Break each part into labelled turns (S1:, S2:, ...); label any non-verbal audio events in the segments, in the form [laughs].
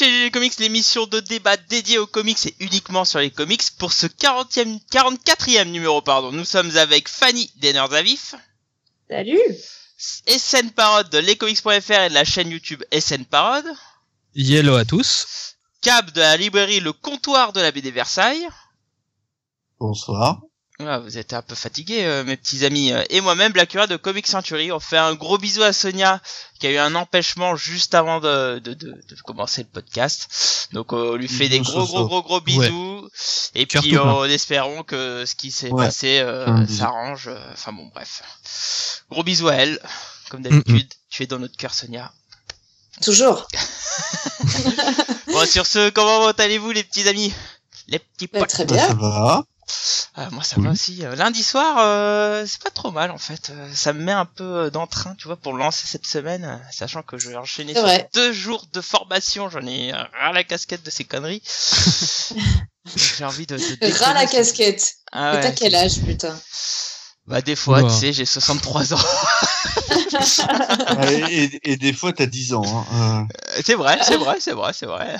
S1: les comics, l'émission de débat dédiée aux comics et uniquement sur les comics. Pour ce 40e, 44e numéro, pardon, nous sommes avec Fanny des Nerds à Vif.
S2: Salut
S1: Et scène Parode de lescomics.fr et de la chaîne YouTube SN Parode.
S3: Yellow à tous.
S1: Cab de la librairie Le Comptoir de la BD Versailles.
S4: Bonsoir.
S1: Ah, vous êtes un peu fatigués, euh, mes petits amis. Euh, Et moi-même, Blackura de Comic Century. On fait un gros bisou à Sonia, qui a eu un empêchement juste avant de, de, de, de commencer le podcast. Donc, euh, on lui fait des
S4: Bisous,
S1: gros,
S4: Soso.
S1: gros, gros, gros bisous. Et
S3: Cœur
S1: puis,
S3: tout plein.
S1: on espérons que ce qui s'est
S4: Ouais.
S1: passé euh,
S4: Un bisou.
S1: s'arrange. Euh, Enfin, bon, bref. Gros bisous à elle.
S4: Mm,
S1: Comme d'habitude, tu es dans notre cœur, Sonia.
S2: Toujours
S1: Bon, sur ce, comment allez-vous, les petits amis Les petits
S2: Bah,
S1: potes.
S2: Très
S4: Bah,
S2: bien.
S1: [laughs]
S4: ça va.
S1: Ah, moi ça
S4: Cool.
S1: va aussi. Euh, Lundi soir, euh, c'est pas trop mal en fait. Euh, Ça me met un peu euh, d'entrain, tu vois, pour lancer cette semaine, euh, sachant que je vais enchaîner
S2: C'est
S1: sur
S2: vrai.
S1: deux jours de formation. J'en ai euh, ras la casquette de ces
S2: [laughs]
S1: conneries. J'ai envie de. de
S2: Ras la
S1: déconner.
S2: casquette.
S1: Ah
S2: Mais t'as
S1: ouais.
S2: quel âge, [laughs] putain
S1: Bah des fois,
S3: Wow.
S1: tu sais, j'ai 63 ans.
S4: Ouais, Ah, et, et des fois, t'as 10 ans. Hein. Euh,
S1: c'est vrai, c'est vrai, c'est vrai, c'est vrai.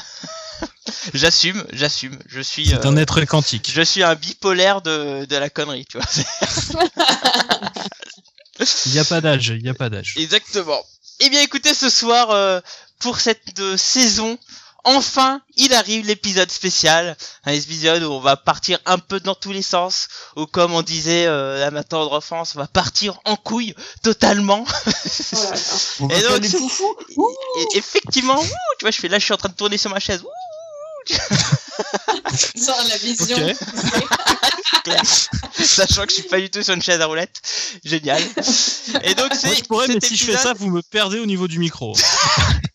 S1: [laughs] j'assume, j'assume. Je suis.
S3: C'est un
S1: euh,
S3: être quantique.
S1: Je suis un bipolaire de, de la connerie, tu vois.
S3: Il n'y a pas d'âge, il n'y a pas d'âge.
S1: Exactement. Eh bien écoutez, ce soir, euh, pour cette euh, saison, enfin, il arrive l'épisode spécial. Un épisode où on va partir un peu dans tous les sens. Ou comme on disait euh, à ma tendre enfance, on va partir en couille totalement.
S2: Oh là là.
S4: Euh, on va
S1: Et
S4: faire
S1: donc,
S4: les
S1: c'est-
S4: foufous.
S1: [laughs] Et effectivement, ouh, tu vois, je fais là, je suis en train de tourner sur ma chaise. Ouh,
S2: Genre la vision. Ah
S3: Ok.
S2: [laughs]
S1: clair. Sachant que je suis pas du tout sur une chaise à roulette. Génial. Et donc c'est...
S3: Moi, je pourrais, mais
S1: cet
S3: si je fais
S1: épisode-
S3: ça, vous me perdez au niveau du micro.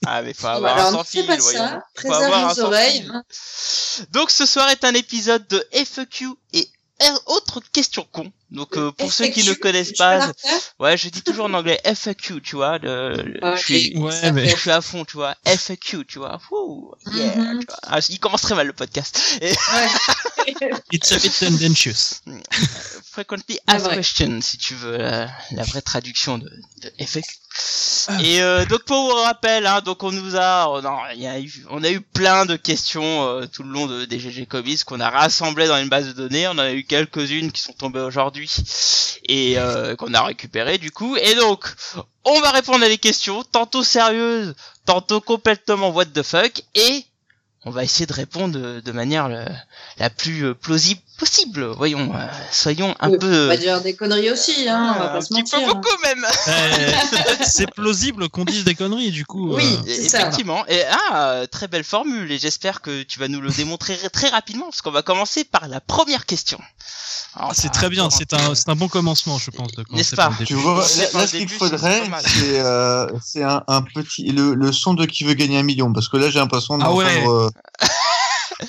S1: Ah mais faut
S2: Bon,
S1: avoir
S2: bah, alors,
S1: un sans
S2: ne fais
S1: fil,
S2: pas
S1: voyons.
S2: ça.
S1: Faut avoir un
S2: Préserve nos
S1: sans
S2: oreilles.
S1: fil. Donc ce soir est un épisode de FEQ et R- autres questions cons. Donc euh, pour ceux qui ne
S2: FAQ,
S1: connaissent
S2: tu
S1: pas, euh,
S2: peux la refaire
S1: ouais, je dis toujours en anglais FAQ, tu vois. le- le-
S2: Ah,
S1: je, suis,
S3: Ouais,
S2: Ça
S3: mais-
S1: je
S2: fait.
S1: suis à fond, tu vois. FAQ, tu vois. Ouh, yeah,
S2: Mhm.
S1: tu vois. Ah, il commence très mal le podcast. Et
S3: It's a bit [laughs] tendentious.
S1: frequently
S2: Ah,
S1: asked
S2: vrai.
S1: question, si tu veux la, la vraie traduction de, de FAQ. Et euh, donc pour vous rappel, hein, donc on nous a, on a, il y a eu, on a eu plein de questions euh, tout le long de, des GG Comics qu'on a rassemblées dans une base de données. On en a eu quelques-unes qui sont tombées aujourd'hui et euh, qu'on a récupérées du coup. Et donc on va répondre à des questions, tantôt sérieuses, tantôt complètement what the fuck, et on va essayer de répondre de, de manière le- la plus euh, plausible possible. Voyons, euh, soyons un
S2: Oui,
S1: peu,
S2: On va dire Bah, des conneries aussi, hein. on va
S1: euh, un
S2: pas se
S1: petit peu
S2: mentir. hein.
S1: beaucoup même.
S3: Euh, c'est plausible qu'on dise des conneries, du coup.
S2: Oui.
S3: euh,
S2: c'est ça.
S1: Effectivement. Et ah, euh, très belle formule. Et j'espère que tu vas nous le démontrer très rapidement, parce qu'on va commencer par la première question. Alors,
S3: ah, c'est
S1: bah,
S3: très bien,
S1: pour-
S3: c'est un, c'est un bon commencement, je pense. de
S1: N'est-ce
S3: commencer
S1: pas
S3: par le
S4: Tu
S3: début.
S4: vois,
S1: C'est
S4: là,
S1: pas
S4: là,
S1: au
S4: ce qu'il
S1: début,
S4: faudrait,
S1: c'est pas mal.
S4: c'est euh, c'est un, un petit le, le son de qui veut gagner un million, parce que là, j'ai l'impression
S3: Ah ouais.
S4: d'entendre. euh,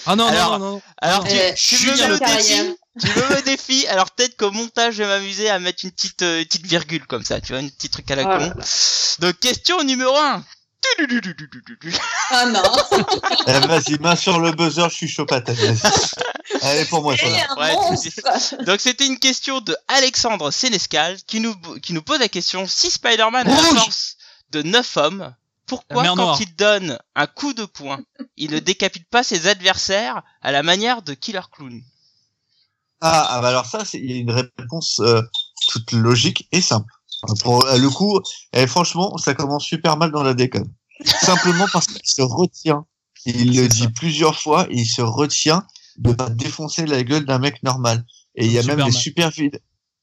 S3: Ah non,
S1: Alors-
S3: non, non, non.
S1: Alors tu,
S2: Euh,
S1: tu
S3: je
S1: veux
S3: viens
S1: me le
S2: de
S1: défi
S2: carrière.
S1: Tu veux le défi Alors peut-être qu'au montage, je vais m'amuser à mettre une petite euh, une petite virgule comme ça, tu vois, un petit truc à la
S2: Oh là
S1: con. Donc question numéro 1 [laughs]
S2: Ah non, [laughs]
S4: euh, eh, vas-y, main sur le buzzer, je suis chaud patate.
S1: [laughs]
S4: vas-y. Allez pour moi, ça
S2: c'est
S4: va.
S2: Eh, un
S1: Ouais,
S2: monstre.
S1: Donc c'était une question de Alexandre Sénescal qui nous qui nous pose la question si Spider-Man a la
S3: Rouge
S1: force de neuf hommes, pourquoi
S3: La mer
S1: quand
S3: Noire.
S1: il donne un coup de poing, il ne décapite pas ses adversaires à la manière de Killer Clown
S4: Ah, ah, bah alors ça, c'est il y a une réponse euh, toute logique et simple. Euh, Pour euh, le coup, eh, franchement, ça commence super mal dans la déconne. Simplement parce qu'il se retient. Il le dit plusieurs fois, il se retient de pas défoncer la gueule d'un mec normal. Et il y a même
S3: Superman.
S4: des super vil-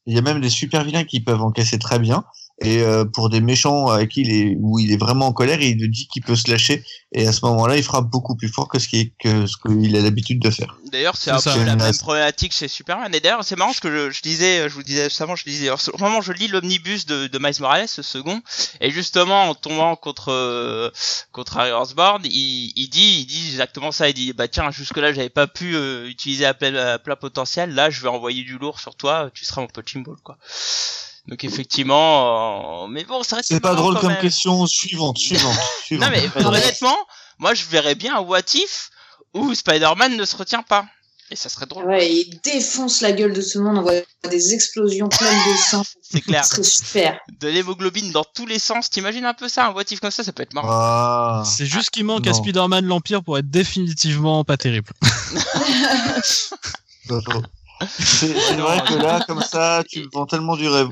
S4: il y a même des super vilains qui peuvent encaisser très bien. Et euh, pour des méchants à qui il est, où il est vraiment en colère, il le dit qu'il peut se lâcher. Et à ce moment-là, il frappe beaucoup plus fort que ce qu'il que ce qu'il a l'habitude de faire.
S1: D'ailleurs, c'est
S3: C'est
S1: un
S3: ça.
S1: peu la
S4: C'est
S1: même
S4: naze.
S1: problématique chez Superman. Et d'ailleurs, c'est marrant parce que je, je disais, je vous le disais récemment, je disais, au moment où je lis l'omnibus de, de Miles Morales, ce second, et justement en tombant contre euh, contre Harry Osborn, il, il dit, il dit exactement ça. Il dit, bah tiens, jusque là, j'avais pas pu euh, utiliser à plein, à plein potentiel. Là, je vais envoyer du lourd sur toi. Tu seras mon punching ball, quoi. Donc effectivement, euh, mais bon, ça reste
S4: C'est pas
S1: marrant
S4: drôle
S1: quand
S4: comme
S1: même.
S4: question. Suivante, suivante,
S1: [laughs] Non
S4: suivante.
S1: mais
S4: Allez.
S1: honnêtement, moi je verrais bien un What If où Spider-Man ne se retient pas. Et ça serait drôle.
S2: Ouais, il défonce la gueule de tout le monde, on voit des explosions pleines de sang.
S1: C'est
S4: [laughs]
S1: clair.
S2: C'est super.
S1: De l'hémoglobine dans tous les sens. T'imagines un peu ça, un what if comme ça, ça peut être marrant.
S4: Ah.
S3: C'est juste qu'il manque à
S4: non.
S3: Spider-Man l'Empire pour être définitivement pas terrible.
S4: C'est c'est vrai que là, comme ça, tu me vends tellement du rêve.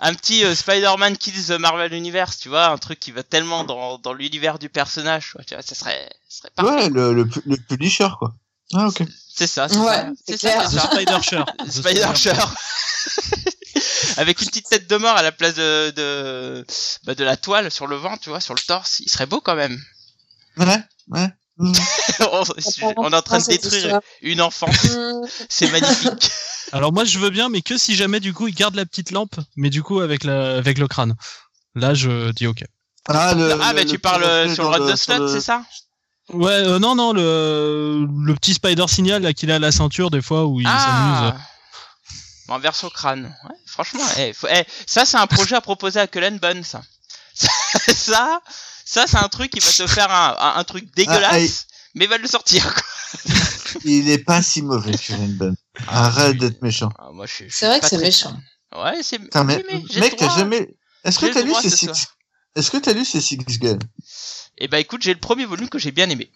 S1: Un petit euh, Spider-Man Kills the Marvel Universe, tu vois, un truc qui va tellement dans, dans l'univers du personnage, quoi, tu vois, ça serait, ça serait parfait.
S4: Ouais, le, le, pu- le Punisher, quoi. Ah, ok.
S1: C'est ça, c'est
S2: Ouais,
S1: ça,
S2: c'est
S1: c'est ça,
S2: clair.
S1: c'est ça.
S3: Spider-Shirt.
S1: Ah. Spider-Share. [laughs] Avec une petite tête de mort à la place de, de, bah, de la toile sur le ventre, tu vois, sur le torse, il serait beau quand
S4: [laughs]
S1: même.
S4: Ouais, ouais. Mm.
S1: on, on est en train de détruire une enfance,
S2: Hmm,
S1: c'est magnifique.
S3: Alors moi je veux bien, mais que si jamais du coup il garde la petite lampe, mais du coup avec, la... avec le crâne. Là je dis ok.
S4: Ah, le,
S1: ah, mais
S4: le-
S1: tu
S4: le
S1: parles euh,
S4: Punisher
S1: sur le
S4: dans
S1: Rod de
S4: sur
S1: Slot,
S4: le-
S1: c'est ça
S3: Ouais, euh, non, non, le, le petit Spider Signal là qu'il a à la ceinture des fois où il
S1: Ah En verso crâne. Ouais, franchement, eh, faut- eh, ça, c'est un projet à proposer à Cullen Bunn, ça. [laughs] ça, ça c'est un truc qui va te faire un, un- un truc dégueulasse,
S4: Ah, et-
S1: mais il va le sortir. quoi.
S4: Il est pas si mauvais, Kieran Dunn. Arrête d'être méchant.
S1: Ah, moi, je suis- je suis
S2: C'est vrai que
S1: pas
S2: c'est
S1: très-
S2: méchant.
S1: Ouais, c'est.
S4: Putain, mais,
S1: Oui, mais j'ai
S4: mec,
S1: le
S4: t'as
S1: droit.
S4: jamais. Est-ce que
S1: J'ai
S4: t'as
S1: le
S4: lu
S1: droit
S4: ces
S1: ce
S4: Six.
S1: soir.
S4: Est-ce que t'as lu ces Six Guns
S1: Et bah écoute, j'ai le premier volume que j'ai bien aimé.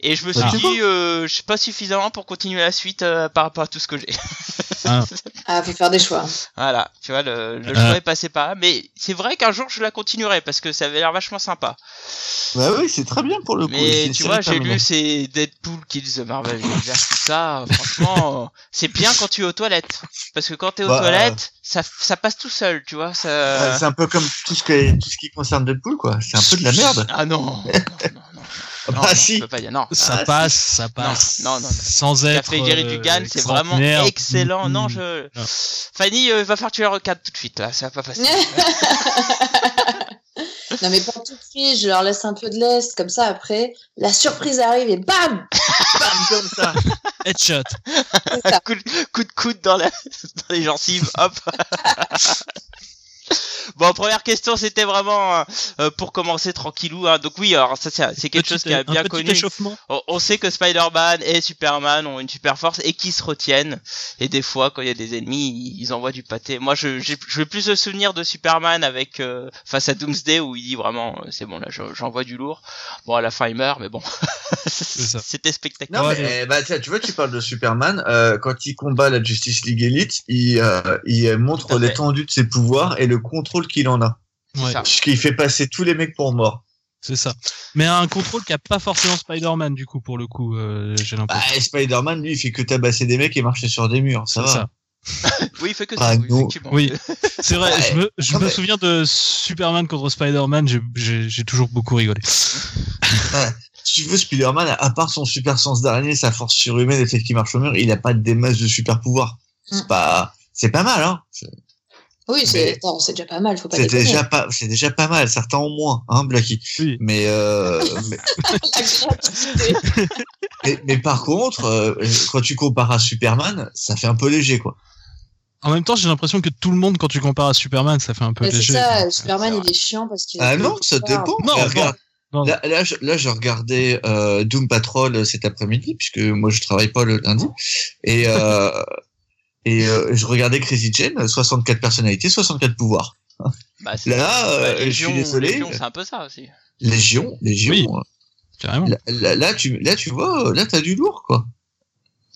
S1: Et je me suis
S4: Ah.
S1: dit, euh, je sais pas suffisamment pour continuer la suite euh, par rapport à tout ce que j'ai. [laughs]
S3: Ah.
S2: Ah, faut faire des choix.
S1: voilà, tu vois, le, le
S3: Euh.
S1: choix est passé par là. Mais c'est vrai qu'un jour je la continuerai parce que ça avait l'air vachement sympa.
S4: Bah oui, c'est très bien pour le coup.
S1: Mais
S4: C'est
S1: tu
S4: une
S1: vois,
S4: série
S1: j'ai lu ces Deadpool, Kills the Marvel Universe, tout ça. Franchement, euh, c'est bien quand tu es aux toilettes. Parce que quand t'es aux
S4: Bah, euh.
S1: toilettes, ça, ça passe tout seul, tu vois.
S4: terminale.
S1: Ça...
S4: Ouais, C'est un peu comme tout ce, que- tout ce qui concerne Deadpool, quoi. C'est un peu de la merde.
S1: Ah [laughs] non, non, non, non,
S4: Ah,
S1: non,
S4: [laughs] bah,
S1: non,
S4: si.
S1: je peux pas dire non.
S3: c'est ça
S4: Ah,
S3: passe, ça passe.
S1: non, non, non.
S3: Sans
S1: Qu'a
S3: être.
S1: fait Jerry
S3: euh,
S1: Dugan, c'est vraiment
S3: extraordinaire.
S1: excellent.
S3: Mm,
S1: Non,
S3: mm.
S1: je.
S3: Ah.
S1: Fanny, euh, va faire que tu la recadres tout de suite là, ça va pas passer.
S2: [laughs] non, mais pas tout de suite, je leur laisse un peu de l'est, comme ça après, la surprise arrive et bam
S4: Bam, comme ça.
S3: Headshot.
S2: C'est ça.
S1: [laughs] coup, de- coup de coude dans, la... [laughs] dans les gencives, hop. [laughs] bon, première question, c'était vraiment euh, euh, pour commencer tranquillou. hein. Donc oui, alors ça c'est c'est quelque
S3: Petit- euh,
S1: chose qui a
S3: un
S1: bien
S3: petit
S1: connu.
S3: échauffement.
S1: On, on sait que Spider-Man et Superman ont une super force et qui se retiennent. Et des fois, quand il y a des ennemis, ils, ils envoient du pâté. Moi, je, j'ai- je vais plus le souvenir de Superman avec euh, face à Doomsday où il dit vraiment, euh, c'est bon là, je- j'envoie du lourd. Bon, à la fin, il meurt, mais bon, [laughs]
S3: ça.
S1: c'était spectaculaire.
S4: Non,
S3: Ouais,
S4: mais eh, bah, tiens, tu vois, tu parles de Superman. euh, quand il combat la Justice League Elite, il, euh, il euh,
S1: Tout
S4: montre
S1: à fait.
S4: l'étendue de ses pouvoirs et le contrôle qu'il en a.
S1: C'est
S3: Ouais,
S1: ça.
S4: Ce qui fait passer tous les mecs pour morts.
S3: c'est ça. Mais un contrôle qui a pas forcément Spider-Man du coup pour le coup, euh, j'ai
S4: Bah,
S3: l'impression.
S4: et Spider-Man, lui, il fait que tabasser des mecs et marcher sur des murs. Ça
S3: C'est
S4: va.
S3: ça.
S1: Oui, il fait que
S4: Ah,
S1: ça. oui,
S4: non.
S1: effectivement.
S3: Oui,
S1: [laughs]
S3: c'est vrai. Je me, je
S4: Non,
S3: me
S4: mais-
S3: souviens de Superman contre Spider-Man. j'ai- J'ai j'ai toujours beaucoup rigolé.
S4: Si tu veux, Spider-Man, à- à part son super sens d'araignée, sa force surhumaine et le fait qu'il marche au mur, il n'a pas des masses de super pouvoirs. C'est
S2: Mm.
S4: pas, c'est pas mal, hein. C'est-
S2: Oui, c'est
S4: Mais-
S2: attends, c'est déjà pas mal, faut pas
S4: C'est
S2: déconner. [laughs]
S4: déjà pas, c'est déjà pas mal. Certains ont moins, hein, Blackie.
S3: Oui.
S4: Mais, euh, mais,
S2: La
S4: [laughs]
S2: gratuité.
S4: mais- mais par contre, euh, quand tu compares à Superman, ça fait un peu léger, quoi.
S3: En même temps, j'ai l'impression que tout le monde, quand tu compares à Superman, ça fait un peu
S2: Mais C'est
S3: léger.
S2: ça,
S3: Donc,
S2: Superman,
S3: c'est
S2: il est chiant parce qu'il.
S4: Ah non, ça dépend.
S3: Non,
S4: Là,
S3: bon.
S4: regarde,
S3: Non.
S4: Là, là, je, là, je regardais euh, Doom Patrol cet après-midi, puisque moi, je travaille pas le lundi. Et,
S1: [laughs]
S4: euh, et euh, je regardais Crazy Jane, 64 personnalités, 64 pouvoirs.
S1: Bah, c'est-
S4: Là, euh,
S1: bah,
S4: je
S1: Légion-
S4: suis désolé.
S1: Légion, c'est un peu ça aussi.
S4: Légion, Légion. hein.
S3: Oui. Carrément.
S4: Là, là, là, tu, là, tu vois, euh, là, t'as du lourd, quoi.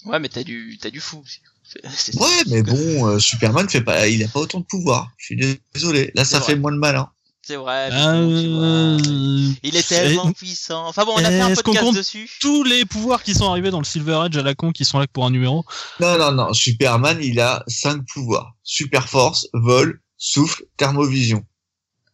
S1: Ouais, mais t'as du, t'as du fou. aussi. C'est- c'est-
S4: Ouais, mais bon, euh, Superman fait pas, il a pas autant de pouvoir. Je suis désolé. Là, ça
S1: C'est
S4: fait
S1: vrai.
S4: moins de mal. Hein.
S1: C'est vrai. mais bon, tu vois.
S3: Ah, Euh,
S1: Il est tellement
S3: Et
S1: puissant. Enfin bon, on a fait un
S3: Est-ce qu'on
S1: podcast
S3: compte
S1: dessus.
S3: Tous les pouvoirs qui sont arrivés dans le Silver Age à la con, qui sont là que pour un numéro.
S4: Non, non, non. Superman, il a cinq pouvoirs super force, vol, souffle, thermovision.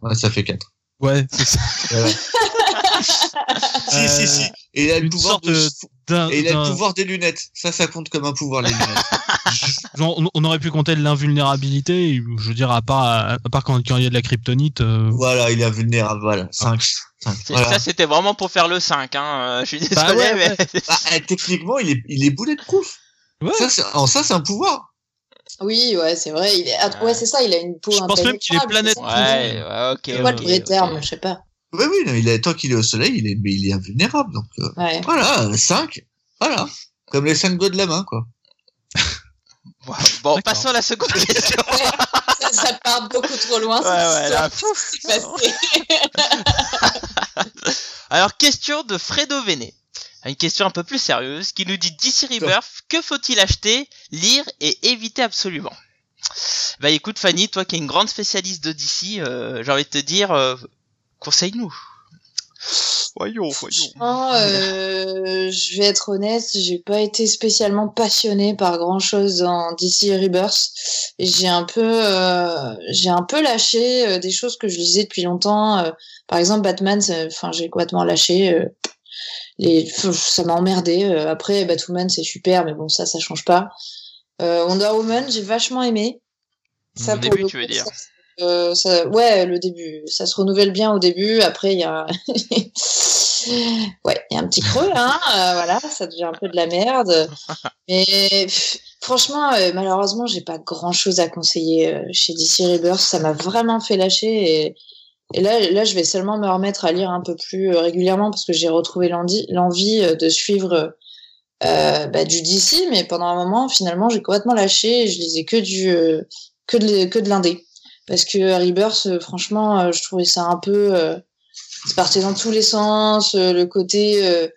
S4: Ouais, ça fait quatre.
S3: Ouais, c'est ça.
S4: Voilà. [laughs] si, si, si. Et il a le
S3: une
S4: pouvoir
S3: sorte
S4: de-
S3: de- [laughs] D'un-
S4: Et il a le
S3: d'un-
S4: pouvoir des lunettes. Ça, ça compte comme un pouvoir, les [laughs] lunettes.
S3: genre, on, on aurait pu compter l'invulnérabilité. Je veux dire, à part, à, à part quand quand il y a de la kryptonite. euh,
S4: voilà, il est vulnérable. Voilà, 5.
S1: C'est- Ça, c'était vraiment pour faire le 5. Hein. euh, Je suis désolé,
S3: Bah ouais,
S1: mais
S4: Ah.
S3: ouais.
S4: eh, techniquement, il est, il est bulletproof.
S3: Ouais.
S4: Ça, c'est- en ça, c'est un pouvoir.
S2: Oui, ouais, c'est vrai. Il est... ah, Ouais, c'est ça, il a une peau
S3: Je pense même qu'il est
S2: impénétrable.
S1: [laughs] ouais,
S3: planète.
S1: ouais, ok.
S2: C'est quoi
S1: ok,
S2: le vrai
S1: ok.
S2: terme Je sais pas.
S4: Oui, oui, non, il est, tant qu'il est au soleil, il est, mais il est invulnérable. Donc, euh,
S2: Ouais. [laughs]
S4: voilà, 5. Voilà. Comme les cinq doigts de la main, quoi.
S1: Bon, Bon,
S3: D'accord.
S1: passons à la seconde question.
S2: ça, ça part beaucoup trop loin.
S1: Ouais, ouais,
S2: cette
S1: là,
S2: histoire. Qu'est-ce qui s'est passé
S1: Alors, question de Fredo Véné. Une question un peu plus sérieuse qui nous dit DC Rebirth, que faut-il acheter, lire et éviter absolument Bah écoute Fanny, toi qui es une grande spécialiste de DC, euh, j'ai envie de te dire, euh, conseille-nous. Voyons, voyons.
S2: Franchement, euh, je vais être honnête, j'ai pas été spécialement passionnée par grand chose dans DC Rebirth. J'ai un peu, euh, j'ai un peu lâché euh, des choses que je lisais depuis longtemps. euh, par exemple, Batman, ça- enfin, j'ai complètement lâché. euh, les, pff, ça m'a emmerdé. euh, après, Batwoman, c'est super, mais bon, ça, ça change pas. Euh, Wonder Woman, j'ai vachement aimé.
S1: Au
S2: pour
S1: début,
S2: le
S1: tu veux dire.
S2: ça- euh, ça- ouais, le début, ça se renouvelle bien au début. Après, il y a, [laughs] ouais, il y a un petit creux, hein. euh, voilà, ça devient un peu de
S1: [laughs]
S2: la merde. Mais pff, franchement, euh, malheureusement, j'ai pas grand-chose à conseiller euh, chez DC Rebirth. Ça m'a vraiment fait lâcher et, et là, là, je vais seulement me remettre à lire un peu plus euh, régulièrement parce que j'ai retrouvé l'envi- l'envie euh, de suivre. euh, euh, bah, du DC, mais pendant un moment, finalement, j'ai complètement lâché et je lisais que du euh, que de, que de l'indé. Parce que Rebirth, euh, franchement, euh, je trouvais ça un peu. Euh, ça partait dans tous les sens, euh, le côté. euh,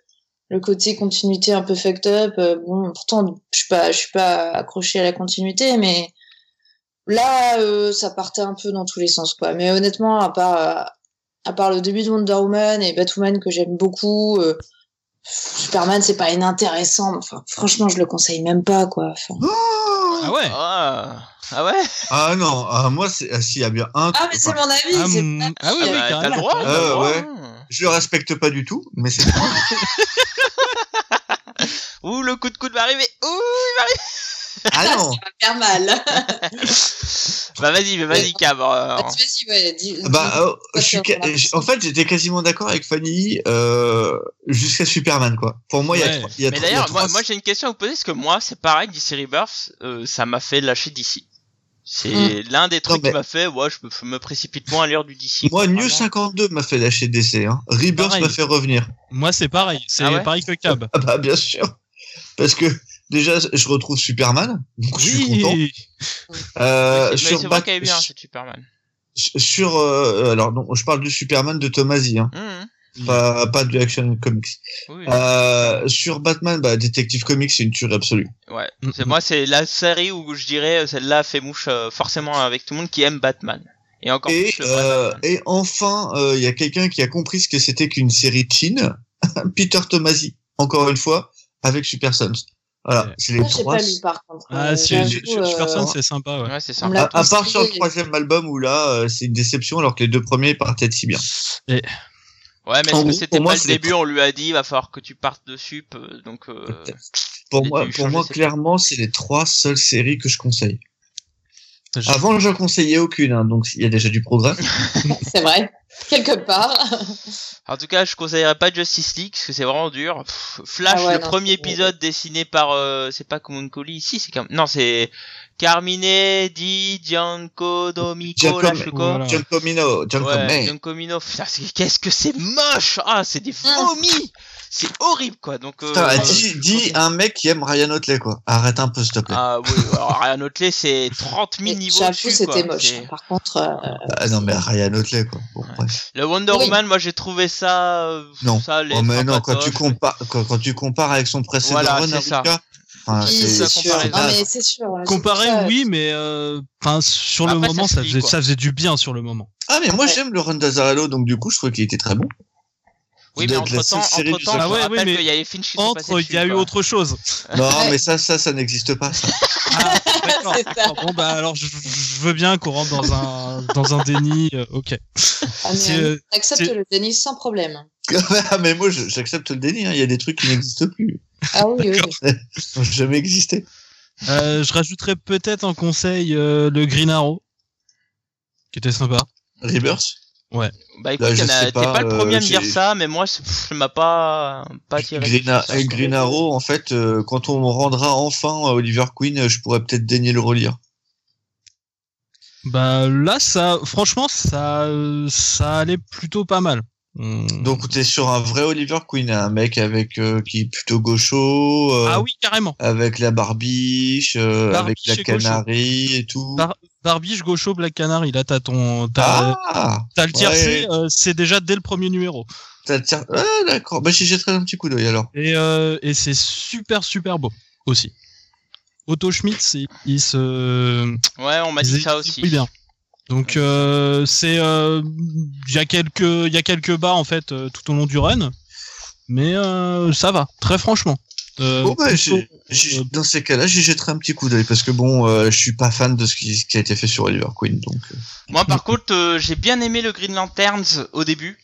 S2: le côté continuité un peu fucked up, euh, bon, pourtant, je suis pas, je suis pas accrochée à la continuité, mais là, euh, ça partait un peu dans tous les sens, quoi. Mais honnêtement, à part, euh, à part le début de Wonder Woman et Batwoman que j'aime beaucoup, euh, Superman, c'est pas inintéressant, mais enfin, franchement, je le conseille même pas, quoi. Enfin,
S3: Ah ouais
S1: Ah, ah ouais
S4: Ah non, ah, moi, c'est- ah, s'il y a bien un
S2: Ah,
S4: truc,
S2: mais c'est
S4: enfin,
S2: mon avis.
S3: Ah,
S2: c'est
S3: mm,
S2: pas-
S3: ah oui,
S1: Ah
S3: oui,
S1: bah, T'as
S3: carrément.
S1: le droit, t'as le
S4: Euh,
S1: droit.
S4: ouais. je le respecte pas du tout, mais c'est
S1: Ouh, le coup de coude va arriver. Ouh
S4: Ah non
S2: ça va faire mal. [laughs]
S1: Bah vas-y, mais vas-y, Cam. euh,
S2: Vas-y, vas-y, ouais. dis- dis-
S4: Bah, euh, je suis
S2: D'accord,
S4: ca-
S2: voilà.
S4: j- en fait, j'étais quasiment d'accord avec Fanny euh, jusqu'à Superman, quoi. Pour moi, il y a
S3: Ouais.
S4: trois- il y a
S1: Mais
S4: trois- il y a
S1: d'ailleurs, moi,
S4: trois-
S1: moi, j'ai une question à vous poser, parce que moi, c'est pareil, DC Rebirth, euh, ça m'a fait lâcher DC. C'est l'un des trucs
S4: Hmm. mais-
S1: qui m'a fait, ouais, je me, me précipite moins à l'heure du DC.
S4: [laughs] moi,
S1: quoi,
S4: New
S1: vraiment.
S4: 52 m'a fait lâcher DC. Hein. Rebirth
S3: Pareil.
S4: m'a fait revenir.
S3: Moi, c'est pareil. C'est
S1: Ah ouais
S3: pareil que Cab.
S4: Ah bah, bien sûr. Parce que déjà, je retrouve Superman, donc je suis content. Euh,
S1: Mais c'est- mais
S4: sur
S1: c'est vrai
S4: Bat-
S1: qu'elle est bien, c'est Superman.
S4: sur euh, alors non, je parle du Superman de Tomasi, hein,
S1: Hum, hum.
S4: pas, pas du Action Comics.
S1: Oui, oui.
S4: Euh, sur Batman, bah, Detective Comics, c'est une tuerie absolue.
S1: ouais.
S3: Mm,
S1: C'est,
S3: mm.
S1: moi, c'est la série où je dirais, euh, celle-là fait mouche euh, forcément avec tout le monde qui aime Batman. Et encore
S4: Et,
S1: plus le vrai
S4: euh,
S1: Batman.
S4: et enfin, euh, il y a quelqu'un qui a compris ce que c'était qu'une série chin. [laughs] Peter Tomasi, encore une fois, avec Super Sons. Voilà,
S3: Ouais.
S4: c'est
S2: Ça,
S4: les
S2: j'ai
S4: trois.
S2: pas lu, par contre.
S3: Ah,
S2: Euh,
S3: si,
S2: j'avoue,
S3: je- je-
S2: euh,
S3: Superson, c'est sympa, ouais.
S1: Ouais, c'est ça.
S2: on me l'a
S4: À, à part sur le
S2: conseillé.
S4: troisième album où là, euh, c'est une déception alors que les deux premiers partaient de si bien.
S1: Ouais, mais parce que
S4: en gros,
S1: c'était
S4: pour moi,
S1: pas le
S4: c'est les
S1: début, on lui a dit, va falloir que tu partes dessus, peu- donc, euh,
S4: Pour
S1: Et
S4: moi,
S1: tu
S4: pour
S1: changes
S4: moi
S1: ses-
S4: clairement, c'est les trois seules séries que je conseille.
S3: Je-
S1: Ah,
S4: Avant, je conseillais aucune, hein, donc il y a déjà du progrès.
S2: C'est vrai, quelque part.
S3: [laughs]
S1: En tout cas, je conseillerais pas Justice League parce que c'est vraiment dur. Pff, Flash,
S2: Ah ouais,
S1: le
S2: non,
S1: premier
S2: c'est-
S1: épisode dessiné par, euh, c'est pas Kumon Koli ici, c'est comme, non, c'est Carmine Di Gianco Domico,
S4: Giacomo-
S1: là, je sais quoi.
S3: Voilà.
S4: Giancomino, Giancomino.
S1: Ouais, Giancomino. Putain, c'est- qu'est-ce que c'est moche Ah, c'est des vomis C'est horrible, quoi. Donc, euh,
S4: Putain,
S1: euh,
S4: dis,
S1: je-
S4: dis un mec qui aime Ryan Otley, quoi. Arrête un peu, s'il te plaît.
S1: Ah oui, alors Ryan Otley, c'est 30 000
S2: Mais
S1: niveaux.
S2: J'avoue,
S1: dessus,
S2: c'était
S1: quoi.
S2: moche.
S1: C'est-
S2: Par contre, euh,
S4: Ah non, mais Ryan Otley, quoi. Bon, bref.
S1: Le Wonder
S2: Oui.
S1: Woman, moi, j'ai trouvé ça. euh,
S4: Non.
S1: Ça, les
S4: Oh,
S1: trois
S4: mais non, quand tu,
S1: patoches,
S4: compares, quand, quand tu compares avec son précédent
S1: Voilà,
S4: run,
S1: c'est ça.
S4: Arika, enfin,
S2: oui,
S4: c'est-
S1: la
S2: c'est sûr.
S1: comparaison.
S2: Non, Ah, mais c'est sûr. ouais, c'est
S3: Ah, Comparé,
S2: pour ça.
S3: oui, mais euh, 'fin, sur le
S1: Après, ça
S3: moment,
S1: se
S3: ça
S1: lit,
S3: faisait,
S1: quoi.
S3: ça faisait du bien sur le moment.
S4: Ah, mais moi,
S2: Ouais.
S4: j'aime le run d'Azarello, donc du coup, je trouvais qu'il était très bon.
S1: Oui, mais
S4: D'être
S1: entre
S4: la
S1: temps,
S4: seule série
S1: entre
S4: du
S1: temps, je
S4: Japon.
S1: vous
S3: Ah ouais,
S1: rappelle
S3: oui, mais
S1: qu'il y a les films qui sont passés
S3: Entre, il
S1: dessus,
S3: y a eu
S1: quoi.
S3: autre chose.
S4: Non,
S2: Ouais.
S4: mais ça, ça, ça n'existe pas, [laughs] ça.
S3: Ah, d'accord.
S2: C'est ça. [laughs]
S3: Bon, bah alors, je, je veux bien qu'on rentre dans un, dans un déni. euh, ok.
S2: Ah, mais
S3: C'est, euh,
S2: on accepte
S3: c'est-
S2: le déni sans problème.
S4: Ah, mais moi, je- j'accepte le déni, hein. il y a des trucs qui n'existent plus.
S2: Ah oui, oui.
S4: Ils n'ont jamais existé.
S3: Euh, je rajouterais peut-être en conseil euh, le Green Arrow, qui était sympa.
S4: Rebirth
S1: Bah écoute,
S4: Là, je
S1: y en a-
S4: sais
S1: t'es
S4: pas,
S1: pas le premier à me
S4: euh,
S1: dire
S4: j'ai-
S1: ça, mais moi, c'est- pff, ça m'a pas, euh, pas tiré.
S4: Green, Ar- Green Arrow, en fait, euh, quand on rendra enfin à Oliver Queen, je pourrais peut-être daigner le hein. relire.
S3: Bah là, ça, franchement, ça, euh, ça allait plutôt pas mal. Hmm.
S1: Mm.
S4: Donc t'es sur un vrai Oliver Queen, un mec avec euh, qui est plutôt gaucho, euh,
S3: ah oui, carrément.
S4: avec la barbiche, euh, avec
S3: Barbiche
S4: la
S3: et gaucho.
S4: canarie et tout.
S1: Ah,
S3: Bar- Barbiche, Gaucho, Black Canary, là t'as ton, t'as,
S4: ah,
S3: t'as le tiercé,
S4: ouais.
S3: euh, c'est déjà dès le premier numéro.
S4: t'as le tiers- Ah, d'accord. Bah j'y jetterai un petit coup d'œil alors.
S3: Et, euh, et c'est super super beau aussi. Otto Schmitz, il, il se,
S1: Ouais, on m'a
S3: il
S1: dit
S3: se
S1: ça
S3: débrouille
S1: aussi.
S3: bien. Donc euh, c'est, euh, il y a quelques, il y a quelques bas en fait euh, tout au long du run, mais euh, ça va, très franchement. Euh,
S4: Bon, bah,
S3: plutôt-
S4: j'ai-
S1: euh,
S4: j'ai- dans ces cas-là, j'y jetterai un petit coup d'œil parce que bon, euh, je suis pas fan de ce qui, ce qui a été fait sur Oliver Queen, donc. euh.
S1: Moi, par contre, euh, j'ai bien aimé le Green Lanterns au début.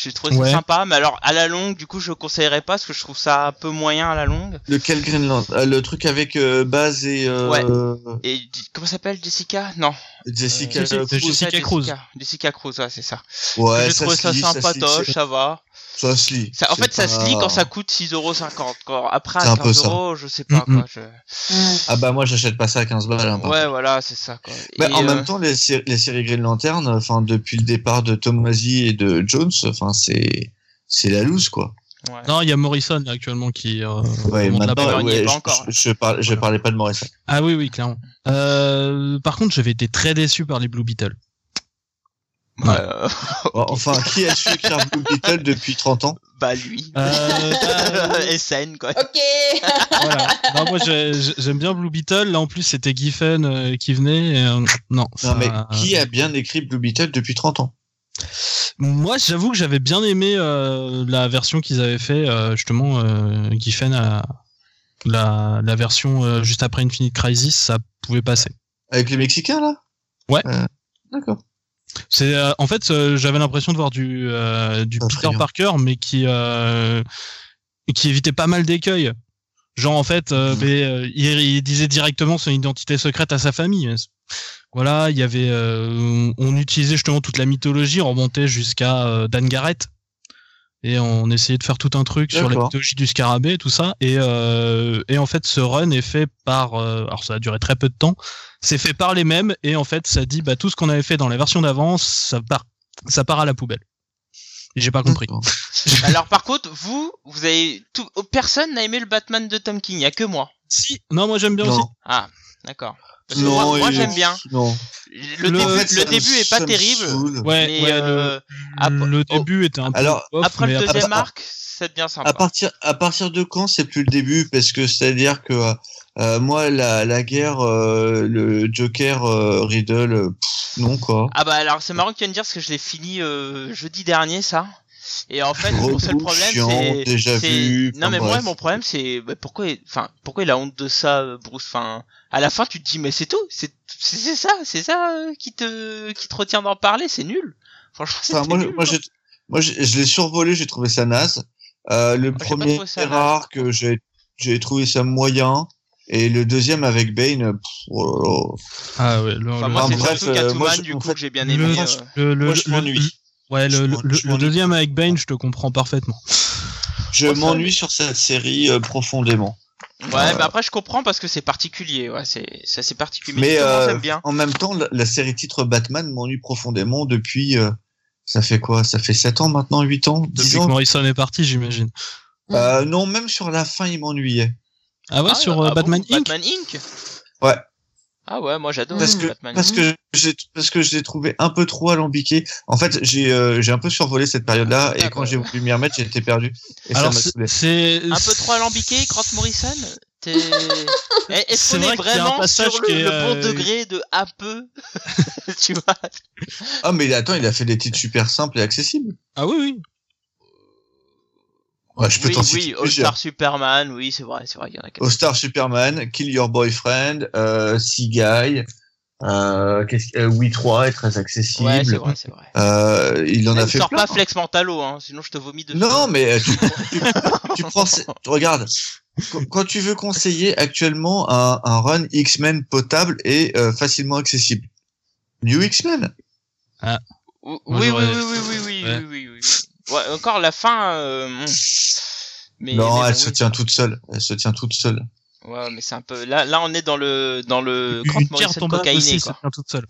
S1: J'ai trouvé ça
S3: Ouais.
S1: sympa, mais alors à la longue, du coup, je conseillerais pas parce que je trouve ça un peu moyen à la longue.
S4: Lequel Greenland Ah, Le truc avec euh, Baz et euh,
S1: Et j- comment s'appelle Jessica Non.
S4: Jessica.
S1: Euh,
S3: si, si,
S4: Cruz.
S3: Jessica Cruz.
S1: Jessica Cruz, ouais, c'est ça.
S4: Ouais,
S1: j'ai
S4: ça
S1: trouvé
S4: se
S1: ça
S4: lit, ça se lit,
S1: sympatoche,
S4: c'est-
S1: ça va.
S4: ça se lit.
S1: Ça, en
S4: C'est
S1: fait, ça se lit
S4: pas-
S1: quand ça coûte 6,50€. Quand après,
S4: C'est
S1: à
S4: un peu ça.
S1: 15€, je sais pas
S3: Mhm.
S1: quoi. je-
S4: Ah bah moi, j'achète pas ça à 15 balles. hein, par
S1: Ouais, voilà, c'est ça quoi.
S4: Bah,
S1: Et,
S4: en
S1: euh,
S4: même temps, les, sé- les séries Green Lantern, euh, enfin, depuis le départ de Tomasi et de Jones, enfin, c'est c'est la loose quoi. [laughs]
S1: ouais.
S3: Non, il y a Morrison là, actuellement qui. euh,
S4: Ouais,
S3: commande la
S4: maintenant,
S1: on
S3: parole.
S1: y est
S4: ouais,
S1: pas
S4: je-
S1: encore. hein.
S4: je, je, par- je
S3: Voilà.
S4: parlais pas
S1: [laughs]
S4: de Morrison.
S3: Ah oui, oui, clairement. Euh, par contre, j'avais été très déçu par les Blue Beetle.
S4: Bah,
S1: Euh,
S4: Enfin, qui a su écrire Blue Beetle depuis 30 ans
S1: [laughs] bah lui.
S4: [laughs]
S3: Euh,
S1: [laughs]
S3: bah,
S1: SN quoi.
S2: Ok.
S3: voilà. Non, moi, j'ai- j'ai- j'aime bien Blue Beetle. Là, en plus, c'était Giffen euh, qui venait. et, euh, non.
S4: Non, mais
S1: Ah.
S3: ça-
S4: qui a bien écrit Blue Beetle depuis 30 ans
S3: Moi, j'avoue que j'avais bien aimé euh, la version qu'ils avaient fait euh, justement euh, Giffen à la, la version euh, juste après Infinite Crisis, ça pouvait passer.
S4: Avec les Mexicains, là
S3: Ouais.
S4: Euh, D'accord.
S3: C'est euh, en fait, euh, j'avais l'impression de voir du euh, du
S4: Un
S3: Peter
S4: friand.
S3: Parker, mais qui euh, qui évitait pas mal d'écueils. Genre en fait, euh,
S4: Mhm.
S3: mais, euh, il, il disait directement son identité secrète à sa famille. Voilà, il y avait, euh, on utilisait justement toute la mythologie, on remontait jusqu'à euh, Dan Garrett et on essayait de faire tout un truc sur la
S4: D'accord.
S3: mythologie du scarabée, et tout ça. Et euh, et en fait, ce run est fait par, euh, alors ça a duré très peu de temps, c'est fait par les mêmes et en fait ça dit bah tout ce qu'on avait fait dans la version d'avant ça part ça part à la poubelle Et j'ai pas compris
S4: D'accord.
S1: Alors par contre, vous, vous avez tout, oh, personne n'a aimé le Batman de Tom King, y a que moi.
S3: si non moi j'aime bien aussi
S4: Non,
S1: Ah, d'accord. Parce que
S4: non,
S1: moi, moi,
S4: il-
S1: j'aime bien.
S4: Non.
S1: Le,
S3: Le-
S1: début,
S4: En fait, ça
S1: le
S4: me-
S1: début est
S4: ça
S1: pas
S4: me
S1: terrible.
S4: saoule.
S3: ouais,
S1: mais
S3: ouais,
S1: euh, ap-
S3: le, le début était un peu
S4: Alors,
S3: bof,
S1: après
S3: mais
S1: le
S3: après-
S1: deuxième
S4: après-
S1: arc, ça devient sympa.
S4: À partir, à partir de quand c'est plus le début Parce que c'est-à-dire que euh, moi, la, la guerre, euh, le Joker, euh, Riddle, euh, pff, non quoi.
S1: Ah bah alors c'est marrant que tu viennes dire parce que je l'ai fini euh, jeudi dernier ça. Et en fait mon seul
S4: Relou,
S1: problème
S4: chiant,
S1: c'est
S4: déjà
S1: c'est-
S4: vu,
S1: non
S4: enfin,
S1: mais moi
S4: bref.
S1: mon problème c'est bah, pourquoi enfin pourquoi il a honte de ça euh, Bruce enfin à la fin tu te dis mais c'est tout c'est c'est c'est ça c'est ça euh, qui te qui te retient d'en parler c'est nul. Franchement c'est
S4: Enfin, moi,
S1: nul. hein.
S4: moi,
S1: quoi.
S4: j'ai, moi, j'ai- je l'ai survolé, j'ai trouvé ça naze. Euh, le
S1: pas
S4: premier
S1: trouvé ça naze.
S4: arc, euh, j'ai, j'ai trouvé ça moyen. Et le deuxième avec Bane, euh, pff, oh là là.
S3: ah ouais, le,
S1: Enfin,
S3: le-
S1: moi
S4: enfin,
S1: c'est
S4: bref,
S1: surtout
S4: euh,
S1: Catwoman
S4: moi, je-
S1: du
S4: en
S1: coup
S4: fait,
S1: que j'ai bien
S3: le-
S1: aimé.
S4: moi,
S1: euh,
S3: le- le-
S4: moi, je
S3: le-
S4: m'ennuie.
S3: ouais le,
S4: Je
S3: le-
S4: m'en- je
S3: le
S4: m'ennuie.
S3: deuxième avec Bane je te comprends parfaitement
S4: Je
S1: Moi, ça-
S4: m'ennuie sur cette série euh, profondément. euh,
S1: Ouais mais après je comprends parce que c'est particulier ouais c'est ça c'est particulier.
S4: Mais,
S1: Mais, justement,
S4: euh,
S1: j'aime bien.
S4: En même temps, la, la série titre Batman m'ennuie profondément depuis. euh, ça fait quoi Ça fait 7 ans maintenant 8 ans 10
S3: depuis que
S4: ans
S3: Morrison est parti j'imagine
S1: Mmh.
S4: Euh, Non, même sur la fin, il m'ennuyait.
S3: ah ouais
S1: Ah,
S3: sur
S1: ah
S3: euh,
S1: bon,
S3: Batman Inc
S1: Batman Inc.
S4: Ouais.
S1: Ah ouais moi j'adore
S4: Parce que,
S1: Batman
S4: parce, que j'ai, parce que je l'ai trouvé un peu trop alambiqué. En fait, j'ai, euh, j'ai un peu survolé cette période-là
S1: Ah,
S4: et quand j'ai voulu m'y remettre, j'étais perdu. Et
S3: alors
S4: ça m'a
S3: c'est
S4: saoulé.
S3: c'est-
S1: un peu trop alambiqué, Grant Morrison
S4: [laughs]
S1: T'es- Eh, Est-ce
S3: C'est
S1: qu'on est
S3: vrai qu'il y a un
S1: vraiment
S3: passage
S1: sur le,
S3: qui est,
S1: le
S3: euh,
S1: bon degré de un peu [laughs] Tu vois
S4: Ah, mais attends, il a fait des titres super simples et accessibles.
S3: ah oui oui
S4: Ouais, je peux
S1: Oui,
S4: t'en
S1: oui,
S4: citer
S1: All
S4: plusieurs.
S1: Star Superman, oui, c'est vrai, c'est vrai, il y en a quelques
S4: All Star Superman, Kill Your Boyfriend, euh, Sea Guy, euh, qu'est-ce, que- euh, We 3 est très accessible.
S1: Ouais, c'est vrai, c'est vrai.
S4: Euh, il en
S1: Eh,
S4: a
S1: ne
S4: fait
S1: sors
S4: plein.
S1: pas Flex Mentalo, hein, sinon je te vomis dessus.
S4: Non,
S1: [laughs]
S4: mais euh, tu, tu, tu prends, ces- regarde, quand- quand tu veux conseiller actuellement un, un run X-Men potable et euh, facilement accessible, New X-Men.
S1: Ou-
S3: Moi,
S1: Oui, oui, oui,
S3: j'aurais-
S1: oui, oui, oui,
S3: Ouais.
S1: oui, oui, oui, oui. Ouais, encore la fin. euh, mm. Mais, mais
S4: non,
S1: bon,
S4: elle
S1: oui.
S4: se tient toute seule. Elle se tient toute seule.
S1: Ouais, mais c'est un peu. Là, là, on est dans le dans le Grant
S3: une pierre
S1: Euh, Morrison
S3: tombe aussi
S1: cocaïné,
S3: ça
S1: quoi.
S3: tient toute seule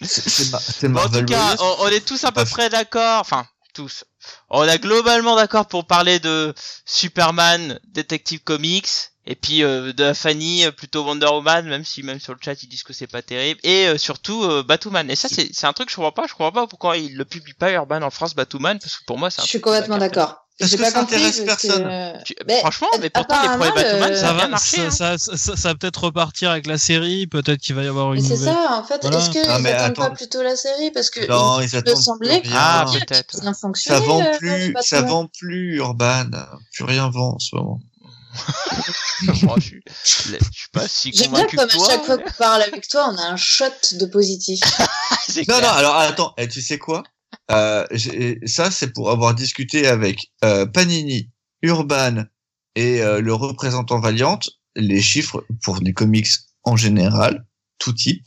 S4: C'est- C'est ma- c'est
S1: Bon, en
S4: Marvel
S1: tout cas, oh,
S4: Wallace.
S1: on, on est tous à peu
S4: Parce-
S1: près d'accord, enfin tous. On est globalement d'accord pour parler de Superman, Detective Comics, et puis euh, de Fanny, euh, plutôt Wonder Woman, même si même sur le chat ils disent que c'est pas terrible, et euh, surtout euh, Batwoman. Et ça c'est c'est un truc que je comprends pas, je comprends pas pourquoi ils le publient pas Urban en France Batwoman, parce que pour moi c'est. un
S2: [laughs] Je
S1: truc qui m'a cartonné.
S2: suis complètement d'accord.
S4: Parce
S2: J'ai
S4: que
S2: pas
S4: ça
S2: compris.
S4: intéresse
S2: parce que- euh,
S4: personne.
S1: Tu-
S2: Mais-
S1: Franchement, mais pourtant les premiers
S2: apparemment,
S1: Batwoman
S2: le-
S1: ça a
S2: Ça
S1: bien
S3: va,
S1: marché. hein.
S3: ça, ça- ça- ça va peut-être repartir avec la série, peut-être qu'il va y avoir
S2: Mais
S3: une
S2: c'est
S3: nouvelle.
S2: ça, en fait.
S3: Voilà.
S2: Est-ce qu'ils
S4: Ah, mais
S2: attendent pas
S4: attends.
S2: plutôt la série Parce que
S4: Non, ils attendent
S2: semblait
S4: plus
S2: que-
S4: rien.
S1: Ah
S2: bien. euh,
S1: peut-être.
S2: ça fonctionne.
S4: ça vend
S1: euh,
S4: plus, ça vend plus Urban, plus rien vend en ce moment.
S1: Moi, Oh, je, suis- je suis pas si
S2: J'aime bien
S1: convaincu
S2: comme
S1: que
S2: à
S1: toi.
S2: chaque fois qu'on parle avec toi, on a un shot de positif.
S1: [laughs] C'est
S4: Non,
S1: clair.
S4: non, alors attends, eh, tu sais quoi euh, j'ai- Ça, c'est pour avoir discuté avec euh, Panini, Urban et euh, le représentant Valiant. Les chiffres pour les comics en général, tout type,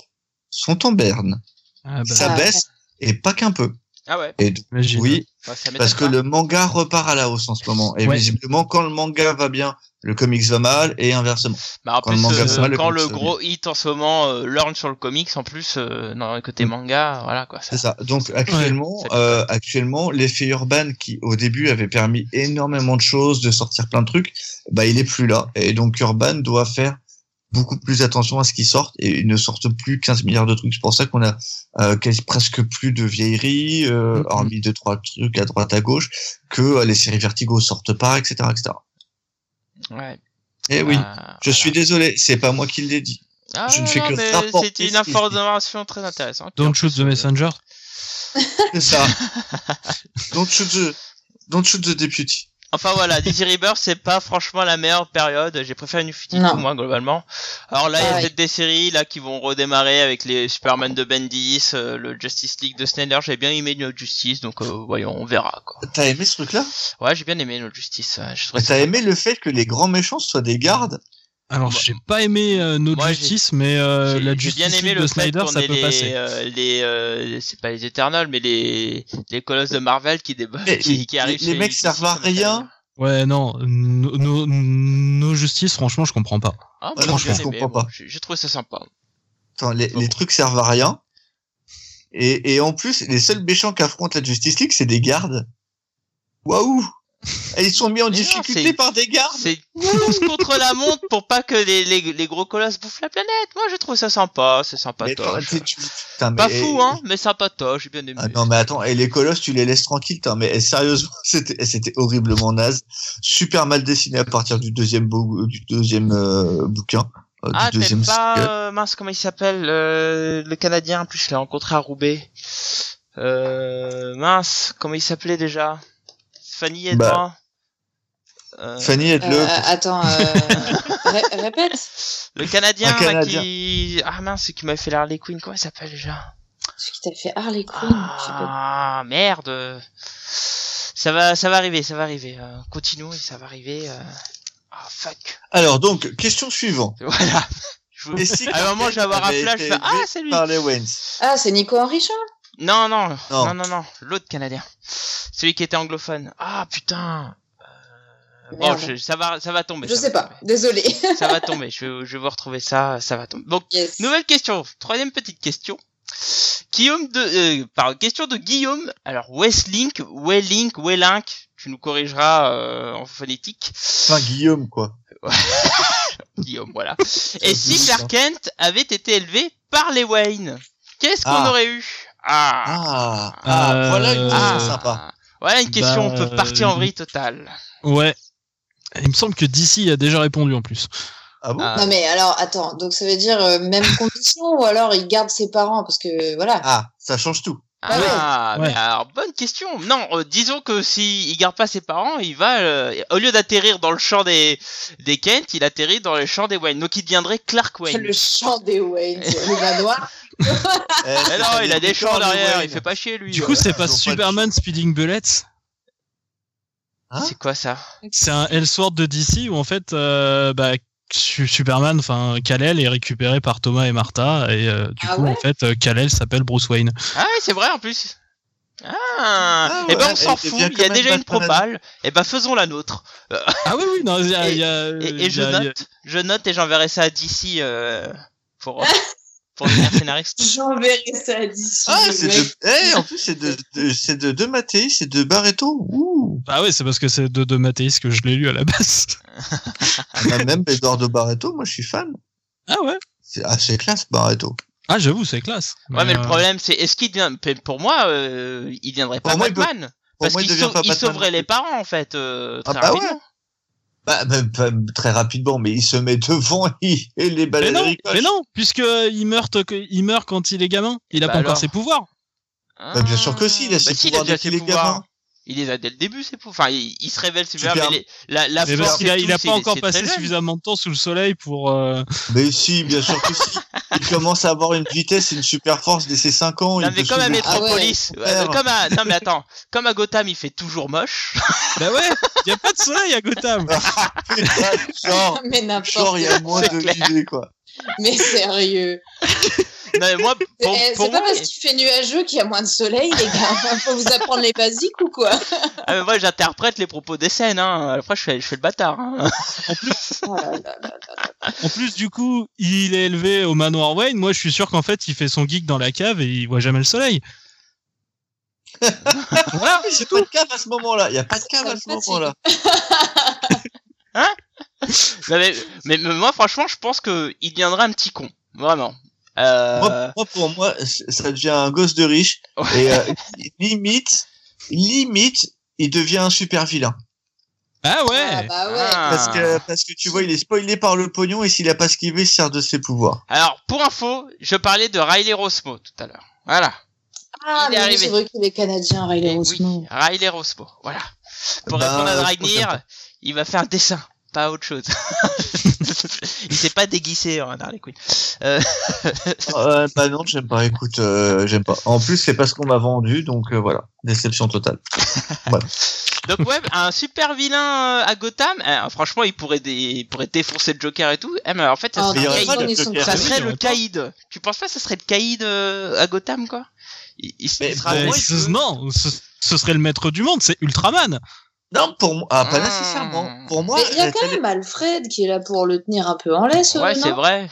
S4: sont en berne.
S3: Ah bah,
S4: Ça
S2: Ah.
S4: baisse et pas qu'un peu.
S1: Ah ouais.
S4: Et
S3: j'imagine.
S4: oui,
S1: Bah, ça m'étonne
S4: parce que
S1: pas.
S4: le manga repart à la hausse en ce moment. Et
S3: Ouais.
S4: visiblement, quand le manga va bien, le comics va mal et inversement.
S1: Bah, en
S4: Quand
S1: plus,
S4: le manga
S1: euh,
S4: va mal, le
S1: quand
S4: comics
S1: le
S4: va
S1: gros hit en ce moment euh, learn sur le comics, en plus, euh, dans le côté manga, voilà quoi. Ça,
S4: Mm. C'est ça. Donc actuellement,
S1: Ouais.
S4: euh, actuellement, l'effet urbain qui au début avait permis énormément de choses, de sortir plein de trucs, bah il est plus là. Et donc Urban doit faire beaucoup plus attention à ce qui sort et ils ne sortent plus 15 milliards de trucs. C'est pour ça qu'on a euh, quasi- presque plus de vieilleries, euh,
S1: Mm-hmm.
S3: Mhm.
S4: hormis deux trois trucs à droite à gauche, que euh, les séries Vertigo sortent pas, etc., etc.
S1: Ouais.
S4: Et Eh oui,
S1: Bah,
S4: je suis
S1: voilà.
S4: désolé, c'est pas moi qui l'ai dit.
S1: Ah,
S4: je ne fais
S1: non,
S4: que
S1: mais
S4: rapporter
S1: C'était une
S4: ce qui se dit.
S1: information très intéressante.
S3: Don't shoot the messenger.
S4: C'est
S1: [laughs]
S4: ça. don't shoot the, don't shoot the deputy.
S1: Enfin voilà, DC Rebirth, c'est pas franchement la meilleure période. J'ai préféré New 52,
S2: Non.
S1: moi, globalement. Alors là, il y a
S2: Pareil.
S1: peut-être des séries là qui vont redémarrer avec les Superman de Bendis, euh, le Justice League de Snyder. J'ai bien aimé No Justice, donc euh, voyons, on verra quoi.
S4: T'as aimé ce truc-là
S1: Ouais, j'ai bien aimé No Justice. ouais, je trouvais
S4: Mais
S1: ça-
S4: T'as aimé le fait que les grands méchants soient des gardes
S3: Alors,
S1: Moi-
S3: j'ai pas aimé euh, No
S1: Moi, j'ai-
S3: Justice, mais euh,
S1: J'ai
S3: la
S1: j'ai
S3: Justice
S1: bien aimé
S3: League
S1: le
S3: de
S1: fait
S3: Snyder,
S1: qu'on
S3: ça
S1: ait
S3: peut
S1: les,
S3: passer.
S1: euh, les euh, c'est pas les éternels, mais les les colosses de Marvel qui débarquent,
S4: Mais
S1: [laughs] qui, qui
S4: les-
S1: arrivent.
S4: les
S1: chez
S4: mecs
S1: DC,
S4: servent à
S1: ça m'étonne.
S4: rien.
S3: Ouais, non, No, no, no Justice, franchement, je comprends pas.
S1: Ah,
S4: Ouais,
S1: moi,
S4: non,
S1: j'ai bien
S4: je
S1: aimé,
S4: comprends
S1: moi.
S4: pas.
S1: J'ai j'ai trouvé ça sympa.
S4: Attends, les,
S3: Bon.
S4: les trucs servent à rien. Et, et en plus, les seuls méchants qu'affronte la Justice League, c'est des gardes. Waouh Et ils sont mis en
S1: Mais non,
S4: difficulté
S1: c'est-
S4: par des gardes
S1: C'est une
S4: [laughs]
S1: course contre la montre pour pas que les, les, les gros colosses bouffent la planète. Moi, je trouve ça sympa, c'est
S4: Mais attends,
S1: sympatoche.
S4: t'es- tu- putain,
S1: Pas
S4: mais-
S1: fou, hein, mais sympatoche, j'ai bien aimé.
S4: Ah non mais attends, et les colosses, tu les laisses tranquilles, putain, mais eh, sérieusement, [laughs] c'était c'était horriblement naze, super mal dessiné à partir du deuxième bou- du deuxième euh, bouquin, euh,
S1: Ah,
S4: du deuxième
S1: t'aimes pas,
S4: single.
S1: euh, mince, comment il s'appelle, euh, le Canadien, en plus, je l'ai rencontré à Roubaix. Euh, mince, comment il s'appelait déjà Fanny et
S4: Bah,
S1: moi. Euh,
S4: Fanny aide [laughs] le
S2: Euh, attends, euh,
S4: [laughs]
S2: ré- répète.
S1: le Canadien,
S4: un
S1: là,
S4: Canadien.
S1: qui... Ah mince, celui qui m'avait fait l'Harley Quinn, comment il s'appelle déjà
S2: Ce qui t'a fait Harley Quinn. je sais pas.
S1: Ah, merde Ça va, ça va arriver, ça va arriver. Euh, continuons et ça va arriver. euh. Ah, fuck. [laughs]
S4: Alors donc, question suivante.
S1: Voilà. Je vous-
S4: Et si
S1: À un moment, je vais avoir
S4: [laughs]
S1: un
S4: avait
S1: flash, je
S4: été
S1: fais, Ah,
S4: élevé
S1: c'est lui
S4: par les Waynes.
S2: Ah, c'est Nico Henrichon
S1: Non, non,
S4: Non.
S1: non, non, non, l'autre Canadien. Celui qui était anglophone. Ah, putain. Euh, Bon,
S2: Ah, Merde.
S1: je- ça va, ça va tomber.
S2: Je
S1: ça
S2: sais
S1: va
S2: pas, désolé.
S1: [laughs] tomber. Ça va tomber. Je, je vais vous retrouver ça. Ça va tomber. Donc,
S2: Yes.
S1: nouvelle question. Troisième petite question. Guillaume de, euh, pardon, question de Guillaume. Alors, Westlink, Waylink, Waylink. Tu nous corrigeras euh, en phonétique.
S4: Enfin Guillaume quoi.
S1: Guillaume, voilà. Et si
S4: Guillaume,
S1: Clark Kent avait été élevé par les Wayne, qu'est-ce qu'on
S4: Ah.
S1: aurait eu Ah.
S4: Ah, ah,
S3: Euh,
S4: voilà une question
S1: Ah.
S4: sympa.
S1: Voilà une question,
S3: Bah,
S1: on peut partir en
S3: euh,
S1: vrille totale.
S3: Ouais. Il me semble que DC a déjà répondu en plus.
S4: Ah
S3: euh,
S4: bon
S1: Ah.
S2: Non mais alors attends, donc ça veut dire euh, même condition ou alors il garde ses parents parce que voilà.
S4: Ah, ça change tout.
S1: Ah,
S3: ouais.
S1: mais alors bonne question. Non, euh, disons que si il garde pas ses parents, il va euh, au lieu d'atterrir dans le champ des des Kent, il atterrit dans le champ des Wayne. Donc il deviendrait Clark Wayne.
S2: Le chant
S1: [laughs]
S2: des Wayne, c'est le manoir.
S4: Eh,
S1: [laughs] Mais
S4: c'est
S1: non,
S4: pas
S1: il a des champs
S4: corps de
S1: derrière,
S4: Wayne.
S1: il fait pas chier lui. Ah,
S3: Du coup, c'est pas
S4: Ils ont pas de
S3: Superman Speeding Bullets,
S4: Hein
S1: c'est quoi ça
S3: c'est un Hellsword de DC où en fait, euh, bah, Su- Superman, enfin, Kal-El est récupéré par Thomas et Martha, et euh, du
S2: Ah
S3: coup,
S2: ouais
S3: en fait, euh, Kal-El s'appelle Bruce Wayne.
S1: Ah, ouais, c'est vrai en plus. Ah,
S4: Ah,
S1: et ben
S4: ouais,
S1: on s'en
S4: et- et
S1: fout,
S4: bien
S1: il y a
S4: quand
S1: déjà
S4: même
S1: une
S4: Batman.
S1: propale, et ben faisons la nôtre.
S3: [laughs] Ah oui, oui, non, il y a.
S1: Et-
S3: Euh, il y a-
S1: Et, et
S3: il
S1: je
S3: y a- il y a-
S1: note, je note et j'enverrai ça d'ici euh, pour, pour devenir scénariste
S2: J'enverrai ça à d'ici.
S4: Ah,
S2: le
S4: c'est
S2: mec.
S4: de. Eh, en plus, c'est de, de, c'est de, de Mattei, c'est de Barreto. Ouh.
S3: Bah ouais, c'est parce que c'est de, de Mathéis que je l'ai lu à la base. [laughs]
S4: Ah, bah, même Eduardo Barreto, moi, je suis fan.
S3: Ah ouais
S4: C'est assez classe, Barreto.
S3: Ah j'avoue, c'est classe.
S1: Ouais, mais le
S3: euh,
S1: problème, c'est est-ce qu'il devient. Pour moi, euh, il viendrait pas
S4: Pour moi, il peut-
S1: Batman.
S4: Pour
S1: Parce
S4: moi, il
S1: qu'il
S4: devient
S1: sau-
S4: pas
S1: il
S4: Batman.
S1: sauverait les parents, en fait, euh,
S4: Ah
S1: très
S4: bah ouais.
S1: rapidement.
S4: Bah, bah, bah, très rapidement, mais il se met devant [laughs] et, et les
S3: Mais
S4: balades
S3: non,
S4: ricochent.
S3: mais non, puisque euh, il meurt, que- il meurt quand il est gamin. Il a
S1: Bah
S3: pas
S1: alors.
S3: encore ses pouvoirs.
S4: Bah, bien sûr que si, il a
S1: Ah.
S4: ses
S1: Bah si,
S4: pouvoirs
S1: déjà
S4: dès qu'il
S1: ses
S4: est
S1: pouvoirs.
S4: gamin.
S1: Il les a dès le début, ses pouvoirs. Enfin, il, il se révèle super,
S4: Super.
S1: mais les- la, la
S3: Mais
S1: force
S3: parce qu'il
S1: et
S3: a,
S1: tout,
S3: il a
S1: c'est-
S3: pas encore
S1: c'est très
S3: passé
S1: jeune.
S3: suffisamment de temps sous le soleil
S1: [laughs]
S3: pour. euh,
S4: Mais si, bien sûr que si. Il commence à avoir une vitesse, une super force dès ses 5 ans.
S1: Non,
S4: il
S1: mais
S4: peut
S1: comme à
S4: soulever-
S2: Ah ouais.
S1: Metropolis, ouais,
S4: Frère.
S1: comme à,
S4: [laughs]
S1: non mais attends, comme à Gotham, il fait toujours moche. [laughs]
S3: Bah ouais, y a pas de soleil à Gotham.
S4: [laughs] genre,
S2: [laughs] Mais n'importe
S4: genre, il y a moins
S1: C'est
S4: de
S1: clair.
S4: l'idée, [laughs] quoi.
S2: Mais sérieux.
S1: Non, mais moi, pour,
S2: Eh,
S1: pour
S2: c'est pas
S1: moi,
S2: parce qu'il fait nuageux qu'il y a moins de soleil, les
S1: [laughs]
S2: gars. Faut vous apprendre les basiques ou quoi
S1: ah, mais moi j'interprète les propos des scènes. Hein. Après, je fais, je fais le bâtard. hein.
S2: Oh là là.
S3: En plus, du coup, il est élevé au manoir Wayne. Moi, je suis sûr qu'en fait, il fait son geek dans la cave et il voit jamais le soleil.
S4: Voilà, c'est pas de cave à ce moment-là. Il n'y a pas de cave
S2: Ça
S4: à
S2: me
S4: ce moment-là.
S1: Non, mais, mais, mais moi, franchement, je pense que il deviendra un petit con, vraiment. Euh,
S4: Moi, moi, pour moi, c- ça devient un gosse de riche. Et euh, limite, limite, il devient un super vilain.
S3: Ah
S2: Ah,
S3: ouais.
S2: bah ouais.
S1: Ah.
S4: Parce que, parce que tu vois, il est spoilé par le pognon et s'il a pas esquivé, il se sert de ses pouvoirs.
S1: Alors, pour info, je parlais de Riley Rosmo tout à l'heure. Voilà.
S2: Ah,
S1: Il est
S2: mais oui,
S1: arrivé.
S2: c'est vrai qu'il est canadien, Riley
S1: Eh
S2: Rosemont.
S1: oui, Riley Rosmo. Voilà. Pour
S4: Bah,
S1: répondre à
S4: je
S1: Dragnir, il va faire un dessin, pas autre chose. [laughs] il s'est pas déguisé hein, en Harley Quinn.
S4: Euh, bah non, j'aime pas. Écoute, euh, j'aime pas. En plus, c'est pas ce qu'on m'a vendu, donc euh, voilà, déception totale.
S1: Donc ouais, un super vilain euh, à Gotham. euh, franchement, il pourrait, dé- il pourrait défoncer le Joker et tout. Eh, mais en fait, ça
S2: Ah,
S1: serait,
S4: il y
S1: le
S2: non,
S4: aurait
S1: Caïd.
S4: pas de
S2: ils sont
S4: Joker.
S1: Ça
S3: Ah
S2: crades.
S3: oui,
S1: serait
S3: il y
S1: le
S3: aurait pas.
S1: Caïd. Tu penses pas que ça serait le Caïd euh, à Gotham quoi il, il se-
S4: Mais-
S1: il sera
S3: Mais
S1: moins, il
S3: ce-
S1: peut-
S3: non, ce, ce serait le maître du monde, c'est Ultraman.
S4: Non, pour moi, ah, pas
S1: Hmm.
S4: nécessairement. Pour moi,
S2: Mais il y a
S4: euh,
S2: quand même Alfred qui est là pour le tenir un peu en laisse.
S1: Ouais,
S2: Euh, non
S1: c'est vrai.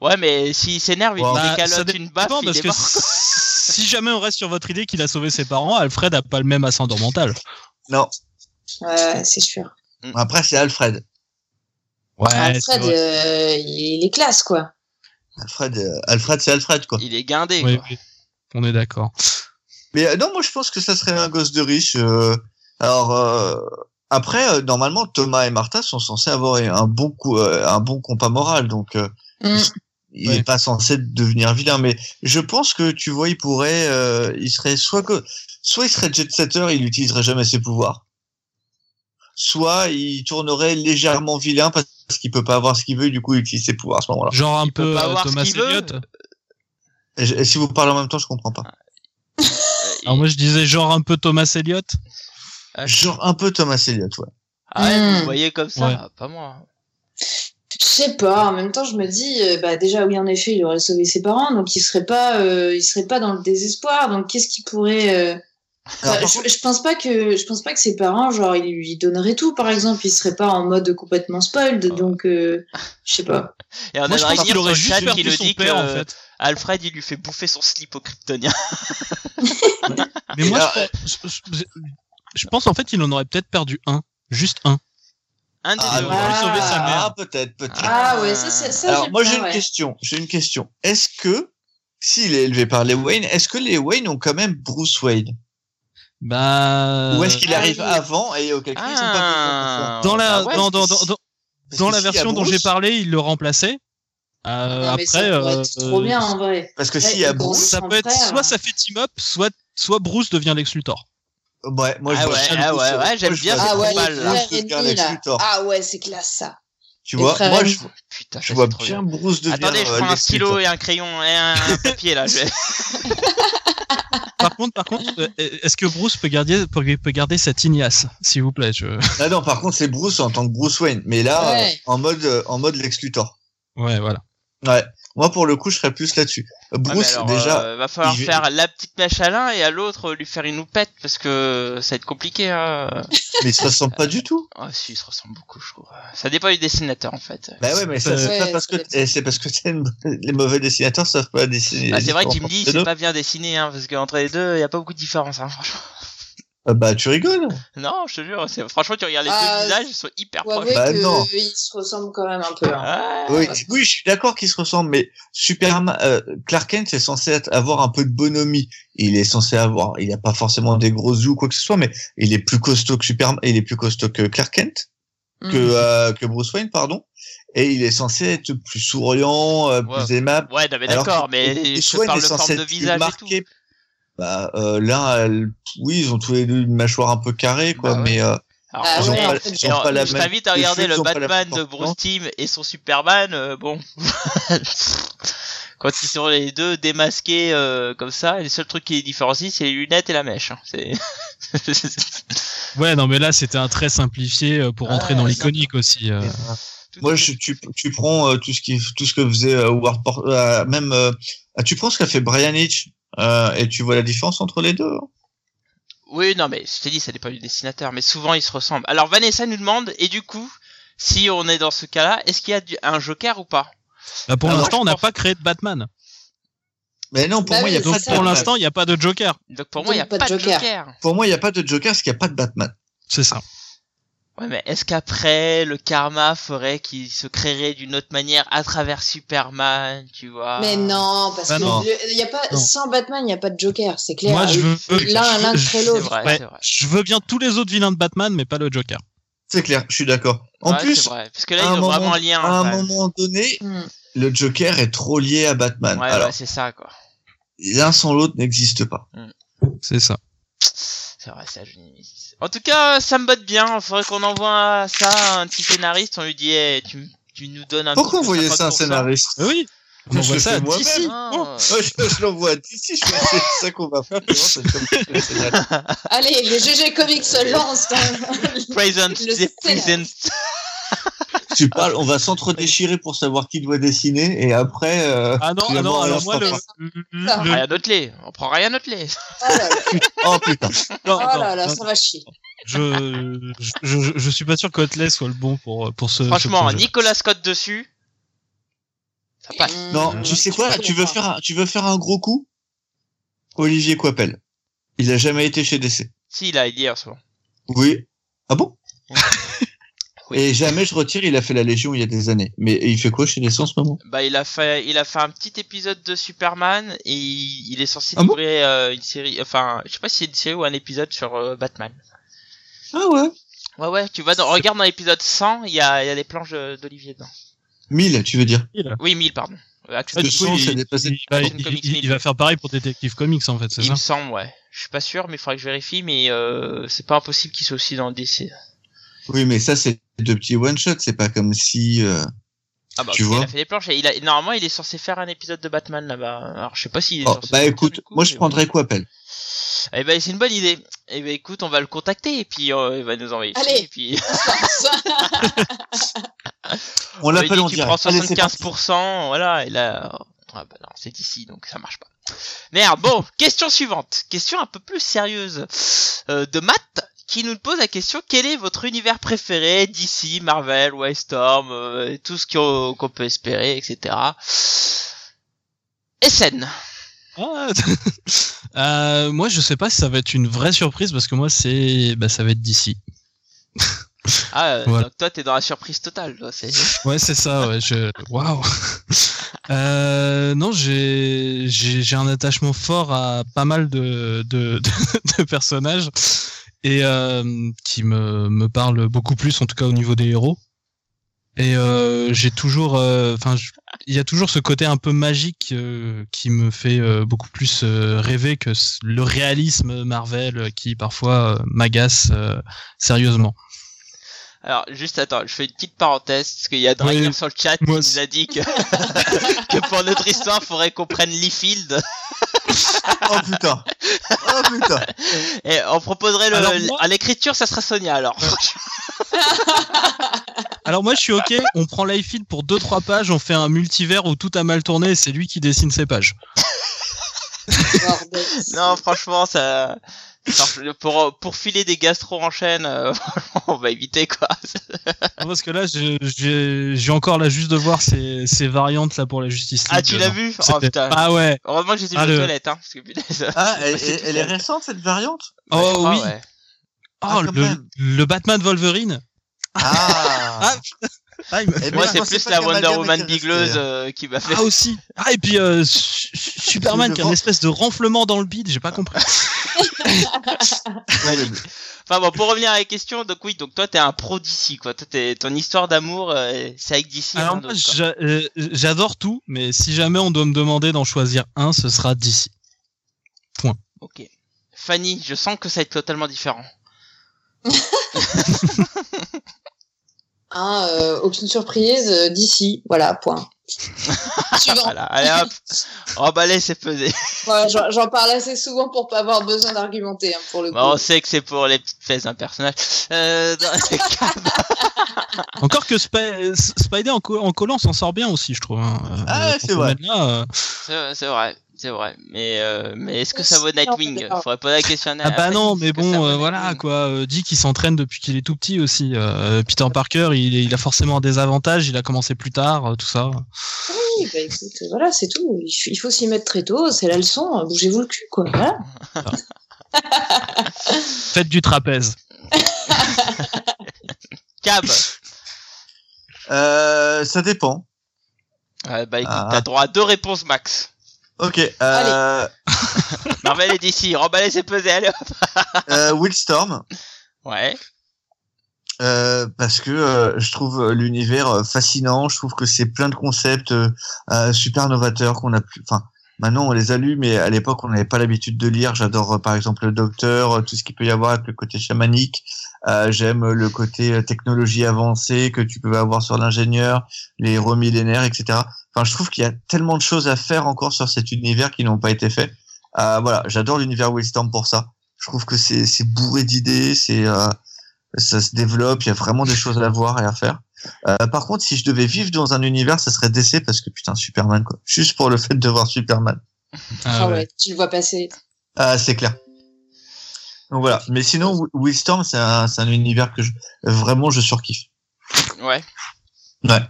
S1: Ouais, mais s'il s'énerve, il
S4: Bah,
S1: lui
S3: ça
S1: décalote
S3: dépend,
S1: une baffe, il
S3: parce
S1: est
S3: que
S1: mort.
S3: si jamais on reste sur votre idée qu'il a sauvé ses parents, Alfred a pas le même ascendant mental.
S4: non.
S2: Ouais, c'est sûr.
S4: Après, c'est Alfred.
S3: Ouais. c'est
S2: Alfred,
S3: vrai.
S2: euh, il est classe, quoi.
S4: Alfred, euh, Alfred, c'est Alfred, quoi.
S1: Il est guindé.
S3: Oui,
S1: quoi.
S3: oui. On est d'accord.
S4: Mais euh, non, moi je pense que ça serait un gosse de riche. euh, alors euh, après, euh, normalement, Thomas et Martha sont censés avoir un bon coup, euh, un bon compas moral, donc euh,
S2: Mm.
S4: il
S3: Ouais.
S4: est pas censé devenir vilain. Mais je pense que tu vois, il pourrait, euh, il serait soit que, soit il serait jet setter, il n'utiliserait jamais ses pouvoirs. Soit il tournerait légèrement vilain parce qu'il peut pas avoir ce qu'il veut, du coup il utilise ses pouvoirs à ce moment-là.
S3: Genre un
S1: Il peut
S3: peu
S1: pas
S3: euh,
S1: avoir ce
S3: Thomas
S1: qu'il veut.
S3: Elliott.
S4: Et je- et si vous parlez en même temps, je comprends pas.
S3: Alors moi je disais genre un peu Thomas Elliott.
S4: Genre un peu Thomas Elliott, ouais.
S1: Ah ouais, vous
S2: Mm.
S1: voyez comme ça, Ah,
S3: Ouais.
S1: pas moi.
S2: Je sais pas. En même temps, je me dis, euh, bah déjà oui, en effet, il aurait sauvé ses parents, donc il serait pas, euh, il serait pas dans le désespoir. Donc qu'est-ce qu'il pourrait euh,
S4: Alors,
S2: bah,
S4: par
S2: je, je pense pas que, je pense pas que ses parents, genre, ils lui donneraient tout, par exemple. Il serait pas en mode complètement spoiled. Donc, euh, je sais pas.
S1: Et on
S3: Moi
S1: a
S3: je pense
S1: Dragnir
S3: qu'il
S1: sur le
S3: aurait juste
S1: chat qui
S3: perdu
S1: nous
S3: son
S1: dit que
S3: père en
S1: euh,
S3: fait.
S1: Alfred il lui fait bouffer son slip au kryptonien. ah.
S3: Mais moi,
S4: Alors,
S3: je, pense, je- je- je pense, en fait, il en aurait peut-être perdu un. Juste un.
S1: Un des
S4: Ah,
S1: deux.
S2: il aurait sauvé sa
S3: mère.
S4: Ah, peut-être, peut-être.
S2: Ah ouais, ça, ça, ça,
S4: Alors,
S2: j'aime
S4: moi,
S2: bien,
S4: j'ai une
S2: ouais.
S4: question. J'ai une question. Est-ce que, s'il est élevé par les Wayne, est-ce que les Wayne ont quand même Bruce Wayne
S3: Bah.
S4: Ou est-ce qu'il
S2: Ah
S4: arrive
S2: oui.
S4: avant et auquel cas ils sont pas
S1: Euh, Ah,
S3: Dans la,
S4: bah ouais,
S3: dans, dans,
S4: parce que
S3: dans,
S4: si-
S3: dans,
S4: plus
S3: dans la version dont j'ai parlé, il le remplaçait. Euh,
S2: Non, Ah, mais
S3: après,
S2: ça pourrait
S3: euh,
S2: être trop bien hein, en vrai.
S4: Parce que
S2: Ouais,
S4: s'il y a
S2: le grand-
S4: Bruce,
S3: ça
S2: Son
S3: peut être
S2: frère.
S3: soit ça fait team up, soit, soit Bruce devient Lex Luthor.
S4: ouais, moi je
S1: Ah
S4: vois
S1: ouais,
S4: ça,
S1: ah
S4: Bruce,
S1: ouais,
S4: euh,
S1: ouais,
S4: moi,
S1: j'aime
S4: je
S1: bien
S4: vois
S1: ces
S2: Ah
S4: ça.
S2: ouais,
S1: combats,
S2: les
S1: là.
S2: frères
S4: Je regarde
S2: ennemis
S4: Lex
S2: là.
S4: Luthor.
S2: Ah ouais, c'est classe ça.
S4: Tu
S2: les
S4: vois,
S2: frères
S4: moi
S2: ennemis.
S4: je, vois-
S1: Putain,
S4: je
S1: ça,
S4: vois
S1: c'est trop
S4: bien
S1: bien.
S4: Bruce devenir
S1: Attendez, je
S4: euh,
S1: prends un
S4: Lex
S1: stylo
S4: Luthor.
S1: et un crayon et un papier là. je
S4: [laughs]
S1: vais-
S3: Par contre, par contre, euh, est-ce que Bruce peut garder, peut, peut garder sa tignasse, s'il vous plaît je...
S4: Ah non, par contre, c'est Bruce en tant que Bruce Wayne, mais là,
S2: Ouais.
S4: euh, en mode, euh, en mode Lex Luthor.
S3: Ouais, voilà.
S4: Ouais. Moi, pour le coup, je serais plus là-dessus. Bruce,
S1: Ah, mais alors,
S4: déjà,
S1: euh, va falloir
S4: il va-
S1: faire la petite mèche à l'un et à l'autre euh, lui faire une houppette parce que ça va être compliqué. Hein.
S4: mais ça se ressemble pas du tout.
S1: Ah si, ils se ressemblent beaucoup, je trouve. Ça dépend du dessinateur en fait.
S4: Bah ouais, mais ça, c'est
S2: Ouais,
S4: pas parce que
S2: ça
S4: eh, c'est parce que t'es une- les mauvais dessinateurs savent pas dessiner.
S1: Ah, c'est vrai
S4: les
S1: qu'il me dit
S4: différences
S1: c'est
S4: entre
S1: pas bien dessiné hein, parce qu'entre les deux il y a pas beaucoup de différence hein, franchement. [laughs]
S4: les deux. Ah Bah tu rigoles.
S1: Non, je te jure, c'est- franchement tu regardes les
S2: Ah,
S1: deux visages, ils sont hyper
S2: Faut
S1: proches.
S2: avouer
S4: Bah,
S2: que,
S4: non.
S2: euh, ils se ressemblent quand même un peu. hein.
S1: Ah,
S4: Oui, oui, je suis d'accord qu'ils se ressemblent, mais Superman, euh, Clark Kent est censé être- avoir un peu de bonhomie. Il est censé avoir, il a pas forcément des gros yeux ou quoi que ce soit, mais il est plus costaud que Superman, il est plus costaud que Clark Kent, que
S2: Mm.
S4: euh, que Bruce Wayne, pardon. Et il est censé être plus souriant, euh,
S1: Ouais.
S4: plus aimable.
S1: Ouais, non, mais
S4: Alors
S1: d'accord,
S4: que
S1: mais
S4: Bruce
S1: je te
S4: Wayne
S1: parle
S4: est
S1: de
S4: censé
S1: forme de
S4: être plus
S1: visage et
S4: marqué.
S1: tout.
S4: Bah, euh, l'un, elle- oui, ils ont tous les deux une mâchoire un peu carrée, quoi,
S1: Bah ouais.
S4: mais euh,
S1: Alors,
S2: Ah
S4: ils ont
S2: ouais,
S4: pas,
S2: en fait,
S4: ils ont
S1: alors,
S4: pas la
S1: je
S4: même.
S1: t'invite à
S4: les
S1: regarder
S4: cheveux, ils
S1: le
S4: ont pas la
S1: Batman
S4: même
S1: de Bruce Timm et son Superman, euh, bon. [laughs] Quand ils sont les deux démasqués euh, comme ça, le seul truc qui les différencie, c'est les lunettes et la mèche. hein. C'est... [laughs]
S3: Ouais, non, mais là, c'était un trait simplifié euh, pour rentrer
S1: Ouais,
S3: dans
S1: ça-
S3: l'iconique aussi. euh.
S1: Tout
S4: Moi,
S1: à fait.
S4: je, tu, tu prends euh, tout ce qui, tout ce que faisait euh, Howard Por- euh, même, euh, tu prends ce qu'a fait Brian Hitch, euh, et tu vois la différence entre les deux. hein.
S1: Oui, non, mais je t'ai dit, ça dépend du dessinateur, mais souvent ils se ressemblent. Alors Vanessa nous demande, et du coup, si on est dans ce cas-là, est-ce qu'il y a du- un Joker ou pas
S3: Bah, pour
S1: Ah, moi,
S3: l'instant,
S1: je
S3: on n'a
S1: pense-
S3: pas créé de Batman.
S4: Mais non, pour
S2: Bah
S4: moi, il
S2: oui,
S4: y a
S3: Donc,
S4: pas
S2: c'est
S4: de
S2: ça.
S3: pour
S4: Batman.
S3: l'instant, il n'y a pas de Joker.
S1: Donc pour moi, il
S2: Donc,
S1: n'y a pas, de Joker.
S4: Pour moi, il y a pas de Joker parce qu'il y a pas de Batman.
S3: C'est ça.
S1: Ouais, mais est-ce qu'après, le karma ferait qu'il se créerait d'une autre manière à travers Superman, tu vois
S2: Mais non, parce
S3: Bah
S2: que
S3: non.
S2: le- il y a pas,
S3: Non.
S2: sans Batman, il n'y a pas de Joker, c'est clair.
S3: Moi, je veux.
S2: euh, L'un, l'un
S3: je-
S2: crée
S1: C'est
S2: l'autre.
S1: vrai,
S3: Ouais.
S1: c'est vrai.
S3: Je veux bien tous les autres vilains de Batman, mais pas le Joker.
S4: C'est clair, je suis d'accord. En
S1: Ouais, c'est
S4: plus,
S1: vrai. parce que là,
S4: à
S1: ils
S4: un
S1: ont
S4: moment-
S1: vraiment un lien. hein,
S4: à un
S1: quand même.
S4: moment donné,
S2: Mm.
S4: le Joker est trop lié à Batman.
S1: Ouais,
S4: Alors,
S1: ouais, c'est ça, quoi.
S4: l'un sans l'autre n'existe pas.
S3: C'est ça.
S1: C'est vrai, ça, je n'y- En tout cas, ça me botte bien. Faudrait qu'on envoie ça à un petit scénariste. On lui dit, eh, tu, tu nous donnes un
S4: Pourquoi
S1: petit peu
S4: envoyer ça à un
S1: 50%.
S4: scénariste
S3: Mais oui. On
S4: Je
S3: envoie
S4: le
S3: ça
S4: fais
S3: à
S4: moi-même. hein.
S3: DC.
S1: Ah.
S3: Oh.
S4: Ouais, Ah je, je l'envoie d'ici, je pense que c'est ça qu'on va faire. mais non, c'est comme ça que le scénariste-
S2: Allez, le GG Comics se lance hein. dans-
S1: euh,
S2: [laughs]
S1: Present,
S2: Le
S1: c'est present.
S2: scénariste.
S4: tu parles, on va s'entre-déchirer pour savoir qui doit dessiner, et après... euh,
S3: Ah non, ah non,
S4: finalement, on
S3: alors
S4: lance
S3: moi, le.
S4: pas.
S2: Ah.
S3: le- le-
S1: Ryan Notley. On prend Ryan Notley.
S2: Oh là là,
S4: Oh putain
S3: non,
S2: oh là,
S3: non,
S2: là,
S3: non,
S2: ça va chier.
S3: je, je, je, je suis pas sûr que Hotley soit le bon pour, pour ce. ce
S1: Franchement,
S3: projet.
S1: Nicolas Scott dessus. Ça passe.
S4: Non, [laughs]
S2: Mm.
S4: tu sais quoi, là, tu veux
S2: pas.
S4: faire un, tu veux faire un gros coup Olivier Coipel. Il a jamais été chez DC.
S1: Si, là, il y est en ce moment.
S4: Oui. Ah [laughs] bon
S1: Oui.
S4: Et jamais je retire, il a fait la Légion il y a des années. Mais et il fait quoi chez DC en ce moment
S1: Bah, il a fait, il a fait un petit épisode de Superman et il, il est censé
S4: Ah bon
S1: livrer euh, une série, enfin, je sais pas si c'est une série ou un épisode sur euh, Batman.
S4: Ah ouais
S1: Ouais, ouais, tu vas dans, regarde dans l'épisode 100, il y a, il y a des planches euh, d'Olivier dedans.
S4: 1000, tu veux dire
S1: Oui, 1000, pardon. Euh, Action
S3: Ah,
S4: De
S3: du
S1: Comics,
S3: coup,
S4: son,
S3: il-
S4: ça dépassait-
S3: il, va,
S1: Action
S3: il-
S1: Comics
S3: il- il
S1: Mille.
S3: va faire pareil pour Detective Comics en fait, c'est
S1: il
S3: ça
S1: me semble, ouais. Je suis pas sûr, mais il faudrait que je vérifie, mais euh, c'est pas impossible qu'il soit aussi dans le DC.
S4: Oui, mais ça, c'est deux petits one-shots, c'est pas comme si... euh,
S1: Ah bah,
S4: Tu
S1: il a
S4: vois
S1: fait des planches. Et il a... Normalement, il est censé faire un épisode de Batman là-bas. Alors, je sais pas s'il est
S4: Oh,
S1: censé.
S4: bah
S1: sortir,
S4: écoute,
S1: du coup,
S4: moi je
S1: mais
S4: prendrais Coipel.
S1: bon. Eh ben, c'est une bonne idée. Eh ben, écoute, on va le contacter et puis euh, il va nous envoyer.
S2: Allez.
S1: Et puis,
S4: On
S1: on lui dit,
S4: l'appelle en
S1: tu
S4: direct.
S1: prends
S4: Allez, c'est parti.
S1: 75%. Voilà, et là. Ah bah non, c'est d'ici, donc ça marche pas. Merde, bon, [laughs] question suivante. Question un peu plus sérieuse. Euh, de Matt, qui nous pose la question quel est votre univers préféré DC, Marvel, Wildstorm, euh, et tout ce qu'on qu'on peut espérer, etc. SN.
S3: Ah, [laughs] euh, Moi, je sais pas si ça va être une vraie surprise parce que moi, c'est, bah, ça va être DC.
S1: Ah, euh,
S3: Voilà.
S1: donc toi, t'es dans la surprise totale. toi, c'est-
S3: Ouais, c'est ça. Ouais, je... Waouh. Euh, non, j'ai j'ai j'ai un attachement fort à pas mal de de, [laughs] de, de personnages et euh, qui me me parlent beaucoup plus, en tout cas au niveau des héros. Et euh, j'ai toujours, euh, enfin, je- il y a toujours ce côté un peu magique euh, qui me fait euh, beaucoup plus euh, rêver que s- le réalisme Marvel euh, qui parfois euh, m'agace euh, sérieusement.
S1: Alors, juste attends, je fais une petite parenthèse, parce qu'il y a Dragon
S3: Oui,
S1: sur le chat qui
S3: moi
S1: nous a dit que, [laughs] que pour notre histoire, faudrait qu'on prenne Lee Field.
S4: Oh putain Oh putain
S1: Et on proposerait le,
S3: Alors, moi-
S1: à l'écriture, ça sera Sonia alors.
S3: Alors moi je suis ok, on prend Liefeld pour 2-3 pages, on fait un multivers où tout a mal tourné et c'est lui qui dessine ses pages.
S2: Bordel.
S1: [laughs] [laughs] Non, franchement, ça. ça- Pour, pour filer des gastro en chaîne, euh, [laughs] franchement, on va éviter quoi.
S3: Non, Parce que là je- j'ai j'ai encore là juste de voir ces, ces variantes là pour la justice.
S1: Ah,
S3: League,
S1: tu
S3: euh,
S1: l'as
S3: non.
S1: vu Oh
S3: C'était-
S1: putain.
S3: Ah ouais.
S1: Heureusement que j'étais
S3: Ah,
S1: aux
S3: le-
S1: toilettes, hein. Parce que putain, ça... [laughs]
S4: Ah, elle,
S1: c'est
S4: elle-
S1: tout
S4: elle
S1: ça.
S4: est récente cette variante
S1: je
S3: Oh
S1: crois,
S3: oui.
S1: ouais.
S3: Oh,
S4: Ah, quand
S3: le,
S4: même.
S3: le Batman de Wolverine.
S4: Ah,
S3: Ah, il m'a
S4: Eh
S3: fait
S4: ben,
S1: Moi,
S3: mal.
S1: c'est
S4: moi, c'est
S1: plus
S4: pas
S1: la
S4: qu'elle m'a
S1: Wonder
S4: bien
S1: Woman
S4: intéressé,
S1: bigleuse euh, qui m'a fait.
S3: Ah aussi. Ah et puis euh, Su- Su- Superman
S4: Je
S3: qui a une
S4: vends-
S3: espèce de renflement dans le bide, j'ai pas compris.
S1: Enfin bon, pour revenir à la question, donc oui, donc toi t'es un pro d'ici quoi. Toi, t'es- ton histoire d'amour, euh, c'est avec d'ici.
S3: Alors moi j'a- euh, j'adore tout, mais si jamais on doit me demander d'en choisir un, ce sera d'ici.
S1: Ok. Fanny, je sens que ça va être totalement différent.
S2: Hein, euh, aucune surprise, euh, d'ici, voilà, point. Suivant.
S1: Voilà, allez
S3: [laughs]
S1: hop. Oh bah allez, c'est pesé.
S2: Voilà, j'en- J'en parle assez souvent pour pas avoir besoin d'argumenter, hein, pour le coup.
S1: Bon, on sait que c'est pour les petites fesses d'un personnage. Euh, dans [laughs] ce cas,
S3: Encore que Sp- euh, S- Spider en, co- en collant s'en sort bien aussi, je trouve. hein. Euh,
S4: Ah,
S3: pour
S4: c'est
S3: ce
S4: vrai.
S3: domaine-là, euh,
S1: c'est c'est vrai, c'est vrai. Mais euh, mais est-ce que ça vaut Nightwing
S2: Ah.
S1: Faudrait poser la question. à
S3: Ah bah
S1: Fanny,
S3: non,
S1: est-ce
S3: mais
S1: que ça
S3: bon,
S1: vaut
S3: euh, voilà
S1: Nightwing
S3: quoi. euh, Dick il s'entraîne depuis qu'il est tout petit aussi. euh, Peter Parker, il, il a forcément des avantages. Il a commencé plus tard, euh, tout ça.
S2: Oui, bah écoute, euh, voilà, c'est tout. Il f- il faut s'y mettre très tôt, c'est la leçon, euh, bougez-vous le cul, quoi. Voilà.
S3: Faites du trapèze. [laughs]
S1: Cab.
S4: euh, ça dépend.
S1: Ouais, bah écoute,
S4: Ah.
S1: t'as droit à deux réponses max.
S4: Ok, euh,
S1: Marvel est d'ici. Oh bah allez, c'est pesé. Allez. hop.
S4: euh, Will Storm,
S1: Ouais.
S4: euh, parce que euh, je trouve l'univers euh, fascinant, je trouve que c'est plein de concepts euh, euh, super novateurs qu'on a plus... Enfin, maintenant on les a lus, mais à l'époque on n'avait pas l'habitude de lire. J'adore euh, par exemple le Docteur, euh, tout ce qu'il peut y avoir avec le côté chamanique. Euh, J'aime le côté euh, technologie avancée que tu peux avoir sur l'ingénieur, les héros millénaires, etc. Enfin, je trouve qu'il y a tellement de choses à faire encore sur cet univers qui n'ont pas été faits. Euh, voilà, j'adore l'univers Wildstorm pour ça. Je trouve que c'est c'est bourré d'idées, c'est euh, ça se développe, il y a vraiment des choses à voir et à faire. Euh, par contre, si je devais vivre dans un univers, ça serait DC parce que putain, Superman quoi. [laughs] Juste pour le fait de voir Superman.
S3: Ah
S2: Ah
S3: ouais.
S2: ouais, tu le vois passer.
S4: Ah, c'est clair. Donc voilà. Mais sinon, Wi- Wildstorm, c'est un, c'est un univers que je, vraiment je surkiffe.
S1: Ouais.
S4: Ouais.
S3: Ah,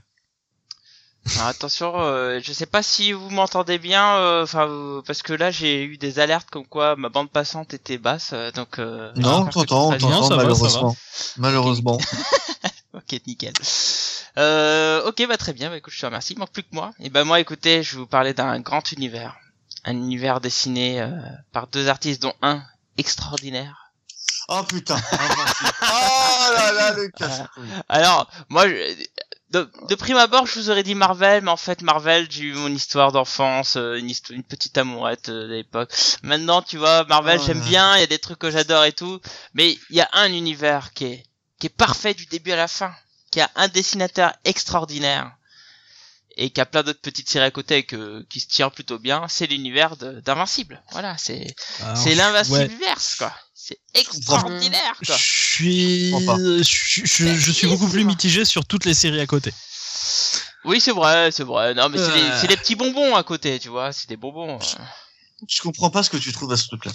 S1: Alors, attention, euh, je sais pas si vous m'entendez bien, euh, enfin euh, parce que là j'ai eu des alertes comme quoi ma bande passante était basse, euh, donc. Euh,
S4: Non,
S1: j'espère que
S4: t'entends,
S1: tout va bien.
S3: Non,
S4: t'entends,
S3: ça va, ça va.
S4: malheureusement.
S3: [laughs]
S4: Malheureusement.
S1: Ok, nickel. Euh, ok, bah très bien. Bah écoute, je te remercie. Il manque plus que moi. Et bah moi, écoutez, je vais vous parler d'un grand univers, un univers dessiné euh, par deux artistes dont un extraordinaire.
S4: Oh putain. oh là là, le casse-couille.
S1: Alors, moi, je- de, de prime abord, je vous aurais dit Marvel, mais en fait, Marvel, j'ai eu mon histoire d'enfance, euh, une, histo- une petite amourette euh, de l'époque. Maintenant, tu vois, Marvel,
S4: Ah.
S1: j'aime bien, il y a des trucs que j'adore et tout, mais il y a un univers qui est, qui est parfait du début à la fin, qui a un dessinateur extraordinaire et qui a plein d'autres petites séries à côté que, qui se tirent plutôt bien, c'est l'univers de- d'Invincible. Voilà, c'est
S3: Alors,
S1: c'est
S3: Ah, ouais.
S1: l'invincible verse quoi. C'est extraordinaire
S3: Je
S1: quoi.
S3: suis,
S4: Je comprends pas.
S3: je, Bah, je- je suis beaucoup plus mitigé sur toutes les séries à côté.
S1: Oui, c'est vrai, c'est vrai. Non, mais c'est des,
S3: Euh.
S1: c'est des petits bonbons à côté, tu vois. C'est des bonbons. euh.
S4: Je comprends pas ce que tu trouves à ce truc-là.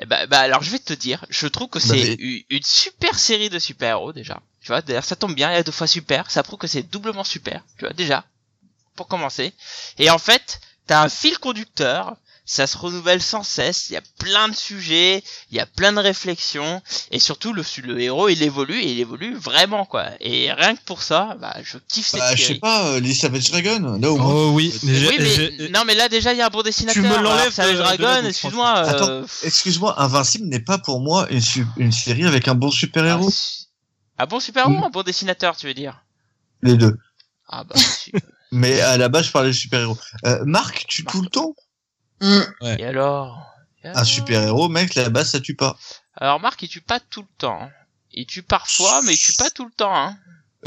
S1: Eh bah, bah, alors, je vais te dire, je trouve que
S4: Bah,
S1: c'est
S4: mais-
S1: u- une super série de super-héros, déjà. Tu vois, d'ailleurs, ça tombe bien, il y a deux fois super. Ça prouve que c'est doublement super, tu vois, déjà. Pour commencer. Et en fait, t'as un fil conducteur. Ça se renouvelle sans cesse. Il y a plein de sujets. Il y a plein de réflexions. Et surtout, le, le héros, il évolue, et il évolue vraiment, quoi. Et rien que pour ça, bah, je kiffe cette
S4: Bah, je sais
S1: série.
S4: pas, euh, les Savage Dragon, là au moins.
S3: Oh oui. mais j'ai-
S1: Oui, mais,
S3: j'ai-
S1: non, mais là, déjà, il y a un bon dessinateur.
S3: me l'enlèves
S1: Alors, Savage
S3: de- de la
S1: Dragon,
S3: boucle,
S1: excuse-moi.
S4: euh, franchement.
S1: euh,
S4: Excuse-moi, Invincible n'est pas pour moi une, su- une série avec un bon
S1: Ah,
S4: super-héros.
S1: si- ah bon,
S4: Mmh.
S1: super-héros ou un bon dessinateur, tu veux dire
S4: les deux.
S1: Ah
S4: [laughs]
S1: bah, si.
S4: Mais à la base, je parlais de super-héros. Euh, Marc, tu tout le temps
S2: Hmm.
S1: Et alors Et
S4: Un
S1: alors
S4: super-héros, mec, la base, ça tue pas.
S1: Alors, Marc, il tue pas tout le temps. hein. Il tue parfois, mais il tue pas tout le temps. Hein.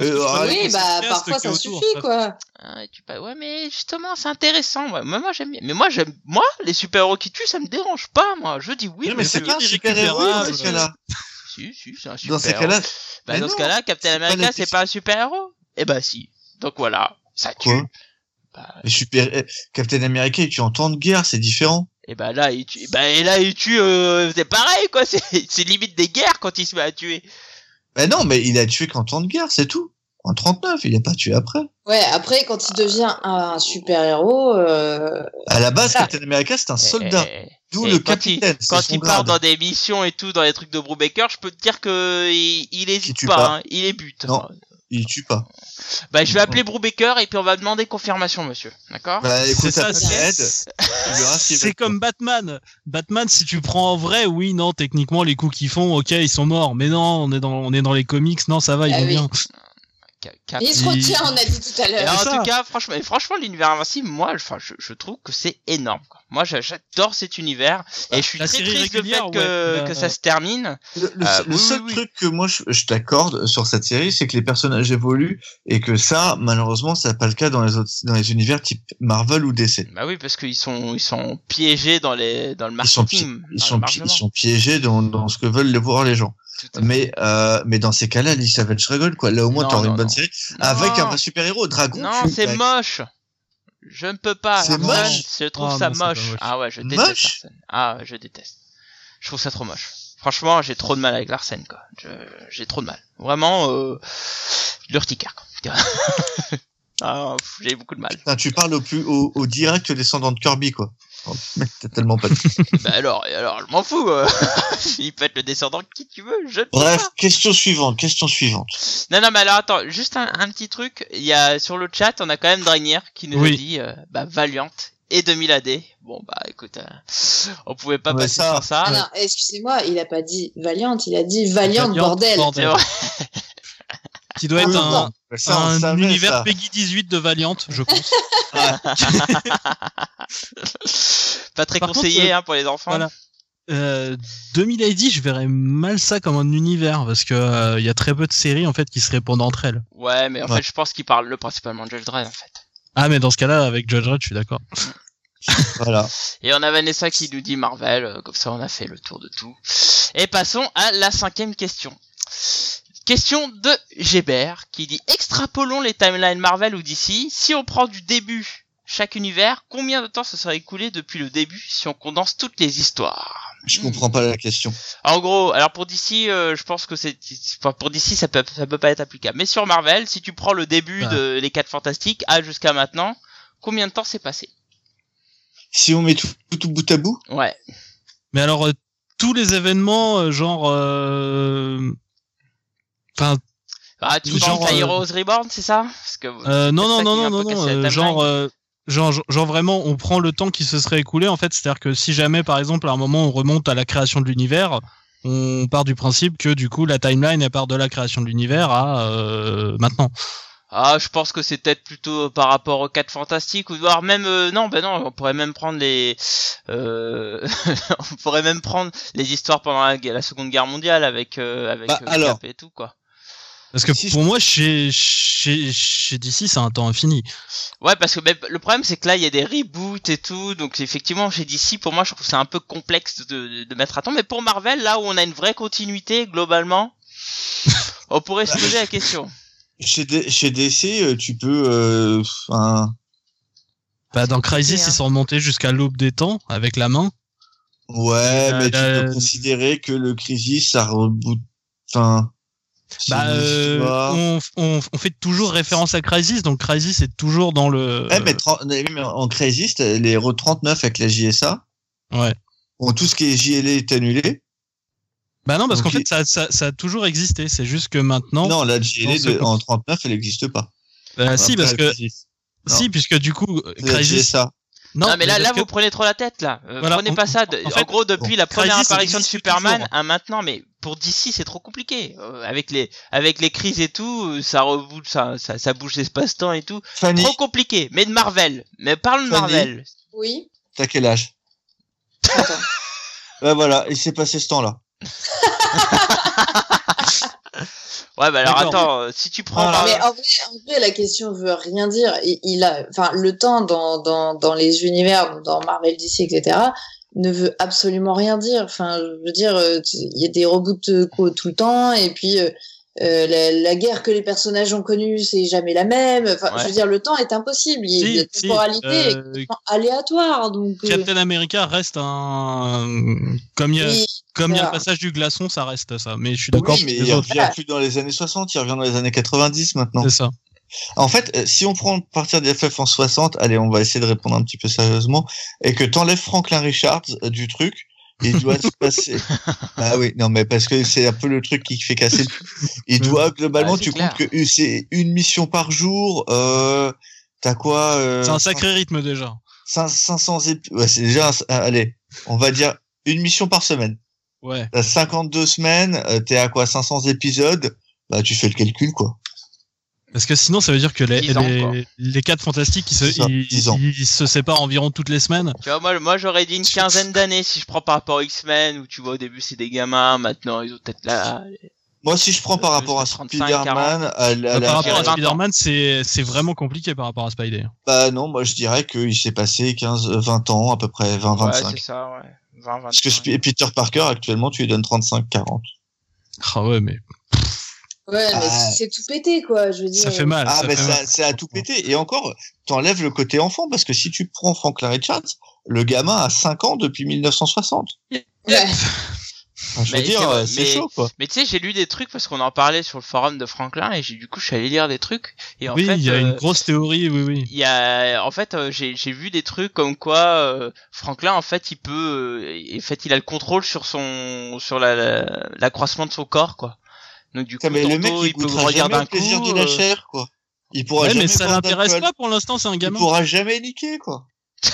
S4: Euh, ah,
S3: avec
S2: oui,
S3: le
S2: bah
S3: podcast
S2: parfois
S3: qui est
S2: ça
S3: autour,
S2: suffit,
S3: ça.
S2: quoi.
S1: Ah, il tue pas... Ouais, mais justement, c'est intéressant. ouais. Moi, moi j'aime bien. Mais moi, j'aime. Moi, les super-héros qui tuent, ça me dérange pas, moi. Je dis oui,
S4: non, mais c'est
S1: je-
S4: pas un
S3: Eric
S4: super-héros dans
S1: Bernard,
S4: ces cas-là.
S1: Si, si, c'est un
S4: Dans ces
S1: super-héros.
S4: cas-là,
S1: Bah,
S4: Mais
S1: dans ce
S4: non,
S1: cas-là, Captain
S4: c'est pas
S1: America,
S4: la
S1: c'est pas un super-héros. Eh bah si. Donc voilà, ça tue.
S4: Quoi
S1: Bah,
S4: Les super... eh, Captain America, il tue en temps de guerre, c'est différent.
S1: et bah là, il tue. Bah, et là, il tue. euh, c'est pareil, quoi. [laughs] C'est c'est limite des guerres quand il se met à tuer.
S4: Ben non, mais il a tué qu'en temps de guerre, c'est tout. En 39, il a pas tué après.
S2: Ouais, après, quand il devient un super-héros, euh,
S4: À la base,
S2: Ah.
S4: Captain America, c'est un soldat.
S1: Eh, eh,
S4: D'où
S1: c'est
S4: le
S1: quand il-
S4: capitaine. c'est
S1: Quand
S4: son
S1: il part
S4: grade.
S1: dans des missions et tout, dans les trucs de Brubaker, je peux te dire que il, il hésite
S4: tue
S1: pas,
S4: pas.
S1: hein, il les bute.
S4: Non. Il tue pas.
S1: Bah, je vais appeler Brubaker et puis on va demander confirmation, monsieur. D'accord
S4: Bah écoute,
S3: C'est ça,
S4: appelle
S3: c'est-
S4: Ed, tu verras s'il va
S3: C'est
S4: être-
S3: comme Batman. Batman, si tu prends en vrai, oui, non, techniquement, les coups qu'ils font, ok, ils sont morts. Mais non, on est dans, on est dans les comics, non, ça va, ils
S2: Ah
S3: vont
S2: oui.
S3: bien.
S1: Ca- ca-
S2: il se
S3: Il-
S2: retient, on a dit tout à
S1: Et
S3: C'est
S1: en
S2: l'heure.
S3: ça.
S1: tout cas, franchement, et franchement, l'univers invincible, moi, enfin, je, je trouve que c'est énorme. quoi. Moi, j'a- j'adore cet univers et je suis
S3: Bah, La
S1: très
S3: série
S1: triste le fait
S3: régulière,
S1: que,
S3: ouais,
S1: que
S3: bah,
S1: ça se termine.
S4: Le, le-
S1: Ah,
S4: le
S1: oui,
S4: seul
S1: oui, oui.
S4: truc que moi je, je t'accorde sur cette série, c'est que les personnages évoluent et que ça, malheureusement, ça n'a pas le cas dans les autres, dans les univers type Marvel ou DC.
S1: Bah oui, parce qu'ils sont ils sont piégés dans les dans le
S4: Ils sont,
S1: marketing.
S4: pi- ils,
S1: dans
S4: sont
S1: le
S4: pi- ils
S1: margement.
S4: sont piégés dans, dans ce que veulent les voir les gens.
S1: Tout à fait.
S4: Mais, euh, mais dans ces cas-là, Alice Savage rigole, quoi. Là, au moins,
S1: Non,
S4: t'auras
S1: non,
S4: une bonne
S1: non.
S4: série
S1: Non,
S4: avec un vrai super-héros, Dragon.
S1: Non,
S4: tu- bah,
S1: c'est
S4: avec-
S1: moche. Je ne peux pas.
S4: C'est
S1: Argon,
S4: moche
S1: Je trouve
S3: Ah
S1: ça
S3: non, c'est pas
S1: moche.
S3: moche.
S1: Ah ouais, je déteste
S4: Moche
S1: Larsen. Ah, je déteste. Je trouve ça trop moche. Franchement, j'ai trop de mal avec Larsen, quoi. Je- J'ai trop de mal. Vraiment, euh... l'urticaire, quoi. [laughs] ah, pff, j'ai beaucoup de mal.
S4: Putain, tu parles au plus au, au direct descendant de Kirby, quoi. Oh, mec, t'as tellement pas de... [laughs]
S1: bah alors, et alors, je m'en fous. euh. [laughs] Il peut être le descendant de qui tu veux. Je ne sais
S4: Bref,
S1: pas.
S4: question suivante, question suivante.
S1: Non, non, mais alors attends, juste un, un petit truc. Il y a sur le chat, on a quand même Dragnir qui nous a
S3: Oui.
S1: dit euh, bah, Valiant et 2000 AD. Bon bah écoute, euh, on pouvait pas
S4: Ouais,
S1: passer
S4: ça,
S1: sans ça.
S2: Ah non, excusez-moi, il a pas dit Valiant, il a dit
S4: Ah,
S2: Valiant,
S3: Valiant,
S2: bordel.
S1: C'est vrai.
S3: [laughs] Qui doit être un,
S4: Ah, Ça, on
S3: un
S4: savait,
S3: univers
S4: ça.
S3: Peggy 18 de Valiant, je pense. [laughs]
S1: pas très
S3: Par contre,
S1: conseillé
S3: euh,
S1: hein, pour les enfants.
S3: voilà. Euh, 2000 AD, je verrais mal ça comme un univers parce que euh, il y a très peu de séries en fait qui se répondent entre elles.
S1: Ouais, mais en
S4: Ouais.
S1: fait, je pense qu'ils parlent le principalement de Judge Dredd en fait.
S3: Ah mais dans ce cas-là, avec Judge Dredd, je suis d'accord.
S4: Voilà.
S1: Et on a Vanessa qui nous dit Marvel, euh, comme ça on a fait le tour de tout. Et passons à la cinquième question. Question de Gébert qui dit extrapolons les timelines Marvel ou DC. Si on prend du début chaque univers, combien de temps se serait écoulé depuis le début si on condense toutes les histoires
S4: Je
S3: Hmm.
S4: comprends pas la question.
S1: En gros, alors pour DC, euh, je pense que c'est enfin, pour DC ça peut ça peut pas être applicable. Mais sur Marvel, si tu prends le début
S3: Ah.
S1: de les quatre fantastiques à jusqu'à maintenant, combien de temps s'est passé
S4: Si on met tout, tout bout à bout,
S1: Ouais.
S3: Mais alors euh, tous les événements euh, genre euh, enfin
S1: Ah, tout
S3: Genre,
S1: genre
S3: euh,
S1: Heroes Reborn, c'est ça Parce que
S3: Euh, non,
S1: C'est
S3: non,
S1: ça
S3: non,
S1: qui m'a
S3: non,
S1: un
S3: non,
S1: peu cassé
S3: non,
S1: la
S3: euh,
S1: timeline.
S3: genre, euh, genre, genre- genre vraiment, on prend le temps qui se serait écoulé en fait, c'est-à-dire que si jamais, par exemple, à un moment, on remonte à la création de l'univers, on part du principe que du coup, la timeline, elle part de la création de l'univers à euh, maintenant.
S1: Ah, je pense que c'est peut-être plutôt par rapport aux 4 fantastiques ou voire même euh, non, ben non, on pourrait même prendre les euh, [laughs] on pourrait même prendre les histoires pendant la, la Seconde Guerre mondiale avec euh, avec
S4: Bah,
S1: euh,
S4: alors.
S1: Cap et tout quoi.
S3: Parce que
S4: Si je-
S3: pour moi, chez, chez, chez DC, c'est un temps infini.
S1: Ouais, parce que ben, le problème c'est que là il y a des reboots et tout, donc effectivement chez DC pour moi je trouve que c'est un peu complexe de, de, de mettre à temps, mais pour Marvel là où on a une vraie continuité
S4: [laughs]
S1: globalement, on pourrait se poser la question.
S4: chez, D- chez DC, euh, tu peux. euh, un-
S3: Bah, dans
S1: compliqué,
S3: Crisis,
S1: hein.
S3: ils sont remontés jusqu'à l'aube des temps avec la main.
S4: ouais,
S3: Euh,
S4: mais tu
S3: euh,
S4: peux considérer que le Crisis, ça reboot. Enfin. c'est
S3: Bah,
S4: une
S3: euh,
S4: histoire.
S3: on, on, on fait toujours référence à Crisis, donc Crisis est toujours dans le.
S4: Eh, mais, tren- mais- mais en Crisis, t'as les re 39 avec la JSA,
S3: Ouais.
S4: bon, tout ce qui est JLA est annulé.
S3: Bah non, parce
S4: Donc
S3: qu'en fait,
S4: il-
S3: ça, ça, ça a toujours existé. C'est juste que maintenant.
S4: Non, la JLA
S3: non, c'est
S4: de-
S3: con-
S4: en 39, elle n'existe pas.
S3: Bah, si,
S4: Après,
S3: parce
S4: le
S3: que.
S4: Crisis, non.
S3: Si, puisque du coup,
S4: c'est la
S3: Crisis.
S4: JSA.
S1: Non, Ah, mais là,
S3: parce
S1: là
S3: que-
S1: vous prenez trop la tête là. Euh,
S3: Voilà,
S1: prenez
S3: on-
S1: pas ça. de-
S3: en
S1: En,
S3: fait,
S1: gros, depuis la
S3: Crisis,
S1: première
S3: ça
S1: apparition de
S3: existe
S1: Superman
S3: toujours.
S1: à maintenant, mais pour DC c'est trop compliqué. Euh, avec les avec les crises et tout, euh, ça reboot, ça ça, ça bouge l'espace-temps et tout.
S4: Fanny,
S1: Trop compliqué. Mais de Marvel. Mais parle de
S4: Fanny.
S1: Marvel.
S2: Oui.
S4: t'as quel âge
S2: Attends.
S4: Bah voilà, il s'est passé ce temps-là.
S1: Ouais, bah alors
S3: D'accord.
S1: attends, euh, si tu prends
S4: Voilà.
S1: Marvel-
S2: Mais en vrai, en vrai, la question veut rien dire. Il, il a, enfin, le temps dans, dans, dans les univers, dans Marvel, DC, etc., ne veut absolument rien dire. Enfin, je veux dire, euh, tu- il y a des reboots euh, co- tout le temps, et puis euh, euh, la, la guerre que les personnages ont connue, c'est jamais la même. Enfin,
S1: Ouais.
S2: je veux dire, le temps est impossible. Il-
S3: Si,
S2: la
S3: si,
S2: temporalité est
S3: euh,
S2: complètement aléatoire. Donc, euh,
S3: Captain America reste un. Comme il y a,
S2: oui,
S3: comme il y a le
S2: voilà.
S3: passage du glaçon, ça reste ça. Mais je suis d'accord
S4: Oui, mais
S3: avec
S4: il
S3: les autres.
S4: revient plus dans les années 60, il revient dans les années 90 maintenant.
S3: C'est ça.
S4: En fait, euh, si on prend partir des FF en 60, allez, on va essayer de répondre un petit peu sérieusement, et que t'enlèves Franklin Richards euh, du truc, il doit se passer. Ah oui, non, mais parce que c'est un peu le truc qui fait casser. le- Il doit, globalement,
S1: Ah, c'est
S4: tu
S1: clair.
S4: comptes que euh, c'est une mission par jour, euh, t'as quoi euh,
S3: C'est un sacré rythme déjà.
S4: cin- 500 épisodes. Ouais, c'est déjà, un- ah, allez, on va dire une mission par semaine.
S3: Ouais.
S4: T'as 52 semaines, euh, t'es à quoi 500 épisodes Bah, tu fais le calcul, quoi.
S3: Parce que sinon, ça veut dire que les,
S1: Dix ans,
S3: les-
S1: quoi.
S3: les quatre fantastiques, ils se,
S4: C'est ça,
S3: ils-
S4: dix ans.
S3: ils se séparent environ toutes les semaines.
S1: Tu vois, moi, moi j'aurais dit une quinzaine d'années si je prends par rapport aux X-Men, où tu vois, au début, c'est des gamins, maintenant, ils ont peut-être là.
S4: Moi, si je prends par
S1: Euh,
S4: rapport à
S1: 35,
S4: Spider-Man, à, la-
S1: je
S3: par
S4: à la
S1: dirais
S3: rapport à
S1: 20 ans.
S3: Spider-Man, c'est c'est vraiment compliqué par rapport à Spider.
S4: Bah non, moi je dirais qu'il s'est passé 15, euh, 20 ans, à peu près 20, 25.
S1: Ouais, c'est ça, ouais. 20, 25.
S4: Parce que Sp- Peter Parker, actuellement, tu lui donnes 35, 40.
S3: Ah ouais, mais
S2: ouais, mais
S4: Ah.
S2: c'est tout pété, quoi. Je veux dire.
S3: ça fait mal.
S4: Ah,
S3: ça
S4: bah
S3: fait
S4: ça,
S3: mal.
S4: c'est à tout péter. Et encore, t'enlèves le côté enfant, parce que si tu prends Franklin Richards, le gamin a 5 ans depuis 1960.
S2: Ouais.
S4: Enfin, je veux
S1: Mais c'est
S4: dire,
S1: vrai,
S4: euh, c'est
S1: mais-
S4: chaud, quoi.
S1: Mais tu sais, j'ai lu des trucs parce qu'on en parlait sur le forum de Franklin et j'ai du coup, je suis allé lire des trucs. Et en
S3: Oui,
S1: fait,
S3: il y a
S1: euh,
S3: une grosse théorie, oui, oui.
S1: il y a en fait euh, j'ai j'ai vu des trucs comme quoi euh, Franklin en fait il peut euh, en fait il a le contrôle sur son sur la la- l'accroissement de son corps quoi donc du coup
S4: Putain, mais le mec,
S1: tantôt,
S4: il
S1: peut
S4: goûtera
S1: grandir
S4: jamais
S1: d'un
S4: le plaisir
S1: coup
S4: de la
S1: euh,
S4: chair, quoi. Il pourra
S3: Ouais,
S4: jamais
S3: mais ça
S4: boire
S3: l'intéresse
S4: d'alcool.
S3: pas pour l'instant, c'est un
S4: Il
S3: gamin.
S4: pourra jamais niquer, quoi.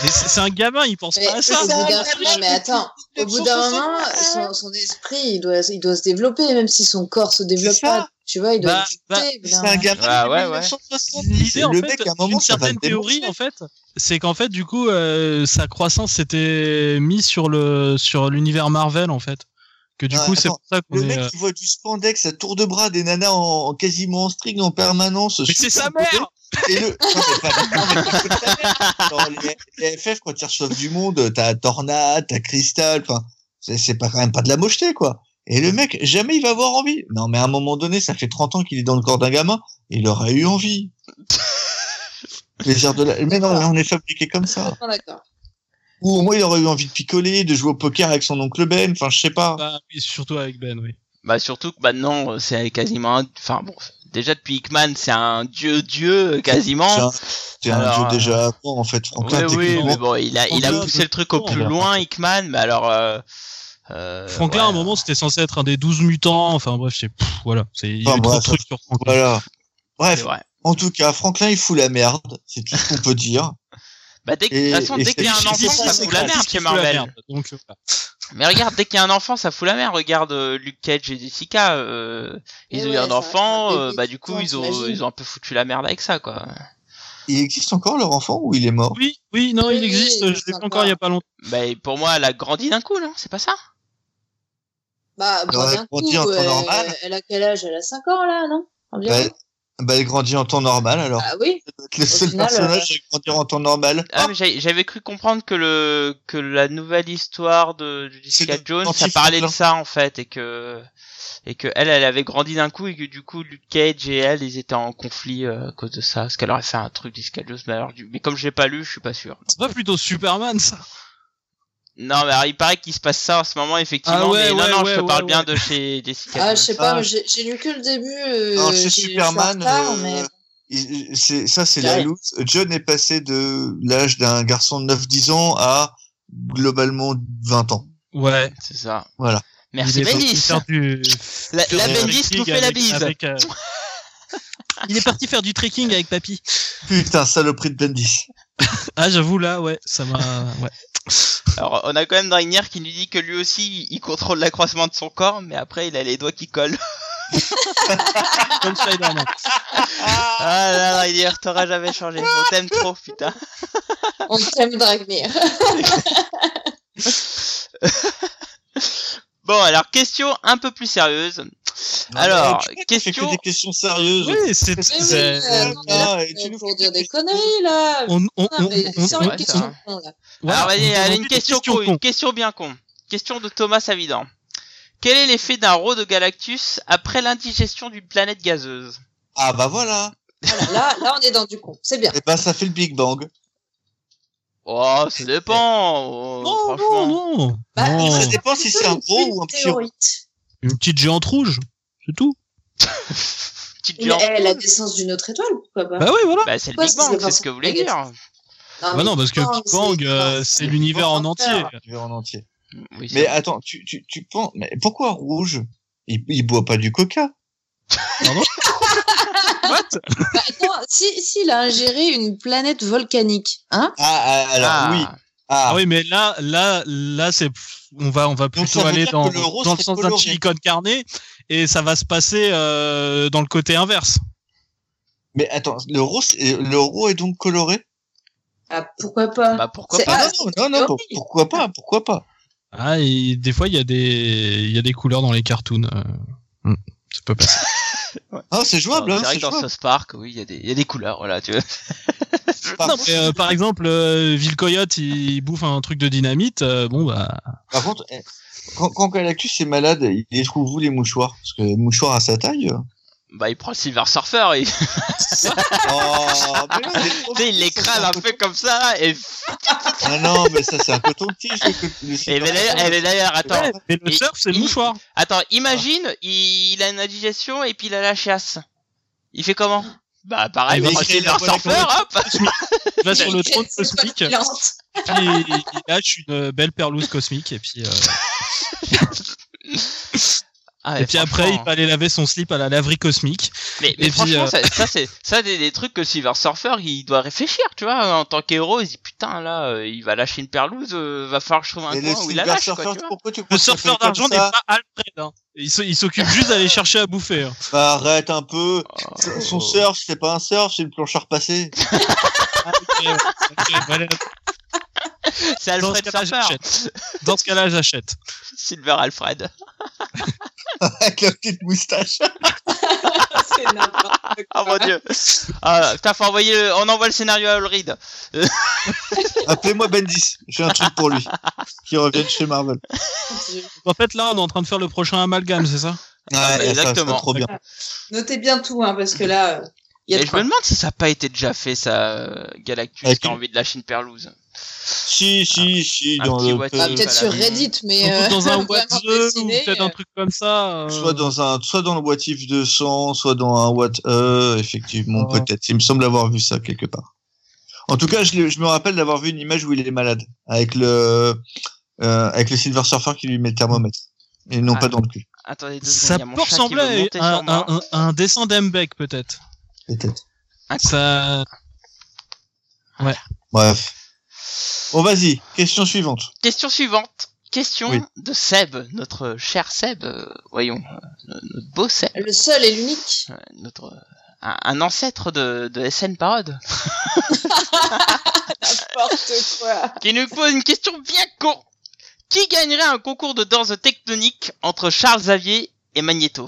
S3: Mais C'est c'est un gamin, il pense
S2: Mais
S3: pas à
S2: au
S3: ça.
S2: bout d'un-
S3: C'est un
S2: non, mais
S3: gamin.
S2: attends, au bout d'un moment, son, son esprit, il doit, il doit se développer, même si son corps se développe
S4: C'est ça.
S2: pas. Tu vois, il doit
S3: Bah, bah,
S2: exister,
S4: C'est
S2: bien.
S4: un gamin
S1: Ah,
S4: depuis
S1: ouais, ouais.
S4: 1960.
S3: L'idée, en
S4: le
S3: fait,
S4: mec, à un
S3: d'une
S4: moment, ça va
S3: certaine
S4: le
S3: théorie,
S4: démonter.
S3: en fait, c'est qu'en fait, du coup, euh, sa croissance s'était mise sur le sur l'univers Marvel, en fait. Que du
S4: Ouais,
S3: coup, c'est
S4: attends,
S3: pour ça
S4: Le
S3: qu'on est.
S4: mec
S3: euh,
S4: qui voit du spandex à tour de bras des nanas en, en quasiment en string en permanence.
S3: Mais c'est
S4: super
S3: sa mère
S4: beauté,
S3: [laughs]
S4: Et le... Non, mais pas- non, mais pas que sa mère. Dans les, les FF, quand ils reçoivent du monde, t'as Tornade, t'as Crystal, enfin, c'est- c'est pas quand même pas de la mocheté, quoi. Et le mec, jamais il va avoir envie. Non, mais à un moment donné, ça fait 30 ans qu'il est dans le corps d'un gamin, il aurait
S3: [laughs]
S4: eu envie. Plaisir de la... Mais non,
S3: Ah.
S4: on est fabriqué comme ça.
S2: Complètement Ah, d'accord.
S4: Ou au moins, il aurait eu envie de picoler, de jouer au poker avec son oncle Ben, enfin, je sais pas.
S3: Bah oui, surtout avec Ben, oui.
S1: bah surtout que maintenant euh, c'est quasiment un- enfin bon déjà depuis Hickman c'est un dieu dieu euh,
S4: C'est
S1: quasiment
S4: un- C'est un
S1: Ah. Alors,
S4: jeu déjà avant, en fait, Franklin.
S1: oui oui
S4: techniquement.
S1: mais bon il a il a
S3: Franklin,
S1: poussé le truc au
S3: on
S1: plus
S4: verra.
S1: loin Hickman mais alors euh, euh,
S3: Franklin,
S1: ouais.
S3: à un moment, c'était censé être un des 12 mutants. Enfin bref, c'est pff, voilà, c'est il y a
S4: Enfin,
S3: eu trop
S4: bref,
S3: de trucs sur Franklin.
S4: Voilà.
S1: c'est
S4: Bref,
S1: vrai
S4: en tout cas, Franklin, il fout la merde. C'est tout ce qu'on peut dire.
S1: bah dès que- de
S4: Et-
S1: toute façon
S4: et
S1: dès qu'il y a un
S4: c'est-
S1: enfant
S4: c'est-
S1: ça
S4: c'est-
S1: fout la
S4: c'est-
S1: merde
S3: c'est-
S1: chez
S3: c'est la
S1: Marvel
S3: merde, Donc, euh, voilà.
S1: Mais regarde, dès qu'il y a un enfant, ça fout la merde. Regarde euh, Luke Cage et Jessica, euh, ils
S2: Eh
S1: ont eu
S2: ouais,
S1: un
S2: ça,
S1: enfant,
S2: un
S1: euh,
S2: bébé
S1: bah du coup
S2: tout
S4: hein,
S1: ils ont
S2: t'imagines.
S1: ils ont un peu foutu la merde avec ça quoi.
S4: Il existe encore leur enfant ou il est mort
S3: Oui, oui, non,
S2: Oui,
S3: il
S2: oui,
S3: existe.
S2: il
S3: je l'ai vu
S2: existe
S3: encore il y a
S2: encore.
S3: pas longtemps.
S1: Mais Bah, pour moi, elle a grandi d'un coup, non C'est pas ça
S2: Bah, bon,
S4: aurait
S2: d'un
S4: grandi
S2: coup,
S4: en temps
S2: euh,
S4: normal.
S2: elle a quel âge Elle a 5 ans, là, non Environ
S4: bah, bah, il grandit en temps normal alors.
S2: Ah oui
S4: C'est le seul
S2: final, euh,
S4: personnage à grandir en temps normal.
S1: Ah
S4: Ah,
S1: mais j'ai- j'avais cru comprendre que le que la nouvelle histoire de de Jessica
S4: C'est le
S1: Jones, ça
S4: dentiste
S1: parlait de
S4: Franklin.
S1: ça en fait et que et que elle elle avait grandi d'un coup et que du coup Luke Cage et elle ils étaient en conflit euh, à cause de ça parce qu'elle aurait fait un truc Jessica Jones mais alors du- mais comme je l'ai pas lu, je suis pas sûr.
S3: C'est pas plutôt Superman, ça
S1: Non, mais alors, il paraît qu'il se passe ça en ce moment, effectivement.
S3: Ah ouais,
S1: mais
S3: ouais,
S1: non, non,
S3: ouais,
S1: je te
S3: ouais,
S1: parle
S3: ouais.
S1: bien de chez Jessica.
S2: Ah,
S1: Jones.
S2: je sais pas,
S4: Ah.
S2: mais j'ai j'ai lu que le début. Euh,
S4: Non, c'est
S2: j'ai- je suis en
S4: Superman,
S2: retard,
S4: euh,
S2: mais...
S4: il- c'est- ça, c'est la
S2: Ouais.
S4: loose. John est passé de l'âge d'un garçon de 9-10 ans à globalement 20 ans.
S3: Ouais.
S1: C'est ça.
S4: Voilà.
S1: Merci,
S3: il est parti
S1: Ah, Bendis.
S3: faire du.
S1: [laughs] La, la
S4: euh,
S1: Bendis nous fait la
S3: avec-
S1: bise. [laughs]
S3: avec, euh, Il est parti faire du trekking avec papy.
S4: Putain, saloperie de Bendis.
S3: Ah, j'avoue, là, ouais, ça m'a. Ouais.
S1: Alors, on a quand même Dragner qui nous dit que lui aussi, il contrôle l'accroissement de son corps, mais après, il a les doigts qui collent.
S3: Comme Spider-Man.
S1: Ah là là, Dragner, t'auras jamais changé. On t'aime trop, putain.
S4: [laughs]
S2: On t'aime, Dragmir.
S1: Bon, alors, question un peu plus sérieuse.
S4: Non,
S1: Alors,
S4: mais tu vois, tu fais
S1: question...
S4: que des questions
S3: [laughs]
S4: sérieuses.
S3: Oui, c'est.
S2: Mais oui,
S3: c'est-
S2: euh, non, mais là,
S4: Ah, et tu
S2: euh,
S4: nous
S2: pour
S4: fais
S2: dire
S4: des
S2: des conneries, là
S3: On, on, on,
S2: Non, mais
S3: on-
S2: sans
S3: on-
S1: ouais,
S2: une question
S1: ça.
S2: de con, là.
S3: voilà,
S1: alors,
S3: on
S1: vas-y,
S3: demande
S1: allez, une
S3: des
S1: question
S3: questions
S1: con,
S3: cons.
S1: une question bien con. Question de Thomas Savidan. Quel est l'effet d'un raw de Galactus après l'indigestion d'une planète gazeuse
S4: Ah bah voilà.
S2: Voilà, là, là, on est dans du con. C'est bien.
S4: Et ben ça fait le Big Bang.
S1: Oh, ça dépend. oh,
S3: Non,
S1: franchement.
S3: non, non.
S2: Bah,
S3: Non.
S4: Ça dépend si c'est un
S2: Une
S4: gros ou un petit.
S2: théorie.
S3: Une petite géante rouge, c'est tout.
S1: Petite
S2: Mais,
S1: géante.
S2: eh,
S4: euh,
S2: la naissance d'une autre étoile, pourquoi pas
S3: Bah oui, voilà.
S1: Bah, c'est le
S2: Pourquoi
S1: Big
S2: ça se
S1: Bang,
S2: fait
S1: c'est
S2: pas
S1: ce que vous voulez
S2: négatif
S1: dire.
S2: Ah
S3: Bah non, parce que Big Bang, euh, c'est l'univers en entier.
S4: Tu verras en entier.
S1: Oui, c'est
S4: Mais attends, tu, tu, tu penses, mais pourquoi rouge il, il boit pas du coca
S2: Bah, attends, si, s'il a ingéré une planète volcanique, hein
S4: Ah, ah, alors
S1: Ah.
S4: oui. Ah,
S3: Ah oui, mais là, là, là, c'est on va, on va plutôt
S4: ça veut
S3: aller
S4: dire
S3: dans,
S4: que le rose
S3: dans le
S4: serait
S3: sens d'un
S4: coloré.
S3: silicone carné et ça va se passer euh, dans le côté inverse.
S4: mais attends, le rose, est- le rose est donc coloré
S2: Ah, Pourquoi pas
S1: Bah, pourquoi
S2: C'est-
S1: pas
S2: Ah,
S4: Ah, Non, non, non, pour-
S2: oui.
S4: pourquoi pas, pourquoi pas
S3: Ah, et des fois, il y a des, il y a des couleurs dans les cartoons. euh, hmm, ça peut passer.
S4: Ah, c'est jouable, hein,
S1: C'est vrai
S4: c'est
S1: que dans
S4: jouable.
S1: South Park, oui, il y, a des- il y a des couleurs, voilà, tu vois.
S4: Par,
S3: non,
S4: contre,
S3: mais, euh, par exemple, euh, Ville Coyote, il bouffe un truc de dynamite. euh, bon bah,
S4: par contre, eh, quand, quand Galactus est malade, il les trouve où les mouchoirs Parce que mouchoir à sa taille. euh.
S1: Bah, il prend le Silver Surfer, il, tu
S4: Oh, mais non, mais-
S1: sais, il l'écrase un peu comme ça, et,
S4: Ah non, mais ça, c'est un coton-tige. le co- le
S1: et mais d'ailleurs, eh, mais d'ailleurs, attends,
S3: ouais, mais le
S1: il-
S3: surf, c'est le
S1: il-
S3: mouchoir.
S1: attends, imagine, il, il a une indigestion et puis il a la chiasse. Il fait comment Bah, pareil,
S4: Ah, Il
S1: il prend le
S4: écrit la
S1: Silver
S4: bonne
S1: Surfer, hop
S3: Il va [laughs] sur le
S2: Quelle [laughs]
S3: trône
S2: étoile
S3: cosmique, puis
S2: filante. [laughs]
S3: il, il lâche une belle perlouse cosmique, et puis, euh,
S1: Ah,
S3: et puis après, il
S1: franchement,
S3: va aller laver son slip à la laverie cosmique.
S1: Mais, mais
S3: et puis,
S1: franchement,
S3: euh,
S1: ça, ça, c'est ça des, des trucs que Silver Surfer, il doit réfléchir, tu vois, en tant qu'héros, il se dit putain, là, euh, il va lâcher une perlouse, euh, va falloir que je trouve un
S4: Et le
S1: coin où il la
S4: Silver
S1: lâche, quoi,
S4: Surfer,
S1: tu vois.
S4: pourquoi tu
S3: Le
S4: penses que ça
S3: surfeur
S4: fait
S3: d'argent
S4: comme
S3: n'est
S4: ça
S3: pas Alfred. Hein. Il se- il s'occupe juste d'aller chercher à bouffer. hein.
S4: Bah, arrête un peu.
S1: Oh.
S4: Son surf, c'est pas un surf, c'est une planche
S1: [laughs]
S4: à repasser.
S3: Ok, ouais. Ok, euh, voilà.
S1: C'est
S3: Dans ce
S1: Alfred
S3: cas-là,
S1: Surfer,
S3: j'achète. Dans ce cas-là, j'achète.
S1: Silver Alfred.
S4: Avec la petite moustache.
S2: Ah, C'est n'importe
S1: Oh mon
S2: quoi.
S1: dieu. Ah, putain, faut envoyer le- on envoie le scénario à Olrid.
S4: Appelez-moi Bendis. J'ai un truc pour lui. Qui revienne chez Marvel.
S3: En fait, là, on est en train de faire le prochain amalgame, c'est ça
S1: Ah, bah,
S4: ça, ça,
S1: exactement.
S4: trop bien.
S2: Notez bien tout, hein, parce que là, il y a
S1: Et
S2: de
S1: je me
S2: quoi.
S1: demande si ça n'a pas été déjà fait, ça, euh, Galactus,
S4: Avec
S1: qui a
S4: une-
S1: envie de lâcher une perlouse.
S4: Si, si, si,
S1: un
S4: dans
S1: petit
S4: le,
S1: what
S2: Bah,
S1: Euh,
S2: peut-être sur
S1: voilà.
S2: Reddit, mais.
S3: Surtout
S2: euh,
S3: Dans un
S2: [laughs] vraiment
S3: What the, ou
S2: dessiné,
S3: peut-être un
S2: euh,
S3: truc comme ça. euh,
S4: soit dans un, soit dans le what if de sang, soit dans un what euh, effectivement,
S3: Ah.
S4: peut-être. Il me semble avoir vu ça quelque part. En tout cas, je, l'ai- je me rappelle d'avoir vu une image où il est malade. Avec le, euh, avec le Silver Surfer qui lui met le thermomètre. Et non
S1: Ah.
S4: pas dans le cul.
S1: Attendez deux
S3: Ça
S1: secondes, il y a mon
S3: peut
S1: chat qui veut
S3: ressembler
S1: monter
S3: à
S1: sur
S3: un,
S1: moi.
S3: un- un- un dessin d'Embeck, peut-être.
S4: Peut-être.
S1: Ah,
S3: Ça...
S4: Bref. Bon, vas-y. Question suivante.
S1: Question suivante. Question
S4: Oui.
S1: de Seb, notre cher Seb, euh, voyons, euh, notre beau Seb,
S2: euh, Le seul et l'unique.
S1: euh, notre euh, un, un ancêtre de, de SN Parode,
S2: N'importe quoi.
S1: qui nous pose une question bien con. Qui gagnerait un concours de danse tectonique entre Charles Xavier et Magneto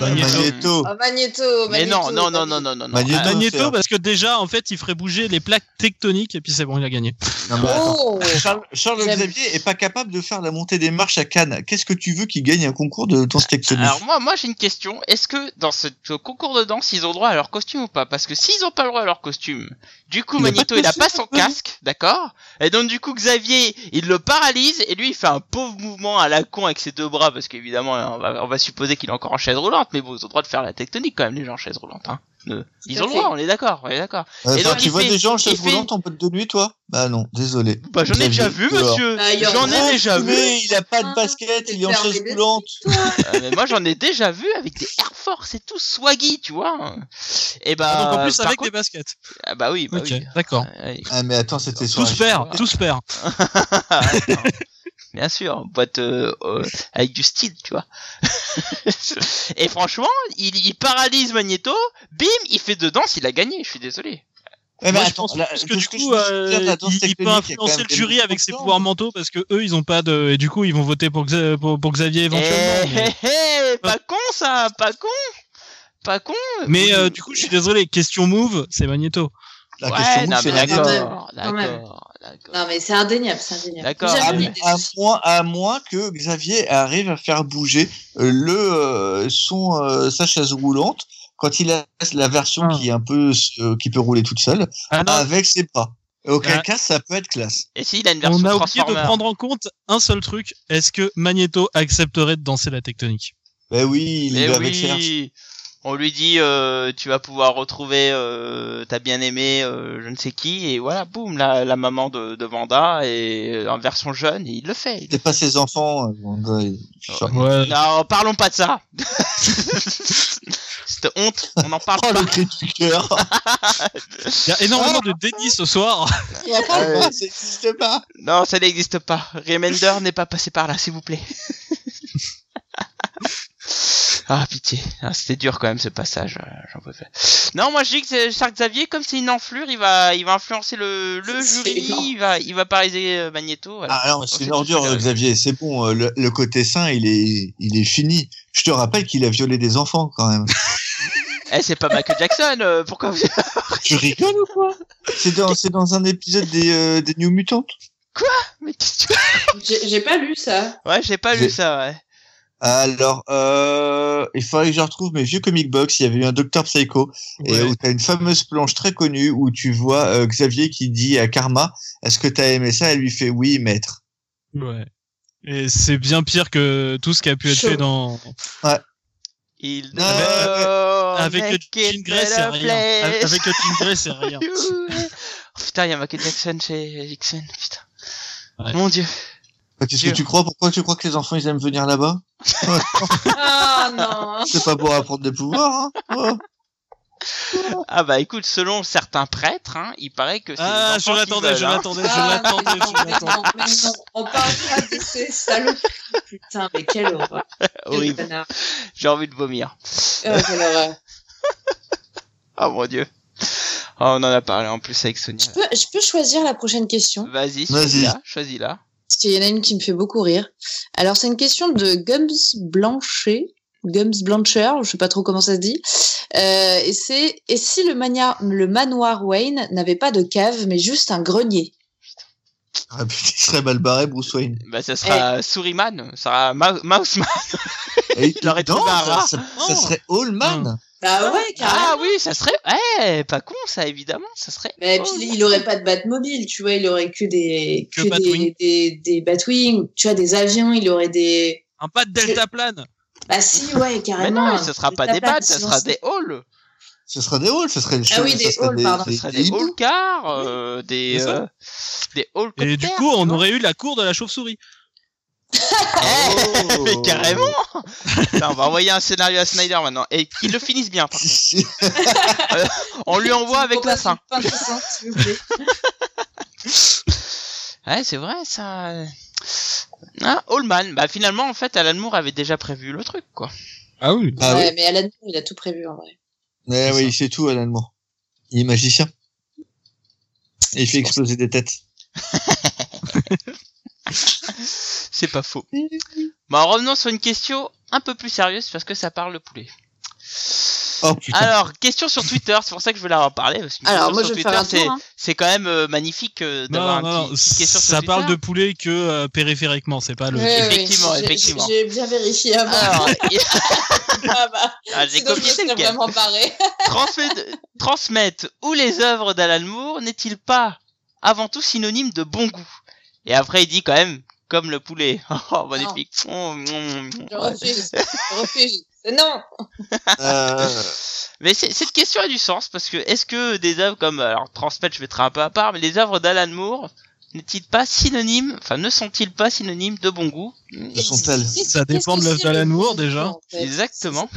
S4: Bah,
S1: Hmm.
S4: Magneto.
S2: Oh, Magneto, Magneto.
S1: Mais non, non, non, non,
S2: Magneto.
S1: non, non, non.
S4: Magneto.
S1: Ah,
S3: Magneto,
S4: c'est-
S3: parce que déjà, en fait, il ferait bouger les plaques tectoniques, et puis c'est bon, il a gagné.
S4: Non, mais attends.
S2: Oh
S4: Charles, Charles
S2: J'aime.
S4: Xavier est pas capable de faire la montée des marches à Cannes. Qu'est-ce que tu veux qu'il gagne un concours de danse tectonique
S1: Ah, Alors moi, moi j'ai une question. Est-ce que dans ce ce concours de danse, ils ont droit à leur costume ou pas Parce que s'ils ont pas le droit à leur costume, du coup
S4: Il a
S1: Magneto
S4: pas de
S1: il a pas
S4: costume,
S1: son casque, d'accord Et donc du coup Xavier il le paralyse et lui il fait un pauvre mouvement à la con avec ses deux bras parce qu'évidemment on va, on va supposer qu'il est encore en chaise roulante, mais bon ils ont le droit de faire la tectonique quand même les gens en chaise roulante. Hein. Ne- Ils ont le
S2: fait.
S1: droit, on est d'accord, on est d'accord.
S4: Euh,
S1: et
S4: bah,
S1: donc,
S4: Tu
S1: il
S4: vois
S1: fait-
S4: des gens en
S1: il
S4: chaise
S1: fait-
S4: roulante en boîte de nuit, toi Bah non, désolé.
S1: Bah j'en ai déjà vu
S4: dehors.
S1: monsieur,
S2: Ah, il y en
S1: j'en ai
S4: Oh,
S1: déjà vu.
S4: Mais il a pas de basket,
S2: C'est
S4: Ah, il est en chaise
S2: fermé de-
S4: roulante.
S1: Euh, mais moi j'en ai déjà vu avec des Air Force et tout swaggy, tu vois. Et bah
S3: Ah, Donc, en plus,
S1: par
S3: avec
S1: contre-
S3: des baskets.
S1: Ah bah oui, bah
S3: ok,
S1: oui.
S3: d'accord.
S1: Ouais,
S4: Ah mais attends, c'était sur.
S3: Tous perd,
S1: voilà.
S3: tous perd.
S1: Ah, attends. Bien sûr, boîte euh, euh, avec du style, tu vois. Et franchement, il, il paralyse Magneto, bim, il fait de danse, il a gagné, je suis désolé.
S4: Ouais, mais
S3: Moi, je
S4: attends,
S3: pense
S4: la-
S3: parce que
S4: de
S3: du
S4: ce je
S3: coup,
S4: me souviens de la
S3: euh,
S4: danse
S3: il, il peut
S4: tectonique, il y a quand
S3: influencer
S4: même
S3: le jury
S4: des
S3: avec ses
S4: mouvements.
S3: pouvoirs mentaux parce que eux, ils ont pas de, et du coup, ils vont voter pour, Xa- pour, pour Xavier
S1: Eh,
S3: éventuellement. mais-
S1: [laughs] eh, pas con ça, pas con, pas con.
S4: eh,
S3: euh, Mais euh, du coup, je suis désolé. Question move, c'est Magneto.
S4: La
S1: ouais,
S4: question
S1: non,
S4: c'est
S1: mais
S4: la
S2: quand même.
S1: d'accord,
S2: Quand même.
S1: d'accord, d'accord.
S2: Non, mais c'est indéniable, c'est indéniable.
S1: D'accord.
S2: J'ai
S4: Ah, à,
S2: jamais
S1: oui.
S2: été
S4: à
S2: déçue.
S4: moins, à moins que Xavier arrive à faire bouger euh, le euh, son euh, sa chaise roulante quand il a la version
S3: Ah.
S4: qui est un peu euh, qui peut rouler toute seule
S3: Ah non,
S4: avec ses pas. Auquel
S3: Ah.
S4: cas, ça peut être classe.
S1: Et s'il a une version
S3: on a oublié de
S1: Transformer
S3: prendre en compte un seul truc. Est-ce que Magneto accepterait de danser la tectonique
S4: Ben oui, il y
S1: Eh
S4: va avec ses versions.
S1: oui. On lui dit euh, tu vas pouvoir retrouver euh, ta bien-aimée euh, je ne sais qui et voilà boum la, la maman de, de Vanda et euh, en version jeune et il le fait.
S4: C'est pas ses enfants. euh, on doit-
S1: Ouais.
S3: Ouais.
S1: Non parlons pas de ça. [laughs] Cette honte on n'en parle
S4: Oh,
S1: pas.
S4: le cri du cœur
S3: Il y a énormément
S4: Ah.
S3: de déni ce soir.
S2: Il
S4: [laughs]
S2: y a pas-
S4: Ouais, Ah, Ça n'existe pas
S1: Non ça n'existe pas.
S3: [laughs]
S1: Remender n'est pas passé par là s'il vous plaît. Ah pitié, Ah, c'était dur quand même ce passage, euh, j'en peux pas. Non, moi je dis que c'est Charles Xavier, comme c'est une enflure, il va, il va influencer le, le
S2: C'est
S1: jury,
S2: énorme.
S1: il va, il va pariser euh, Magneto. voilà.
S4: Ah non, c'est
S1: On
S4: une
S1: sait
S4: ordure,
S1: tous que-
S4: Xavier. C'est bon, euh, le, le côté sain, il est, il est fini. Je te rappelle qu'il a violé des enfants quand même.
S1: Eh, c'est pas Michael Jackson, euh, pourquoi vous...
S4: [laughs]
S1: [laughs]
S4: Tu rigoles ou quoi C'est dans, c'est dans un épisode des, euh, des New Mutants.
S1: Mais qu'est-ce que tu-
S2: J'ai j'ai pas lu ça.
S1: Ouais, j'ai pas lu
S4: J'ai-
S1: ça, ouais.
S4: Alors, euh, il faudrait que je retrouve mes vieux comic books. Il y avait eu un Docteur Psycho et
S3: Ouais.
S4: où t'as une fameuse planche très connue où tu vois euh, Xavier qui dit à Karma "Est-ce que t'as aimé ça Elle lui fait "Oui, maître."
S3: Ouais. Et c'est bien pire que tout ce qui a pu être
S2: Chaud.
S3: fait dans.
S1: Il
S4: Non, mais-
S1: dort,
S3: euh, Avec
S1: make
S3: Jean
S1: it
S3: Grey, c'est
S1: better
S3: rien.
S1: place.
S3: Avec Jean Grey, c'est
S4: [laughs]
S3: rien.
S1: [laughs] Oh, putain, il y a Michael Jackson chez Jackson, putain.
S3: Ouais.
S1: Mon dieu.
S4: Qu'est-ce que
S1: Dur.
S4: tu crois Pourquoi tu crois que les enfants ils aiment venir là-bas
S2: Ah non.
S4: C'est pas pour apprendre des pouvoirs. Hein Oh.
S1: Ah bah écoute, selon certains prêtres, hein, il paraît que c'est
S3: Ah,
S1: les
S3: je
S1: enfants qui
S3: l'attendais,
S1: veulent,
S3: je
S1: hein.
S3: l'attendais, je
S2: Ah, mais
S3: l'attendais,
S2: non,
S3: je
S2: mais non,
S3: l'attendais.
S2: mais non, on parle pas de ces saloperies. Putain, mais quelle horreur. Quel
S1: Horrible.
S2: connard.
S1: hein. J'ai envie de vomir.
S2: Euh, quelle horreur.
S1: Oh mon dieu. Oh, on en a parlé en plus avec Sonia.
S2: Je peux, je peux choisir la prochaine question
S1: Vas-y,
S4: Vas-y.
S1: choisis-la, choisis-la.
S2: Parce qu'il y en a une qui me fait beaucoup rire. Alors, c'est une question de Gums Blanchet. Gums Blancher, je sais pas trop comment ça se dit. Euh, et c'est et si le, mania- le manoir Wayne n'avait pas de cave, mais juste un grenier
S4: [laughs] Ah putain, il serait mal barré, Bruce Wayne.
S1: Bah, ça
S2: Eh.
S1: sera Souriman, ça sera Ma- Mouseman.
S4: Et
S1: [laughs] Il aurait
S4: non,
S1: trouvé un
S4: ça,
S1: rat.
S4: ça, ça serait Allman.
S2: Bah ouais,
S1: Ah oui, ça serait. Eh, pas con ça, évidemment, ça serait.
S2: Mais
S1: Oh,
S2: puis il aurait pas de Batmobile, tu vois, il aurait que des
S3: Que
S2: que
S3: Batwing.
S2: des, des, des Batwing, tu vois, des avions, il aurait des
S3: Un pas de delta plane.
S2: bah si ouais
S1: Mais
S2: carrément.
S1: non, ça sera pas des
S2: tablades,
S1: pattes, ça
S2: sinon
S1: sera
S2: c'est-
S1: des halls.
S4: Ce sera des halls, ce serait des
S2: Ah oui, des halls, pardon.
S1: Ça sera des
S4: hiboux.
S1: hall cars, euh, des.
S3: C'est ça.
S1: euh, des hall
S3: Et
S1: copters,
S3: du coup, on
S1: tu vois.
S3: aurait eu la cour de la chauve-souris.
S1: Eh,
S2: [laughs]
S1: mais
S4: Oh. [laughs]
S1: carrément
S3: [laughs]
S1: Putain, On va envoyer un scénario à Snyder maintenant. Et qu'il le finisse bien, par contre. On lui envoie
S2: Je
S1: avec
S2: vous
S1: la
S2: propose
S1: fin.
S2: une pinte de sang, hein, s'il vous [laughs] plaît.
S1: Ouais, c'est vrai, ça. Ah, Allman. Bah, finalement, en fait, Alan Moore avait déjà prévu le truc, quoi.
S3: Ah oui.
S4: Ah oui,
S2: Ouais, mais Alan Moore, il a tout prévu en vrai.
S4: mais
S3: C'est
S4: oui, c'est tout, Alan Moore. Il est magicien. Et il fait exploser des têtes.
S1: C'est pas
S2: [laughs]
S1: faux. Bon, en revenant sur une question un peu plus sérieuse, parce que ça parle de poulet.
S4: Oh putain.
S1: Alors, question sur Twitter, c'est pour ça que je voulais en parler. parce qu'une
S2: Ah, Alors
S1: question
S2: moi
S1: sur
S2: je vais
S1: Twitter,
S2: faire un
S1: c'est-
S2: tour. hein.
S1: C'est quand même euh, magnifique euh,
S3: Non,
S1: d'avoir un
S3: non,
S1: petit,
S3: non,
S1: petite question sur
S3: ça
S1: Twitter.
S3: parle de poulet que euh, périphériquement, c'est pas le.
S2: Ouais, ouais,
S1: Effectivement,
S2: j'ai- j'ai-
S1: effectivement.
S2: J'ai bien vérifié avant.
S3: [laughs]
S1: Alors,
S2: Ah, bah,
S1: ah, j'ai
S2: sinon, je
S1: copié
S2: serais
S1: tel quel. [laughs]
S2: vraiment barré.
S1: Transmettre, transmettre ou les œuvres d'Alan Moore n'est-il pas avant tout synonyme de bon goût Et après, il dit quand même comme le poulet. [laughs] Oh, magnifique. Oh, mm, mm,
S2: Je
S1: ouais.
S2: refuse. Je refuse. Non.
S1: Ah
S4: Euh,
S1: Mais c'est- cette question a du sens parce que est-ce que des œuvres comme alors transmettre, je mettrai un peu à part, mais les œuvres d'Alan Moore n'est-il pas synonyme, enfin ne sont-ils pas synonymes de bon goût
S4: ce sont-elles
S3: Ça dépend
S2: Qu'est-ce
S3: de
S2: que
S3: l'œuvre
S2: c'est,
S3: d'Alan
S2: le
S3: Moore,
S2: bon goût,
S3: déjà.
S2: en fait
S1: Exactement.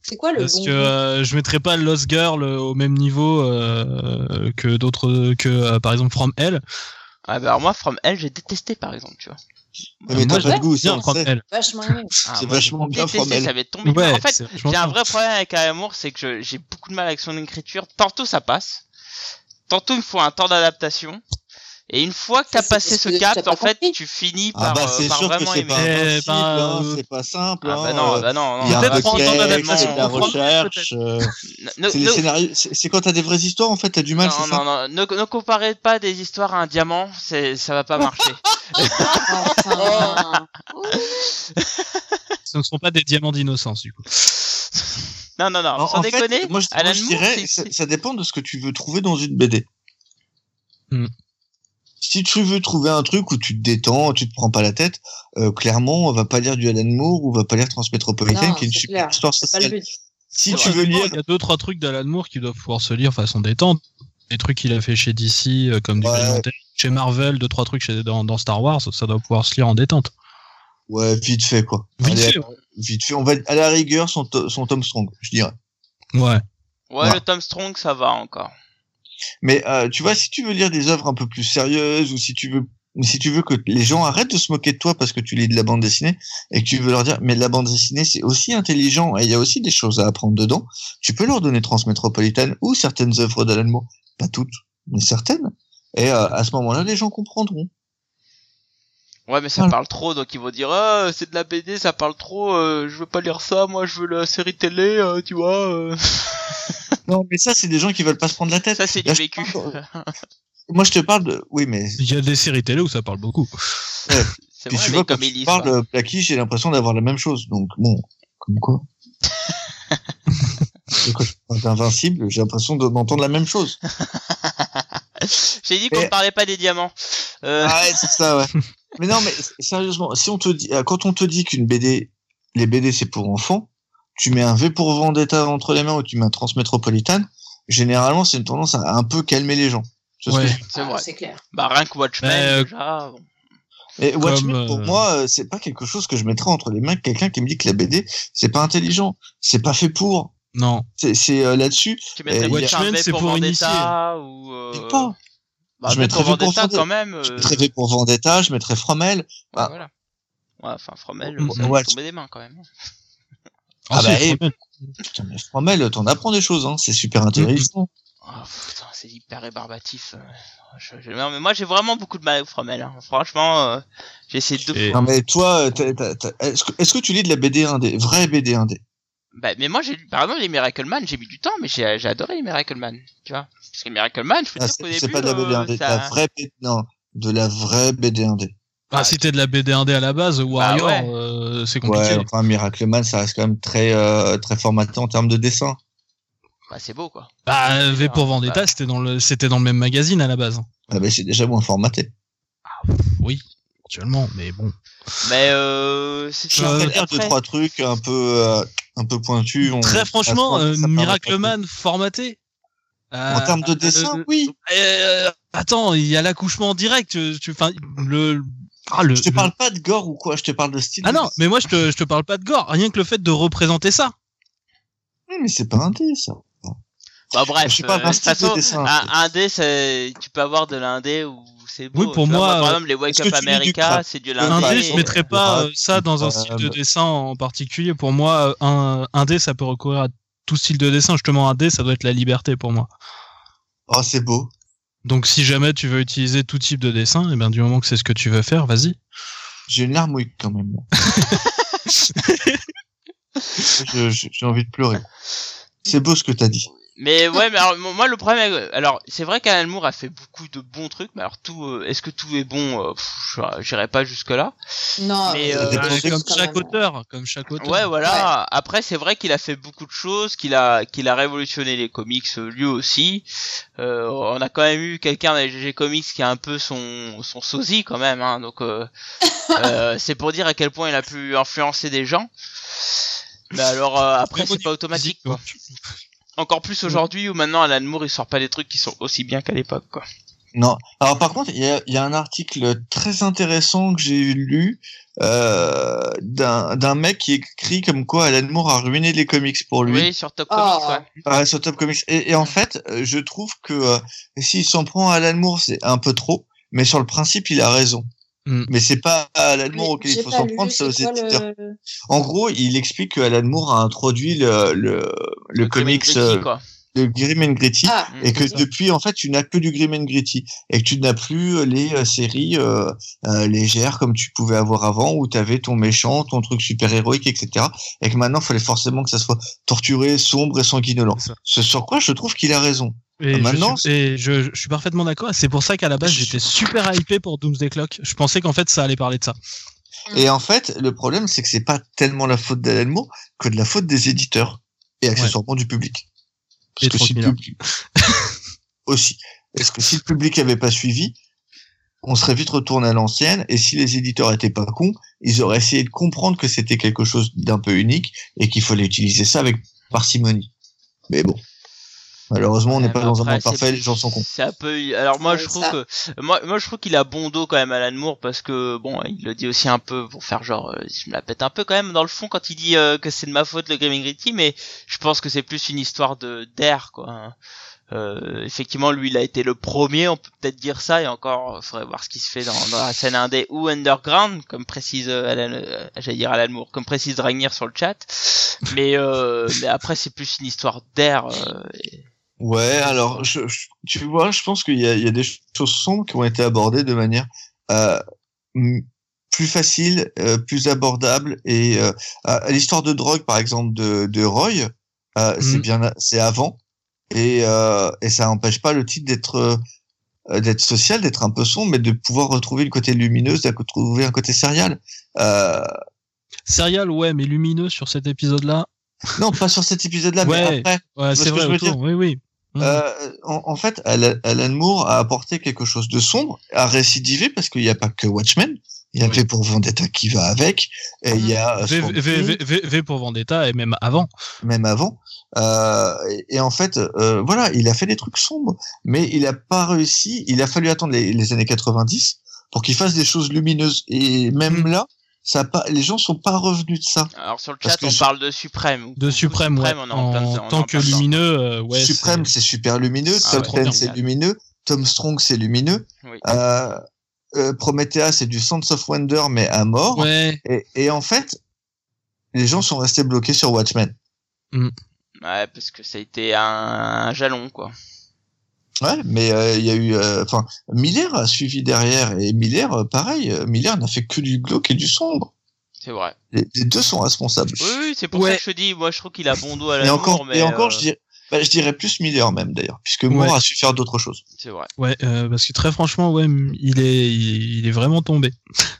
S2: C'est quoi le
S3: Parce
S2: bon
S3: que
S2: goût
S3: euh, je mettrais pas Lost Girl euh, au même niveau euh, que d'autres, que euh, par exemple From Hell.
S1: Ah bah alors moi From Hell j'ai détesté par exemple, tu vois.
S4: mais
S3: Moi,
S4: t'as pas de goût, ça,
S3: Bien
S4: on
S3: From
S4: sait.
S3: Hell.
S2: Vachement aimé.
S1: [laughs] Ah,
S4: C'est
S1: moi, j'ai
S4: vachement bien
S1: détesté,
S4: From Hell.
S1: ça avait tombé.
S3: Ouais,
S1: en fait,
S3: c'est vachement
S1: J'ai un
S3: bien.
S1: vrai problème avec Alan Moore, c'est que je- j'ai beaucoup de mal avec son écriture. Tantôt ça passe, tantôt il me faut un temps d'adaptation, Et une fois que t'as
S2: C'est-
S1: passé
S2: c'est
S1: ce
S2: que
S1: cap,
S2: t'as pas
S1: en fait,
S2: compris.
S1: tu finis
S4: Ah
S1: par,
S4: bah
S1: euh,
S4: c'est
S1: par
S4: sûr que
S1: vraiment
S4: c'est
S1: aimer.
S4: pas
S3: aimer. Eh
S4: impossible,
S3: ben,
S4: hein,
S3: euh,
S4: c'est pas simple.
S1: Ah bah
S4: hein,
S1: non, ah
S4: euh,
S1: bah non, non.
S4: Il y a
S3: Peut-être
S4: un
S3: prendre en temps
S4: contexte,
S3: d'adaptation,
S4: c'est de la
S3: prendre-
S1: [laughs]
S4: recherche. euh,
S1: Ne-
S4: C'est les
S1: ne-
S4: scénarios. C'est c'est quand t'as des vraies histoires en fait, t'as du mal,
S1: non,
S4: c'est
S1: non,
S4: ça
S1: non, ne, ne comparez pas des histoires à un diamant, c'est, ça va pas
S4: [laughs]
S1: marcher. Oh.
S2: Enfin,
S3: Ce ne sont pas des diamants d'innocence, du coup.
S1: non, non, non,
S4: En-
S1: sans
S4: en fait,
S1: déconner,
S4: moi, je, moi,
S1: Alan
S4: je
S1: Moore,
S4: dirais,
S1: c'est-
S4: ça,
S1: c'est-
S4: ça dépend de ce que tu veux trouver dans une BD.
S3: Hmm.
S4: Si tu veux trouver un truc où tu te détends, tu te prends pas la tête, euh, clairement, on va pas lire du Alan Moore ou on va pas lire Transmétropolitain,
S2: Non,
S4: qui est une
S2: c'est
S4: super
S2: clair,
S4: histoire
S2: c'est pas le
S4: sociale.
S2: but.
S4: Si
S1: C'est
S4: tu
S1: vrai.
S4: veux lire,
S3: Oh, Il y a deux, trois trucs d'Alan Moore qui doivent pouvoir se lire façon détente. Des trucs qu'il a fait chez DC, euh, comme du
S4: Ouais.
S3: Valentine, chez Marvel, deux, trois trucs chez, dans, dans Star Wars, ça doit pouvoir se lire en détente.
S4: ouais, vite fait quoi.
S3: Vite
S4: Allez,
S3: fait,
S4: vite fait. On va à la rigueur son, to- son Tom Strong, je dirais.
S3: Ouais.
S1: Ouais,
S4: Voilà.
S1: le Tom Strong, ça va encore.
S4: Mais euh, tu vois, si tu veux lire des œuvres un peu plus sérieuses ou si tu veux si tu veux que les gens arrêtent de se moquer de toi parce que tu lis de la bande dessinée et que tu veux leur dire mais la bande dessinée c'est aussi intelligent et il y a aussi des choses à apprendre dedans, tu peux leur donner Transmétropolitane ou certaines œuvres d'Alan Moore, pas toutes, mais certaines. Et euh, à ce moment-là, les gens comprendront.
S1: Ouais, mais ça
S4: Voilà.
S1: parle trop, donc ils vont dire, ah, c'est de la BD, ça parle trop, euh, je veux pas lire ça, moi, je veux la série télé, euh, tu vois. euh.
S4: Non, mais ça, c'est des gens qui veulent pas se prendre la tête.
S1: Ça, c'est du
S4: Là, je
S1: vécu.
S4: parle- Moi, je te parle de... Oui, mais
S3: Il y a des séries télé où ça parle beaucoup.
S1: C'est
S4: Puis
S1: vrai,
S4: tu
S1: mais
S4: vois,
S1: comme
S4: quand
S1: ils
S4: tu
S1: lisent
S4: parles
S1: pas.
S4: euh, Blackie, j'ai l'impression d'avoir la même chose. Donc, bon, comme
S1: [laughs]
S4: quoi. Et quand je parle d'invincible, j'ai l'impression de- d'entendre la
S1: [laughs]
S4: même chose.
S1: J'ai dit qu'on
S4: Mais-
S1: ne parlait pas des diamants. Euh,
S4: Ah ouais, c'est ça, ouais. Mais non, mais s- sérieusement, si on te dit, euh, quand on te dit qu'une BD, les BD c'est pour enfants, tu mets un V pour Vendetta entre les mains ou tu mets un Transmétropolitane, généralement c'est une tendance à un peu calmer les gens. C'est ce que
S3: Ouais.
S4: je-
S1: c'est
S2: ah,
S1: vrai.
S2: c'est clair.
S1: Bah, rien que Watchmen,
S3: Mais, euh,
S1: déjà. bon.
S4: Et Watchmen,
S3: Comme,
S4: pour
S3: euh,
S4: moi, euh, c'est pas quelque chose que je mettrais entre les mains de quelqu'un qui me dit que la BD, c'est pas intelligent, c'est pas fait pour.
S3: Non.
S4: C'est- C'est euh, là-dessus,
S1: Tu mettrais
S4: euh,
S1: peut-être
S3: Watchmen,
S1: un V
S3: c'est pour
S1: Vendetta, ou... Euh...
S4: pas.
S1: Bah,
S4: Je
S1: je
S4: mettrais
S1: pour
S4: V pour
S1: Vendetta,
S4: Vendetta.
S1: quand même.
S4: Je
S1: euh,
S4: mettrais V pour Vendetta, je mettrais Fromel.
S1: ouais,
S4: Ah. Mm-hmm.
S1: voilà. Ouais, enfin, Fromel,
S4: Bon,
S1: ça va
S4: ouais,
S1: tomber des mains, quand même.
S4: Ah
S3: Ah
S4: bah,
S3: si,
S4: eh.
S3: Fromel.
S4: Putain, mais Fromel, t'en apprends des choses, hein. C'est super intéressant.
S1: Oh, putain, c'est hyper rébarbatif. euh. Je- je- non, mais moi, j'ai vraiment beaucoup de mal avec Fromel. hein. Franchement, euh, j'ai essayé deux
S3: Et-
S1: fois.
S4: Non, mais toi, euh, t'as- t'as- t'as- est-ce que, est-ce que tu lis de la BD indé, vraie BD indé?
S1: Bah, mais moi, j'ai, par exemple, les Miracle Man, j'ai mis du temps, mais j'ai, j'ai adoré les Miracle Man, tu vois. Parce que Miracle Man, je peux te
S4: Ah,
S1: dire qu'au
S4: c'est,
S1: début,
S4: c'est pas de la BD
S1: euh,
S4: indé,
S1: ça-
S4: de la vraie BD, non, de la vraie BD indé.
S3: Ah, si t'es de la BD1D à la base, Warrior,
S1: ouais.
S3: euh, c'est compliqué.
S4: Bah, Ouais, enfin, Miracleman, ça reste quand même très, euh, très formaté en termes de dessin.
S1: bah, c'est beau, quoi.
S3: Bah, V pour
S1: Ah,
S3: Vendetta,
S1: bah.
S3: c'était dans le, c'était dans le même magazine à la base. hein,
S4: Ah, mais c'est déjà moins formaté.
S3: Actuellement, mais bon.
S1: Mais, euh, c'est
S4: Je
S3: Euh,
S4: vais dire deux,
S1: après-
S4: trois trucs un peu, euh, un peu pointus. on-
S3: Très franchement,
S4: ça
S3: euh,
S4: parle-
S3: Miracleman formaté.
S4: En
S3: euh,
S4: termes de dessin,
S3: euh,
S4: oui.
S3: euh, attends, il y a l'accouchement en direct. Tu, tu- enfin, le, ah, le,
S4: Je te
S3: le-
S4: parle pas de gore ou quoi, je te parle de style.
S3: Ah non, mais moi je te, je te parle pas de gore. Rien que le fait de représenter ça.
S4: Oui, mais c'est pas indé, ça.
S1: Bah, bref.
S4: je sais pas,
S1: euh, de
S4: un
S1: toute
S4: style de
S1: façon,
S4: dessin.
S1: un, un dé, c'est, tu peux avoir de l'indé ou c'est beau.
S3: Oui, pour
S1: tu vois.
S3: moi,
S1: par
S3: euh,
S1: exemple, les Wake
S4: est-ce
S1: Up
S4: que tu lis du
S1: America,
S4: crap
S1: c'est du
S4: Un
S3: Un
S4: dé,
S3: dé,
S1: lindé.
S3: je
S4: euh,
S3: mettrais pas
S4: euh,
S3: euh, ça dans un style de
S4: euh,
S3: dessin en particulier. Pour moi, un, un dé, ça peut recourir à tout style de dessin. Justement, un dé, ça doit être la liberté pour moi.
S4: Oh, c'est beau.
S3: Donc, si jamais tu veux utiliser tout type de dessin, et bien du moment que c'est ce que tu veux faire, vas-y.
S4: J'ai une larme oui,
S1: [laughs]
S4: quand même. Je- je- J'ai envie de pleurer. C'est beau ce que t'as dit.
S1: Mais ouais, mais alors, moi le problème, avec- alors c'est vrai qu'Alan Moore a fait beaucoup de bons trucs, mais alors tout, euh, est-ce que tout est bon euh, pff, je- J'irai pas jusque là.
S2: Non,
S1: Mais,
S2: c'est
S1: euh,
S2: quelque
S4: mais
S2: chose
S3: comme
S2: quand
S3: chaque
S2: même.
S3: auteur, comme chaque auteur.
S1: Ouais, voilà. Après, c'est vrai qu'il a fait beaucoup de choses, qu'il a, qu'il a révolutionné les comics euh, lui aussi. Euh, on a quand même eu quelqu'un dans les GG Comics qui a un peu son, son sosie quand même. Hein, donc, [laughs] euh, euh, c'est pour dire à quel point il a pu influencer des gens. Mais alors euh, après, c'est pas automatique. Quoi. Encore plus aujourd'hui où maintenant Alan Moore il sort pas des trucs qui sont aussi bien qu'à l'époque. Quoi.
S4: Non. Alors par contre, il y a, il y a un article très intéressant que j'ai lu euh, d'un d'un mec qui écrit comme quoi Alan Moore a ruiné les comics pour lui.
S1: Oui, Ah. sur Top
S2: Oh.
S1: Comics. Ouais.
S4: Ouais, Ah, sur Top Comics. Et, et en fait, euh, je trouve que euh, s'il s'en prend à Alan Moore, c'est un peu trop, mais sur le principe, il a raison.
S3: Mm.
S4: Mais c'est pas à Alan
S2: Mais
S4: Moore auquel
S2: j'ai
S4: il faut
S2: pas
S4: s'en
S2: lu,
S4: prendre, c'est aux
S2: c'est quoi le-
S4: éditeurs. En gros, il explique que Alan Moore a introduit le, le, le, comics.
S1: Kevin Becky,
S4: euh,
S1: quoi. Mm.
S4: de Grim and Gritty
S2: Ah,
S3: Mm,
S4: et que
S2: Mhm.
S4: depuis en fait tu n'as que du Grim and Gritty et que tu n'as plus les euh, séries euh, euh, légères comme tu pouvais avoir avant où tu avais ton méchant, ton truc super héroïque etc et que maintenant il fallait forcément que ça soit torturé, sombre et sanguinolent.
S3: C'est ça.
S4: Ce sur quoi je trouve qu'il a raison.
S3: Et,
S4: Ah, maintenant,
S3: je, suis, et je, je suis parfaitement d'accord. C'est pour ça qu'à la base,
S4: Je-
S3: j'étais super hypé pour Doomsday Clock. Je pensais qu'en fait, ça allait parler de ça.
S1: Mm.
S4: Et en fait le problème c'est que c'est pas tellement la faute d'Alan Moore que de la faute des éditeurs et accessoirement du public. Parce
S3: Et
S4: que si le
S3: 30
S1: hein.
S4: public [laughs] aussi, est-ce que si le public avait pas suivi on serait vite retourné à l'ancienne, et si les éditeurs étaient pas cons, ils auraient essayé de comprendre que c'était quelque chose d'un peu unique et qu'il fallait utiliser ça avec parcimonie. Mais bon. Malheureusement, on n'est
S1: Ouais,
S4: pas
S1: mais
S4: dans un
S1: après,
S4: monde parfait,
S1: c'est-
S4: les gens sont cons.
S1: C'est un peu. Alors moi
S2: Ouais,
S1: je
S2: ça.
S1: trouve que moi, moi je trouve qu'il a bon dos quand même Alan Moore parce que bon il le dit aussi un peu pour faire genre euh, je me la pète un peu quand même dans le fond quand il dit euh, que c'est de ma faute le Grim Gritty mais je pense que c'est plus une histoire de d'air quoi. hein. Euh, effectivement lui il a été le premier on peut peut-être dire ça et encore euh, faudrait voir ce qui se fait dans, dans la scène indé ou underground comme précise euh, Alan euh, j'allais dire Alan Moore comme précise Dragnir sur le chat mais euh, mais après c'est plus une histoire d'air euh, et-
S4: Ouais, alors, je, je- tu vois, je pense qu'il y, a- il y a des choses sombres qui ont été abordées de manière euh, m- plus facile, euh, plus abordable. Et euh, euh, l'histoire de drogue, par exemple, de, de Roy, euh, c'est
S3: Mhm.
S4: bien, c'est avant, et, euh, et ça n'empêche pas le titre d'être euh, d'être social, d'être un peu sombre, mais de pouvoir retrouver le côté lumineux, de retrouver un côté serial. Euh,
S3: Serial, ouais, mais lumineux sur cet épisode-là.
S4: non, pas sur cet épisode-là, mais
S3: Ouais.
S4: après.
S3: Ouais,
S4: ce
S3: c'est
S4: que
S3: vrai,
S4: je veux
S3: autour, oui, oui. Mhm.
S4: Euh, en, en fait, Alan, Alan Moore a apporté quelque chose de sombre, a récidivé parce qu'il n'y a pas que Watchmen, il y a
S3: Oui.
S4: V pour Vendetta qui va avec, et il y a
S3: v,
S4: Swamp
S3: v-
S4: Thing,
S3: v- v- V pour Vendetta et même avant.
S4: même avant. Euh, et, et en fait, euh, voilà, il a fait des trucs sombres, mais il n'a pas réussi. Il a fallu attendre les, les années 90 pour qu'il fasse des choses lumineuses. Et même
S3: Mm.
S4: là, ça a pas, les gens sont pas revenus de ça.
S1: Alors sur le
S4: Parce
S1: chat,
S4: que
S1: on
S4: je-
S1: parle de Suprême.
S3: De Suprême, ouais.
S1: on est en
S3: en,
S1: plein dedans, on est en
S3: tant que
S1: plein dedans.
S3: lumineux, euh, ouais.
S4: Suprême, c'est super lumineux.
S1: Ah
S4: Tom
S1: ouais,
S4: Ten,
S1: trop
S4: c'est
S1: bien.
S4: lumineux. Tom Strong, c'est lumineux.
S1: Oui.
S4: Euh, euh, Promethea, c'est du Sons of Wonder, mais à
S3: c'est-
S4: mort.
S3: Ouais.
S4: Et, et en fait, les gens sont restés bloqués sur Watchmen.
S1: Ouais, parce que ça a été un, un jalon, quoi.
S4: Ouais, mais euh, il y a eu, euh, enfin, Miller a suivi derrière et Miller, euh, pareil, euh, Miller n'a fait que du glauque et du sombre.
S1: C'est vrai.
S4: Les, les deux sont responsables.
S1: Oui, oui, c'est pour
S3: Ouais.
S1: ça que je te dis, moi je trouve qu'il a bon dos à la
S4: et encore,
S1: mais
S4: et encore,
S1: euh,
S4: je dirais, bah, je dirais plus Miller même d'ailleurs, puisque Moore
S3: Ouais.
S4: a su faire d'autres choses.
S1: c'est vrai.
S3: Ouais, euh, parce que très franchement, ouais, m- il est, il, il est vraiment tombé,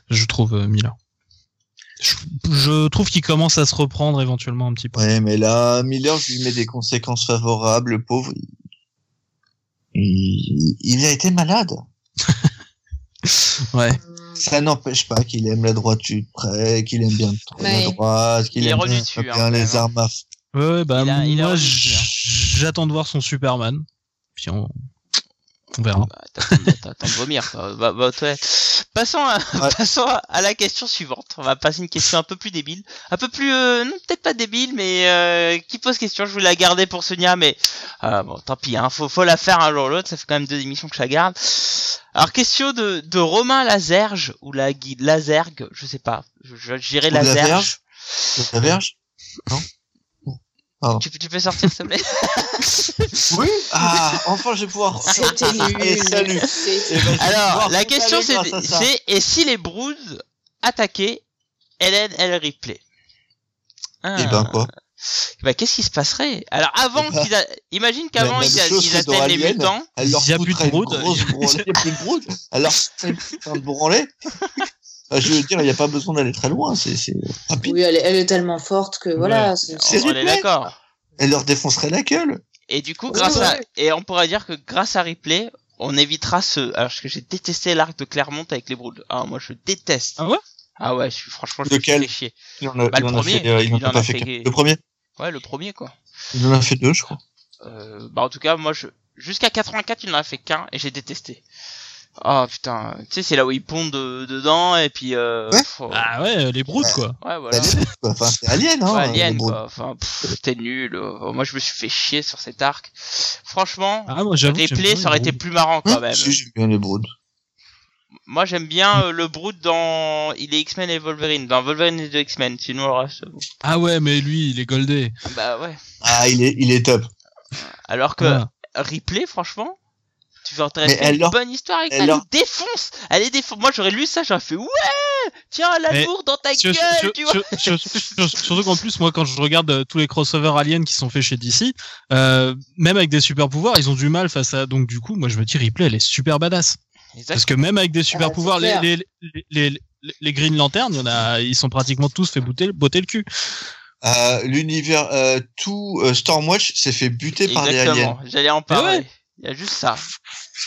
S3: je trouve, euh, Miller. Je, je trouve qu'il commence à se reprendre éventuellement un petit peu.
S4: Ouais, mais là, Miller, je lui mets des conséquences favorables, le pauvre. Il, il a été malade.
S3: Ouais.
S2: Hum,
S4: Ça n'empêche pas qu'il aime la droiture près, qu'il aime bien
S2: Ouais.
S4: la droite, qu'il
S1: Il est
S4: aime
S1: relu
S4: bien,
S1: dessus, hein,
S4: bien
S1: quand même,
S4: les
S1: hein.
S4: armes à feu.
S3: Ouais, ouais, bah
S1: Il a- il a
S3: moi
S1: remis,
S3: j-
S1: hein.
S3: j'attends de voir son Superman. Puis on, on verra.
S1: Bah, t'attends t'attends de vomir, quoi. Bah, bah, ouais. Passons, à,
S4: Ouais.
S1: [laughs] passons à- à la question suivante. On va passer une question un peu plus débile. Un peu plus, euh, non, peut-être pas débile, mais euh, qui pose question. Je voulais la garder pour Sonia, mais euh, bon, tant pis, hein, faut, faut la faire un jour ou l'autre. Ça fait quand même deux émissions que je la garde. Alors, question de, de Romain Lazerge, ou la guide Lazergue, je sais pas. Je, je, je dirais
S4: Ou la
S1: Lazerge.
S4: Verge. La verge
S1: Tu, peux- tu peux sortir, s'il te plaît
S4: Oui Ah, enfin, je vais [laughs] pouvoir.
S2: C'était nul. [laughs]
S4: Et salut.
S2: C'était-
S4: Eh ben, je vais
S1: Alors,
S4: pouvoir
S1: la question c'est,
S4: comparer grâce à ça.
S1: c'est et si les Broods attaquaient Hélène El Ripley
S4: Eh ben quoi
S1: Bah, qu'est-ce qui se passerait Alors avant
S4: Eh ben,
S1: qu'ils a- imagine qu'avant
S4: la même
S1: ils, a-
S4: chose
S1: ils
S4: que dans
S1: atteignent les
S4: Alien.
S1: mutants.
S4: Elle leur
S3: Il y a plus de
S4: foutrait une
S3: brood.
S4: grosse [laughs] branlée. Il y a plus de brood. Alors, c'est une putain de branlée. Bah, je veux dire, il n'y a pas besoin d'aller très loin. C'est c'est rapide.
S2: Ah, Oui, elle est, elle est tellement forte que voilà. c'est-
S1: On,
S4: C'est
S1: on est
S4: Ripley.
S1: d'accord.
S4: Elle leur défoncerait la gueule.
S1: Et du coup
S2: Oui,
S1: grâce
S2: oui,
S1: à
S2: oui.
S1: et on pourrait dire que grâce à Ripley on évitera ce alors parce que j'ai détesté l'arc de Clermont avec les Broods. Ah moi je déteste.
S3: Ah ouais
S1: Ah ouais je suis franchement je me suis
S4: Lequel
S1: fait chier.
S4: Il en a,
S1: Bah,
S4: il
S1: le
S4: en a
S1: premier.
S4: fait, euh, il en a
S1: Il en
S4: pas
S1: a
S4: fait
S1: fait
S4: qu'un.
S1: gay.
S4: Le premier.
S1: Ouais le premier quoi.
S4: Il en a fait deux, je crois.
S1: Euh, bah en tout cas, moi, je... jusqu'à 84, il n'en a fait qu'un et j'ai détesté. Oh putain, tu sais, c'est là où il pondent de- dedans et puis. Euh...
S4: Ouais.
S1: faut-
S3: Ah ouais, les broutes quoi.
S1: ouais, voilà.
S4: Bah, les- quoi. Enfin, c'est Alien, hein.
S1: Ouais, Alien,
S4: le brood.
S1: quoi. Enfin, pff, t'es nul. euh, Moi, je me suis fait chier sur cet arc. Franchement,
S3: Ah moi j'avoue. que j'aime
S1: Ripley,
S3: bien
S1: ça aurait
S3: les
S1: été
S3: Broods.
S1: plus marrant quand
S4: Hein
S1: même.
S4: Si, j'aime bien les broods.
S1: Moi, j'aime bien euh, le Brood dans. Il est X-Men et Wolverine. Dans Wolverine et de X-Men, sinon le reste. bon.
S3: Ah ouais, mais lui, il est goldé.
S1: Ah, Bah ouais.
S4: Ah, il est, il est top.
S1: Alors que
S3: Voilà.
S1: Ripley, franchement, tu veux intéresser
S4: Mais elle
S1: une
S4: leur-
S1: bonne histoire avec
S4: elle
S1: ça, elle
S4: leur-
S1: les défonce Elle les défonce Moi j'aurais lu ça, j'aurais fait ouais Tiens, l'amour dans ta
S3: Sur-
S1: gueule,
S3: sur-
S1: tu vois
S3: sur- sur- sur- Surtout qu'en plus, moi, quand je regarde euh, tous les crossovers aliens qui sont faits chez DC, euh, même avec des super pouvoirs, ils ont du mal face à. Donc, du coup, moi, je me dis, Ripley, elle est super badass. Parce que même avec des super
S2: Ah, c'est
S3: pouvoirs, les,
S2: clair.
S3: les, les, les, les Green Lantern, il y en a, ils sont pratiquement tous fait botter, botter le cul.
S4: Euh, L'univers, euh, tout euh, Stormwatch s'est fait buter par des aliens.
S1: Exactement, j'allais en parler.
S3: ouais.
S1: Il y a juste ça.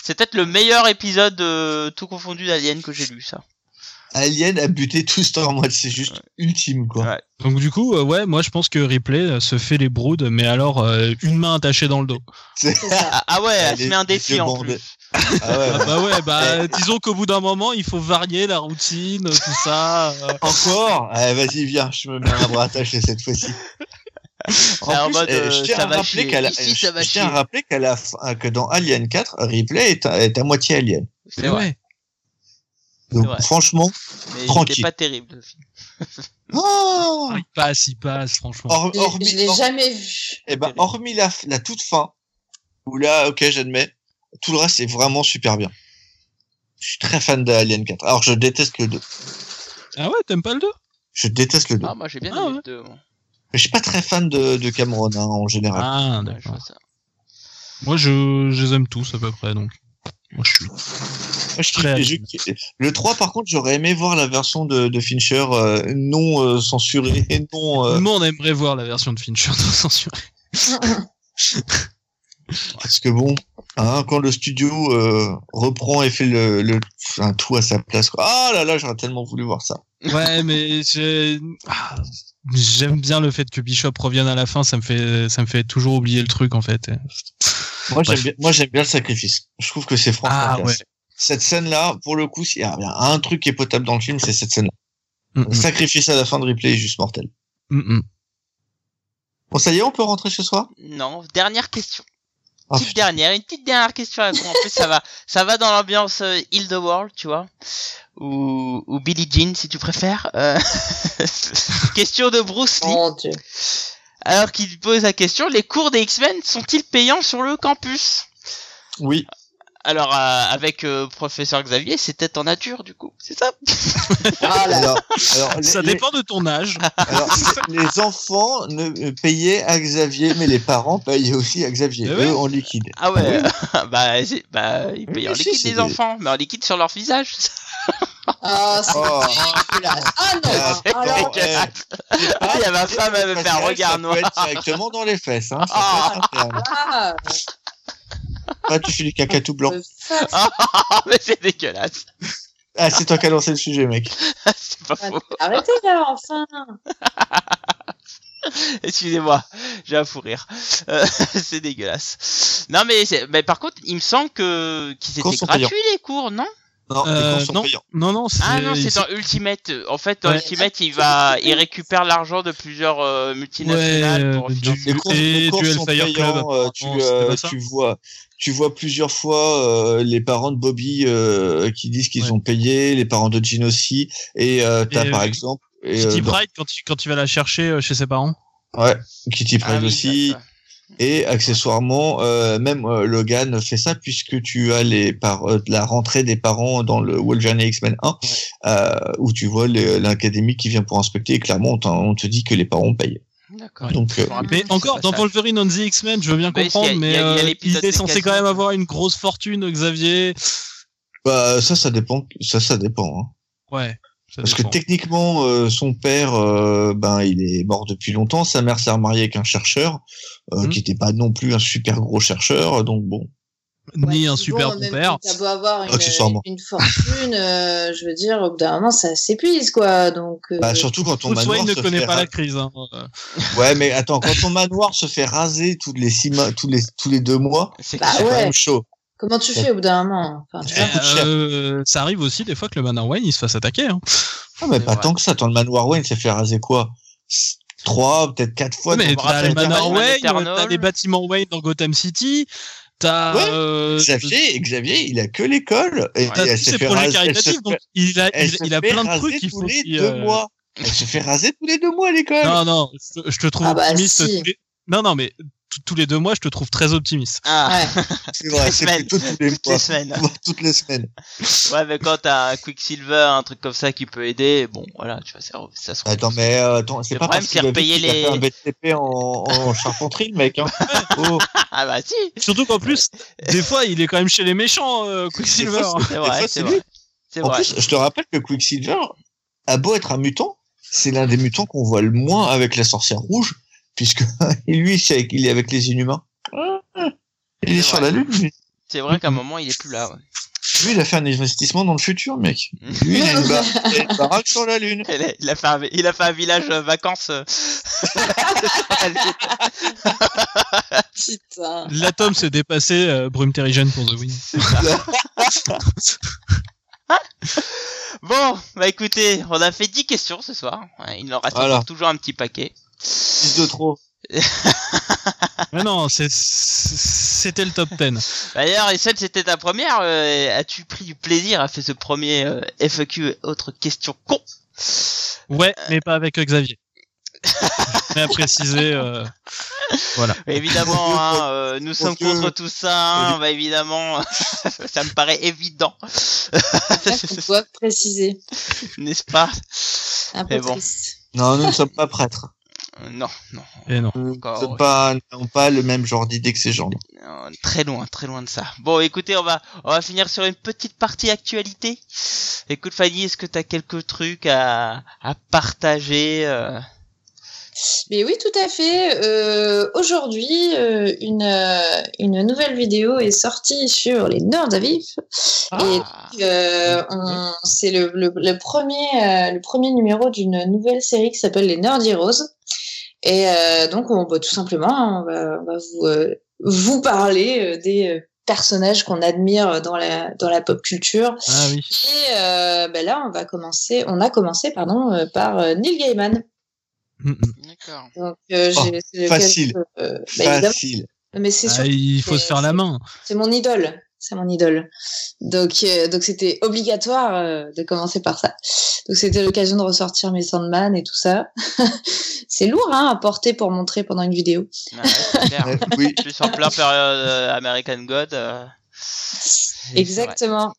S1: C'est peut-être le meilleur épisode euh, tout confondu d'Alien que j'ai lu, ça.
S4: Alien a buté tout Stormwatch, c'est juste ultime quoi.
S1: Ouais.
S3: Donc, du coup, euh, ouais, moi, je pense que Ripley euh, se fait les broods, mais alors, euh, une main attachée dans le dos.
S2: C'est ça.
S1: Ah, ah ouais, elle
S4: Elle
S1: se
S4: est
S1: met un défi en
S4: débordée.
S1: plus.
S4: Ah ouais,
S3: Ah
S4: ouais.
S3: bah ouais, bah, disons qu'au bout d'un moment, il faut varier la routine, tout ça.
S4: [laughs]
S3: euh.
S4: [laughs] Encore Allez, Vas-y, viens, je me mets un bras attaché cette fois-ci.
S1: en
S4: En plus,
S1: mode,
S4: euh,
S1: euh,
S4: je tiens
S1: ça
S4: à
S1: va
S4: rappeler
S1: chier.
S4: qu'à la-
S1: Ici, ça va
S4: je tiens à
S1: chier.
S4: rappeler qu'à la fin- que dans Alien 4, Ripley est à, est à moitié alien.
S1: C'est vrai.
S4: Donc
S1: vrai.
S4: franchement,
S1: Mais c'était
S4: Tranquille.
S1: pas terrible, le film.
S4: oh
S3: Ah, il passe, il passe, franchement.
S4: Hor-
S2: Je
S4: hormis,
S2: je l'ai
S4: hor-
S2: jamais vu.
S4: eh ben, hormis la, la toute fin, où là, ok, j'admets, tout le reste est vraiment super bien. Je suis très fan d'Alien 4. Alors je déteste le 2.
S3: Ah ouais, t'aimes pas le 2
S4: Je déteste le 2.
S1: Ah, moi j'ai bien
S3: Ah
S1: aimé
S3: ouais.
S1: le deux, moi.
S4: Mais je suis pas très fan de, de Cameron hein, en général.
S3: Ah,
S1: Ouais, je
S3: d'accord.
S1: vois ça.
S3: Moi, je, je les aime tous à peu près, donc. Moi, je suis.
S4: Moi, je kiffe
S3: très
S4: les jeux
S3: Alien.
S4: qui- Le 3, par contre, j'aurais aimé voir la version de, de Fincher euh, non euh, censurée, [laughs] non. euh,
S3: Tout le monde aimerait voir la version de Fincher dans censurée.
S4: Parce que bon, hein, quand le studio euh, reprend et fait le, le- un tout à sa place, quoi. Ah là là, j'aurais tellement voulu voir ça.
S3: Ouais, mais je- ah, j'aime bien le fait que Bishop revienne à la fin, ça me fait, ça me fait toujours oublier le truc, en fait.
S4: Moi, j'aime
S3: Bref.
S4: bien, moi, j'aime bien le sacrifice. Je trouve que c'est franchement.
S3: Ah,
S4: classe. Cette scène-là, pour le coup, s'il y a bien un truc qui est potable dans le film, c'est cette scène-là.
S3: Mm,
S4: Le Sacrifice à la fin de replay est juste mortel.
S3: mm, mm, mm.
S4: Bon, ça y est, on peut rentrer ce soir
S1: Non, dernière question.
S4: Ah,
S1: petite dernière, une petite dernière question. à répondre. En plus, ça
S4: [laughs]
S1: va, ça va dans l'ambiance euh, Heal the World, tu vois, ou, ou Billie Jean si tu préfères. Euh, [laughs] question de Bruce Lee.
S2: Mon Oh, dieu.
S1: Alors qu'il pose la question, les cours des X-Men sont-ils payants sur le campus
S4: Oui.
S1: Alors euh, avec euh, professeur Xavier, c'était en nature du coup, c'est ça
S2: Ah là là.
S4: Alors, alors, les,
S3: Ça dépend de ton âge.
S4: les- alors, les- les enfants ne euh, payaient à Xavier, mais les parents payaient aussi à Xavier.
S3: Eh oui.
S4: Eux en liquide.
S1: Ah ouais, [laughs] bah, c'est- bah ils payent en
S4: Oui, si,
S1: liquide
S4: c'est
S1: les
S4: des-
S1: enfants, mais en liquide sur leur visage. [laughs]
S2: Ah, c'est
S4: Oh.
S2: dégueulasse. Ah non.
S4: Ah, c'est
S2: alors,
S4: dégueulasse.
S1: Ah, il y a ma femme, elle me fait un
S4: Pascal,
S1: regard
S4: ça peut
S1: noir.
S4: être directement dans les
S3: [laughs]
S4: fesses. Hein, ça peut
S1: Ah.
S4: être interne.
S2: ah,
S4: Ah, tu fais du caca tout blanc.
S2: le fuck.
S1: Ah, [laughs] mais c'est dégueulasse. [laughs]
S4: Ah, c'est toi qui as lancé le sujet, mec.
S1: C'est pas faux.
S2: Arrêtez là, enfin.
S1: [laughs] Excusez-moi, j'ai un fou rire. Euh, [laughs] c'est dégueulasse. Non mais, c'est- mais par contre, il me semble que qu'ils
S4: Cours
S1: étaient
S4: sont payants.
S1: gratuits les cours, non
S4: Non,
S3: Euh,
S4: Ah, les cours sont
S3: non,
S4: payants.
S3: non, non, c'est.
S1: Ah non, c'est
S3: c'est-
S1: dans Ultimate. En fait, dans
S3: Euh, Ouais.
S1: Ultimate, il va, il récupère l'argent de plusieurs euh, multinationales
S3: Ouais,
S1: pour
S3: euh,
S1: financer.
S4: Les cours,
S3: Et
S4: les cours
S3: Duel
S4: sont
S3: Fire Club,
S4: payants. euh, tu,
S3: apparemment, c'était
S4: euh,
S3: pas ça
S4: tu vois, tu vois plusieurs fois euh, les parents de Bobby euh, qui disent qu'ils
S3: Ouais.
S4: ont payé, les parents de Gene aussi. Et euh, t'as
S3: Et,
S4: par
S3: euh,
S4: exemple et, euh,
S3: Kitty
S4: dans-
S3: Pride, quand tu, quand tu vas la chercher euh, chez ses parents.
S4: ouais, Kitty
S1: Ah
S4: Pryde
S1: oui,
S3: bah,
S4: aussi.
S1: d'accord.
S4: Et accessoirement, euh, même euh, Logan fait ça puisque tu as les par euh, la rentrée des parents dans le Wolverine et X-Men 1, euh, où tu vois les- l'académie qui vient pour inspecter. Et clairement, on, t'en- hein. on te dit que les parents payent.
S1: D'accord.
S4: Donc, euh,
S1: Je me rappelle
S3: Mais
S1: plus
S3: encore,
S1: ce
S3: dans
S1: passage.
S3: Wolverine on the X-Men, je veux bien
S1: Mais il y
S3: comprendre,
S1: a- il
S3: mais
S1: y a- il y a
S3: euh,
S1: l'épisode
S3: il est
S1: des
S3: censé
S1: casinos.
S3: quand même avoir une grosse fortune, Xavier.
S4: bah, ça, ça dépend. Ça, ça dépend. hein.
S3: Ouais. ça
S4: Parce que
S3: dépend.
S4: techniquement, euh, son père, euh, ben, il est mort depuis longtemps. Sa mère s'est remariée avec un chercheur euh,
S3: Mhm.
S4: qui n'était pas non plus un super gros chercheur. Donc bon,
S3: ni
S2: Ouais,
S3: un
S2: bon,
S3: super
S2: même
S3: bon
S2: si
S3: père.
S2: T'as beau
S4: Ah,
S2: avoir une,
S4: Accessoirement.
S2: une fortune, euh, je veux dire, au bout d'un moment, ça s'épuise, quoi. Donc, euh,
S4: bah, surtout quand ton
S3: Bruce
S4: manoir
S3: Wayne ne
S4: se
S3: connaît
S4: fait
S3: pas
S4: ra-
S3: la crise. hein. Euh,
S4: Ouais, mais attends, quand ton manoir se fait raser tous les six mois, tous les tous les deux mois,
S1: C'est
S2: Bah
S4: c'est
S1: clair.
S2: ouais.
S4: quand même chaud.
S2: comment tu fais au bout d'un moment enfin, tu vois.
S4: Ça coûte cher.
S3: euh, ça arrive aussi des fois que le Manor Wayne il se fasse attaquer. hein.
S4: Ah, mais
S1: C'est
S4: pas
S1: vrai.
S4: tant que ça. Attends, le manoir Wayne s'est fait raser quoi S- Trois, peut-être quatre fois.
S3: mais
S4: donc,
S1: me
S3: t'as
S1: rappelle
S3: le
S1: Batman
S3: Manor Wayne,
S1: Eternal.
S3: t'as les bâtiments Wayne dans Gotham City, t'as.
S4: Ouais,
S3: euh,
S4: Xavier, Xavier, il a que l'école et
S1: Ouais.
S3: t'as
S4: elle
S3: tous
S4: s'est
S3: ces
S4: fait
S3: projets
S4: raser. elle se
S3: caritatifs,
S4: fait-
S3: donc il a,
S4: elle
S3: il,
S4: se
S3: il a
S4: fait
S3: plein de
S4: raser
S3: trucs qu'il
S4: tous
S3: faut.
S4: les
S3: qu'il,
S4: deux
S3: euh,
S4: mois. Elle se fait raser tous les deux mois à l'école.
S3: Non, non, je, te- je te trouve
S2: Ah bah
S3: optimiste.
S2: si.
S3: tous les- Non, non, mais tous les deux mois, je te trouve très optimiste.
S1: Ah,
S4: C'est
S1: toutes les
S4: vrai, c'est
S1: semaines.
S4: plutôt tous les
S1: Toutes
S4: mois.
S1: les semaines.
S4: [laughs] Toutes les semaines.
S1: Ouais, mais quand t'as un Quicksilver, un truc comme ça qui peut aider, bon, voilà, tu vois, ça, ça se
S4: Attends, mais euh, attends, c'est
S1: Le
S4: pas
S1: problème,
S4: parce
S1: c'est
S4: qu'il a vu
S1: repayer
S4: qu'il a
S1: les-
S4: fait un BTP en, en charpenterie,
S1: [laughs]
S4: le mec. Hein. Oh,
S1: [laughs] Ah bah si,
S3: Surtout qu'en plus, des fois, il est quand même chez les méchants, euh, Quicksilver.
S4: Des fois,
S1: c'est
S4: Et
S1: vrai,
S4: ça,
S1: c'est
S4: c'est
S1: vrai.
S4: lui.
S1: C'est
S4: en
S1: vrai.
S4: plus, je te rappelle que Quicksilver a beau être un mutant, c'est l'un des mutants qu'on voit le moins avec la sorcière rouge, puisque [laughs] lui, c'est avec- il est avec les inhumains. Il est,
S1: Ah. C'est
S4: sur
S1: vrai.
S4: la lune, mais
S1: C'est vrai
S4: [laughs]
S1: qu'à un moment, il est plus là. ouais.
S4: lui, il a fait un investissement dans le futur, mec.
S1: [laughs]
S4: Lui, il a une, bar- il a une baraque sur la lune.
S1: Il a, il a fait un, il a fait un village euh, vacances.
S2: [laughs]
S1: euh,
S2: Putain.
S3: L'atome s'est dépassé, euh, Brume Terrigen pour
S2: [laughs]
S3: The Win.
S1: Bon, bah écoutez, on a fait 10 questions ce soir. Ouais, Il en reste
S4: Voilà.
S1: encore toujours un petit paquet.
S4: [laughs] Fils de trop.
S3: Mais non, c'est- c'est- c'était le top 10.
S1: D'ailleurs, et celle c'était ta première. euh, As-tu pris du plaisir à faire ce premier euh, FAQ et autres questions con
S3: Ouais, mais pas avec Xavier. Mais à préciser, euh,
S1: Évidemment,
S2: [laughs]
S4: Mon Dieu,
S1: hein, euh, nous sommes
S4: Dieu.
S1: contre tout ça. hein, on va évidemment, [laughs] ça me paraît
S2: [laughs]
S1: évident, [laughs]
S2: J'espère qu'on doit préciser.
S1: n'est-ce pas
S2: Un peu
S1: Mais bon,
S2: triste.
S4: Non, nous ne sommes pas prêtres.
S1: euh, non, non,
S3: et non.
S4: Nous ne
S1: Encore,
S4: sommes
S1: ouais.
S4: pas, n'avons pas le même genre d'idée que ces gens.
S1: Euh, très loin, très loin de ça. Bon, écoutez, on va, on va finir sur une petite partie actualité. Écoute, Fanny, est-ce que t'as quelques trucs à, à partager euh,
S2: Mais oui, tout à fait. Euh, Aujourd'hui, euh, une, euh, une nouvelle vidéo est sortie sur les nerds à vif. Et
S1: ah, Mm-hmm.
S2: Euh, on- c'est le, le- le premier, euh, le premier numéro d'une nouvelle série qui s'appelle Les Nerdy Heroes. Et euh, donc, on, bah, tout simplement, on va, on va vous, euh, vous parler euh, des euh, personnages qu'on admire dans la, dans la pop culture.
S3: Ah oui.
S2: Et euh, bah, là, on va commencer, on a commencé pardon, euh, par euh, Neil Gaiman.
S3: Mm, mm.
S1: D'accord.
S2: Donc, euh,
S4: Oh,
S2: j'ai- c'est le-
S4: facile.
S2: euh, bah, évidemment.
S4: Facile.
S2: mais c'est
S3: Ah,
S2: surtout
S3: il faut se faire la main.
S2: c'est mon idole. C'est mon idole. Donc, euh, donc c'était obligatoire euh, de commencer par ça. Donc, c'était l'occasion de ressortir mes Sandman et tout ça. [laughs] c'est lourd hein, à porter pour montrer pendant une vidéo.
S1: Ouais, c'est clair.
S3: [laughs]
S4: Euh, oui,
S1: Je suis en plein période euh, American God. euh, et
S2: Exactement.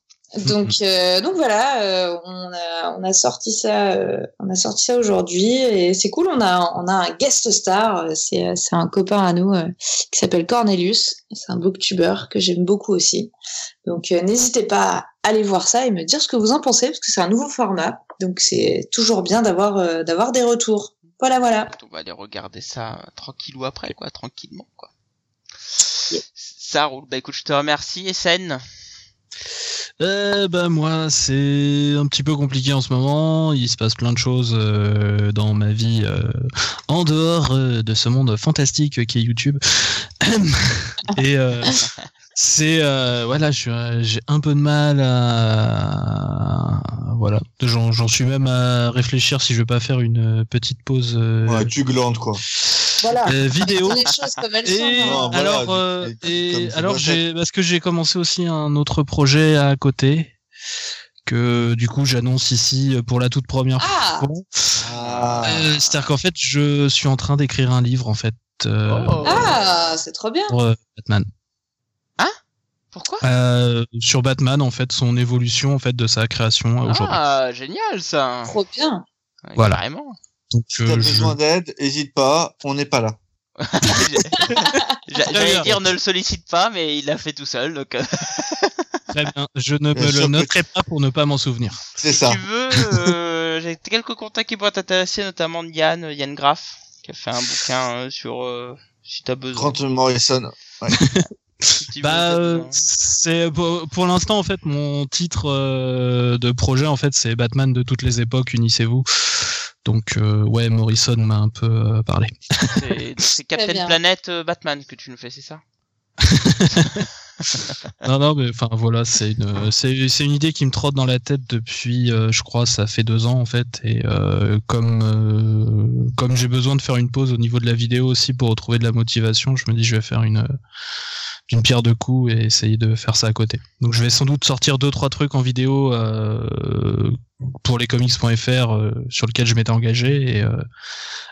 S2: Donc, euh, donc voilà, euh, on, a, on a sorti ça, euh, on a sorti ça aujourd'hui et c'est cool. On a, on a un guest star. euh, C'est, euh, c'est un copain à nous euh, qui s'appelle Cornelius. C'est un booktuber que j'aime beaucoup aussi. Donc euh, n'hésitez pas à aller voir ça et me dire ce que vous en pensez parce que c'est un nouveau format. Donc c'est toujours bien d'avoir, euh, d'avoir des retours. Voilà, voilà.
S1: On va aller regarder ça euh, tranquillou après, quoi, tranquillement, quoi.
S2: Yeah.
S1: Ça roule. Bah écoute, je te remercie, Essen.
S3: Euh, bah moi, c'est un petit peu compliqué en ce moment. Il se passe plein de choses euh, dans ma vie euh, en dehors euh, de ce monde fantastique qui est YouTube. [coughs] Et euh, c'est euh, voilà, je suis, euh, j'ai un peu de mal à voilà. J'en j'en suis même à réfléchir si je veux pas faire une euh, petite pause euh,
S4: Ouais, tu glandes, quoi.
S2: Voilà.
S3: euh, vidéo.
S2: Les choses comme elles
S3: Et
S2: sont. hein.
S4: voilà,
S3: alors,
S4: du-
S3: euh,
S4: du-
S3: et
S4: comme ça
S3: alors
S4: doit
S3: j'ai parce que j'ai commencé aussi un autre projet à côté que du coup j'annonce ici euh, pour la toute première
S2: Ah,
S3: fois.
S4: Ah.
S3: Euh, C'est-à-dire qu'en fait je suis en train d'écrire un livre en fait euh,
S1: Oh.
S2: ah, c'est trop bien.
S3: pour euh, Batman
S1: Pourquoi
S3: Euh, sur Batman en fait son évolution en fait de sa création à aujourd'hui.
S1: Ah, génial ça.
S2: Trop bien.
S1: Ouais,
S3: Voilà.
S1: Carrément.
S3: Donc
S4: Si t'as
S3: euh, je-
S4: besoin d'aide, hésite pas, on n'est pas là.
S1: [laughs] J'a- J'allais dire ne le sollicite pas, mais il l'a fait tout seul. Donc, euh,
S3: très bien, je ne
S4: Bien
S3: me
S4: sûr
S3: le
S4: que-
S3: noterai pas pour ne pas m'en souvenir.
S4: C'est
S1: si
S4: ça.
S1: tu veux, euh, j'ai quelques contacts qui pourraient t'intéresser, notamment de Yann, euh, Yann Graff, qui a fait un bouquin euh, sur euh, si t'as besoin.
S4: Grant Morrison.
S1: si tu veux,
S3: Bah,
S1: t'as
S3: euh,
S1: besoin.
S3: c'est pour, pour l'instant en fait mon titre euh, de projet en fait c'est Batman de toutes les époques unissez-vous. Donc euh, ouais Morrison m'a un peu euh, parlé.
S1: C'est-
S3: [laughs]
S1: c'est Captain
S2: bien.
S1: Planet euh, Batman que tu nous fais, c'est ça
S3: Non non mais enfin voilà c'est une c'est c'est une idée qui me trotte dans la tête depuis euh, je crois ça fait deux ans en fait et euh, comme euh, comme j'ai besoin de faire une pause au niveau de la vidéo aussi pour retrouver de la motivation je me dis je vais faire une euh, une pierre de coups et essayer de faire ça à côté. Donc je vais sans doute sortir deux trois trucs en vidéo euh, pour les comics.fr euh, sur lequel je m'étais engagé et euh,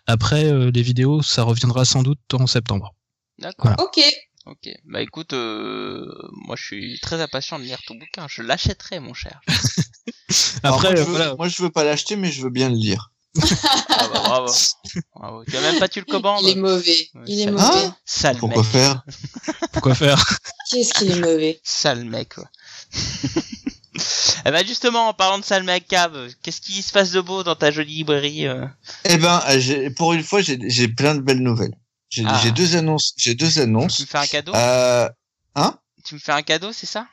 S3: après euh, les vidéos ça reviendra sans doute en septembre.
S1: D'accord.
S2: Ok.
S1: Ok. Bah écoute, euh, moi je suis très impatient de lire ton bouquin. Je l'achèterai, mon
S4: [laughs]
S1: cher.
S4: Alors,
S3: Après,
S4: moi, je
S3: euh,
S4: veux,
S3: voilà.
S4: moi, je veux pas l'acheter, mais je veux bien le lire.
S1: Ah bah, bravo. bravo. Tu as même pas tu le commandes.
S2: Il est mauvais.
S1: Ouais,
S2: Il est
S1: ça-
S2: mauvais.
S4: Hein
S1: Sale
S4: Pourquoi
S1: mec.
S4: faire
S3: Pourquoi faire
S2: Qu'est-ce qu'il est mauvais
S1: Sale mec. Quoi. [laughs] Eh ben justement, en parlant de sale mec, Cave, qu'est-ce qui se passe de beau dans ta jolie librairie euh
S4: Eh ben, euh, j'ai- pour une fois, j'ai j'ai plein de belles nouvelles. J'ai
S1: Ah.
S4: j'ai deux annonces. J'ai deux
S1: Tu
S4: annonces.
S1: me fais un cadeau
S4: Euh,
S1: Tu me fais un cadeau, c'est ça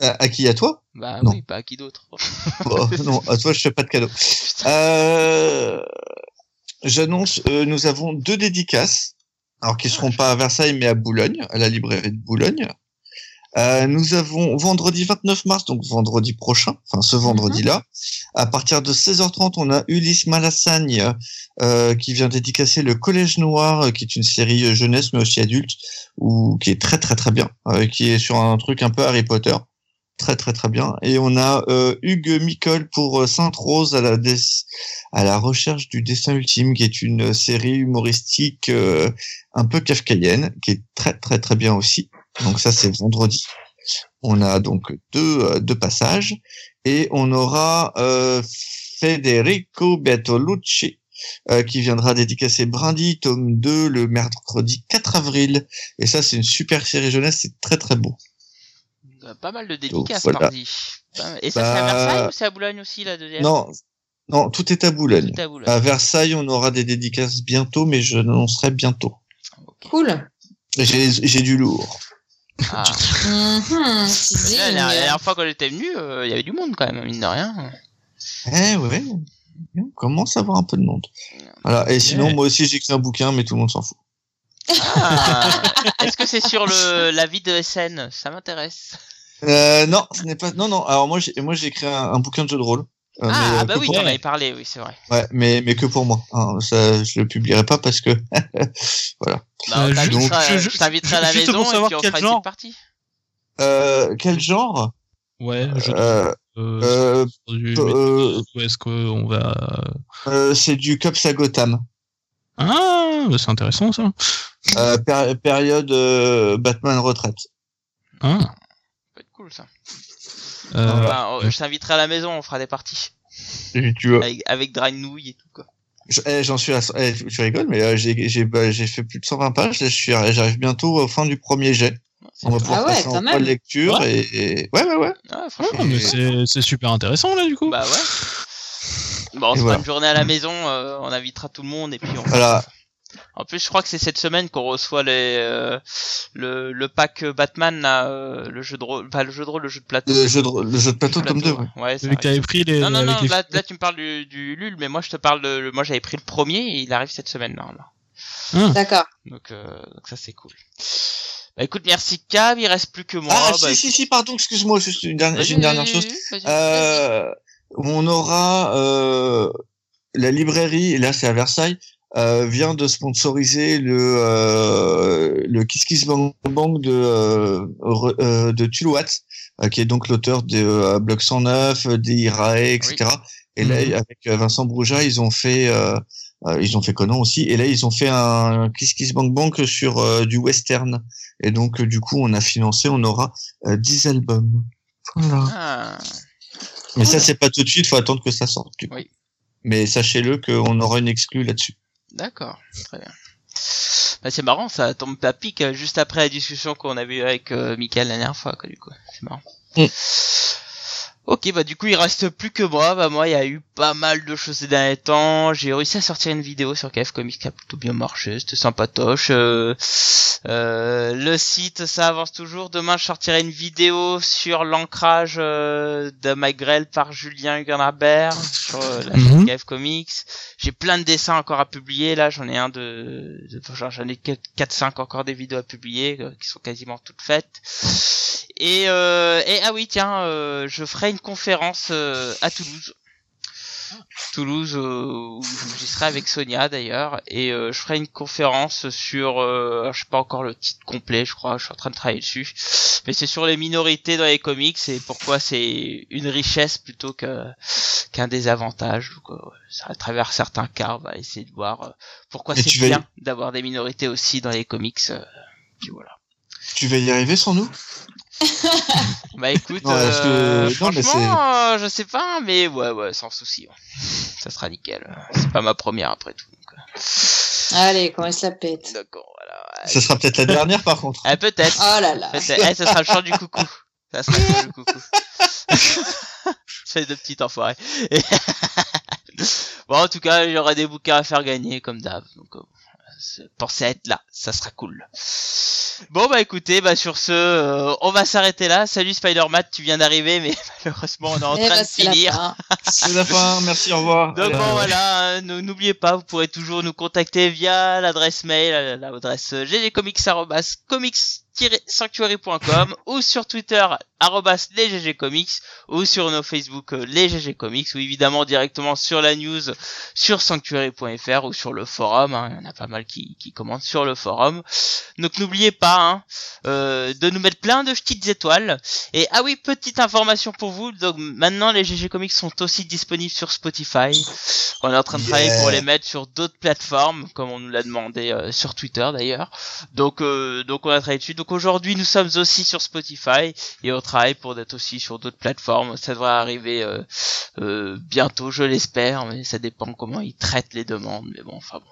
S4: à, à qui À toi
S1: Bah
S4: Non.
S1: oui, pas à qui d'autre.
S4: Bon, Oh, Non, à toi, je fais pas de cadeau. Euh, J'annonce, euh, nous avons deux dédicaces, alors qui seront pas à Versailles, mais à Boulogne, à la librairie de Boulogne. Euh, nous avons vendredi 29 mars, donc vendredi prochain, enfin ce vendredi-là, à partir de 16h30, on a Ulysse Malassagne euh, qui vient dédicacer le Collège Noir, euh, qui est une série euh, jeunesse mais aussi adulte, ou qui est très très très bien, euh, qui est sur un truc un peu Harry Potter très très très bien. Et on a euh, Hugues Micole pour euh, Sainte-Rose à la, des- à la recherche du destin ultime, qui est une euh, série humoristique euh, un peu kafkaïenne, qui est très très très bien aussi. Donc ça c'est vendredi. On a donc deux, euh, deux passages. Et on aura euh, Federico Bertolucci. euh, qui viendra dédicacer Brindy, tome 2, le mercredi 4 avril. Et ça, c'est une super série jeunesse, c'est très très beau.
S1: Euh, Pas mal de dédicaces
S4: voilà.
S1: mardi. Pas mal. Et ça c'est à
S4: Bah,
S1: Versailles ou c'est à Boulogne aussi la deuxième
S4: Non, non, tout est à Boulogne.
S1: Tout à Boulogne.
S4: À Versailles, on aura des dédicaces bientôt, mais je l'annoncerai bientôt.
S1: Ok.
S2: Cool.
S4: J'ai j'ai du lourd.
S1: Ah.
S2: Mhm,
S1: Là,
S2: teasing.
S1: La, la dernière fois quand j'étais venu, euh, il y avait du monde quand même, mine de rien.
S4: Eh ouais, on commence à voir un peu de monde. Voilà. Et sinon,
S3: Ouais.
S4: moi aussi, j'écris un bouquin, mais tout le monde s'en fout.
S1: Ah. Est-ce que c'est sur le, la vie de SN Ça m'intéresse.
S4: Euh, non, ce n'est pas. Non, non. Alors moi, j'ai- moi, j'ai écrit un, un bouquin de jeu de rôle.
S1: ah,
S4: Euh, mais,
S1: ah
S4: euh,
S1: bah
S4: que
S1: oui,
S4: pour-
S1: t'en
S3: moi.
S1: avais parlé, oui, c'est vrai.
S4: ouais, mais, mais que pour moi. hein. ça, je le publierai pas parce que.
S1: Bah, on
S3: Euh,
S1: t'invitera-
S3: juste-
S1: je,
S3: je-
S1: t'inviterai à la
S3: juste pour
S1: maison et
S3: savoir
S1: puis on
S3: quel
S1: fera une
S3: genre.
S1: petite partie.
S4: Euh, quel genre
S3: Ouais, je
S4: Euh,
S3: euh,
S4: euh,
S3: du-
S4: euh,
S3: où est-ce qu'on va
S4: euh, C'est du Cops à Gotham.
S3: Ah, bah, c'est intéressant ça.
S4: Euh, péri- période euh, Batman retraite.
S3: Ah,
S1: Ça peut être cool ça.
S3: euh,
S1: Bah, on- je t'inviterai à la maison, on fera des parties.
S4: Et tu vois,
S1: Avec, avec Dragnouille et tout quoi.
S4: je- eh, j'en suis à, eh, tu tu rigoles, mais euh, j'ai, j'ai, bah, j'ai fait plus de 120 pages. Là, je suis, à- j'arrive bientôt au fin du premier jet.
S1: Ouais, c'est
S4: On va
S1: pas-
S4: pouvoir
S2: Ah ouais,
S4: passer
S2: quand
S4: en
S2: même.
S4: trois lectures et, et- ouais, ouais, ouais.
S1: Ah,
S3: ah,
S1: franchement.
S3: mais c'est c'est super intéressant là du coup.
S1: Bah ouais. Bon, on se fera
S4: Et voilà.
S1: une journée à la maison, euh, on invitera tout le monde et puis on.
S4: Voilà.
S1: En plus, je crois que c'est cette semaine qu'on reçoit les euh, le, le pack Batman, là, euh, le jeu de rôle, pas le jeu de rôle, le jeu de plateau.
S4: Le jeu de, le jeu de plateau tome 2.
S1: ouais. Ouais, c'est
S3: Vu que
S1: vrai.
S3: t'avais pris les.
S1: Non,
S4: euh,
S1: non,
S3: avec
S1: non,
S3: les-
S1: là, là, tu me parles du, du Lul, mais moi je te parle de. le- Moi j'avais pris le premier et il arrive cette semaine normalement.
S2: D'accord.
S1: Donc, euh, donc ça c'est cool. Bah écoute, merci Cab, il reste plus que moi.
S4: Ah,
S1: bah,
S4: si, si, si, pardon, excuse-moi, juste une dernière,
S1: vas-y,
S4: j'ai une dernière
S1: vas-y,
S4: chose.
S1: vas-y, vas-y.
S4: Euh, on aura euh, la librairie, et là c'est à Versailles, euh, vient de sponsoriser le euh, le Kiss Kiss Bang Bang de euh, re- euh, de Tuluat, euh, qui est donc l'auteur de euh, Bloc 109, euh, des IRAE, etc. Et là
S3: Mhm.
S4: avec euh, Vincent Brouja, ils ont fait euh, euh, ils ont fait Conan aussi, et là ils ont fait un Kiss Kiss Bang Bang sur euh, du western. Et donc euh, du coup on a financé, on aura euh, 10 albums. Voilà.
S1: Ah,
S4: Mais ça, c'est pas tout de suite, faut attendre que ça sorte. du coup.
S1: Oui.
S4: Mais sachez-le qu'on aura une exclue là-dessus.
S1: d'accord, très bien. Bah c'est marrant, ça tombe à pic euh, juste après la discussion qu'on avait eue avec euh, Michael la dernière fois, quoi, du coup. C'est marrant.
S4: Mm.
S1: Ok, bah du coup il reste plus que moi. Bah moi il y a eu pas mal de choses ces derniers temps. J'ai réussi à sortir une vidéo sur KF Comics qui a plutôt bien marché, c'était sympatoche. Euh, euh, le site ça avance toujours. Demain je sortirai une vidéo sur l'ancrage euh, de Magrel par Julien Hugenrabert sur euh, la chaîne
S3: Mhm.
S1: KF Comics. J'ai plein de dessins encore à publier là, j'en ai un de, de- genre, j'en ai 4 5 encore des vidéos à publier euh, qui sont quasiment toutes faites. Et euh, et ah oui, tiens, euh, je ferai une conférence euh, à Toulouse. Toulouse euh, où j'y serai avec Sonia d'ailleurs et euh, je ferai une conférence sur euh, je sais pas encore le titre complet, je crois, je suis en train de travailler dessus. Mais c'est sur les minorités dans les comics et pourquoi c'est une richesse plutôt que qu'un désavantage. Donc, euh, ça, à travers certains cas, on va essayer de voir euh, pourquoi
S4: Mais
S1: c'est
S4: tu vas y-
S1: bien d'avoir des minorités aussi dans les comics. euh, puis voilà.
S4: Tu vas y arriver sans nous
S1: Bah écoute,
S4: Non, parce que-
S1: euh,
S4: non, mais
S1: franchement, euh, je sais pas, mais ouais, ouais, sans souci. hein. Ça sera nickel. C'est pas ma première après tout. donc, euh.
S2: Allez, comment il se la pète.
S1: D'accord, voilà.
S4: Ça sera peut-être la dernière
S1: [laughs]
S4: par contre.
S1: Ah, peut-être.
S2: Oh là là.
S1: Peut-être. Eh, ça sera le chant du coucou. Ça sera le chant du
S2: [laughs]
S1: coucou. je fais de petites enfoirés. Et- bon, en tout cas, il y aura des bouquins à faire gagner, comme d'hab. Donc, euh, c'est- pensez à être là. Ça sera cool. Bon, bah, écoutez, bah, sur ce, euh, on va s'arrêter là. Salut Spider-Man, tu viens d'arriver, mais [laughs] malheureusement, on est en
S2: Eh
S1: train
S2: bah,
S1: de
S2: c'est la
S1: finir.
S2: fin.
S4: C'est la fin, merci, au revoir.
S1: Donc
S4: Euh,
S1: bon, voilà, hein, nous- n'oubliez pas, vous pourrez toujours nous contacter via l'adresse mail, euh, l'adresse euh, ggcomics-comics-sanctuary.com ou sur Twitter arrobas lesggcomics ou sur nos Facebook euh, les GG Comics ou évidemment directement sur la news sur sanctuary.fr ou sur le forum, hein, il y en a pas mal qui, qui commentent sur le forum. Donc n'oubliez pas hein, euh, de nous mettre plein de petites étoiles. Et ah oui, petite information pour vous. Donc maintenant, les GG Comics sont aussi disponibles sur Spotify. On est en train de travailler
S4: Yeah.
S1: pour les mettre sur d'autres plateformes, comme on nous l'a demandé euh, sur Twitter d'ailleurs. Donc euh, donc on a travaillé dessus. Donc aujourd'hui, nous sommes aussi sur Spotify et on travaille pour d'être aussi sur d'autres plateformes. Ça devrait arriver euh, euh, bientôt, je l'espère, mais ça dépend comment ils traitent les demandes. Mais bon, enfin bon.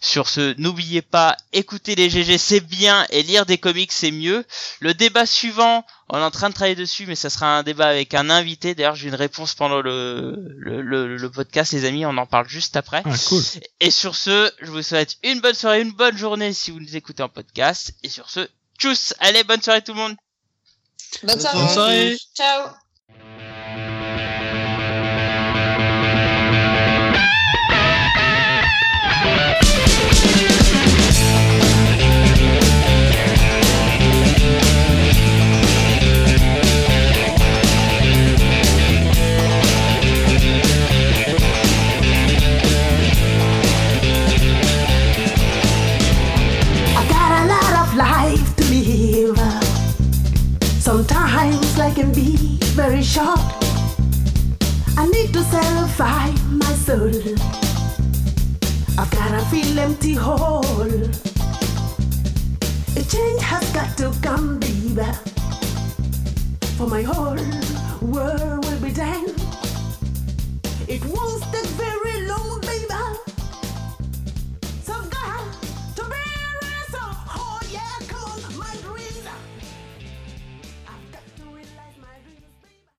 S1: Sur ce, n'oubliez pas, écouter les GG, c'est bien, et lire des comics, c'est mieux. Le débat suivant, on est en train de travailler dessus, mais ça sera un débat avec un invité. D'ailleurs, j'ai une réponse pendant le, le, le, le podcast, les amis, on en parle juste après.
S3: Ah, cool.
S1: Et sur ce, je vous souhaite une bonne soirée, une bonne journée si vous nous écoutez en podcast. Et sur ce, tchuss Allez, bonne soirée tout le monde
S2: Bonne soirée.
S4: Bonne
S3: soirée.
S2: Ciao.
S5: I got a lot of life to live. Sometimes life can be very short. I need to satisfy my soul. I've got a feel empty hole. A change has got to come, baby. For my whole world will be done. It won't take very Oh,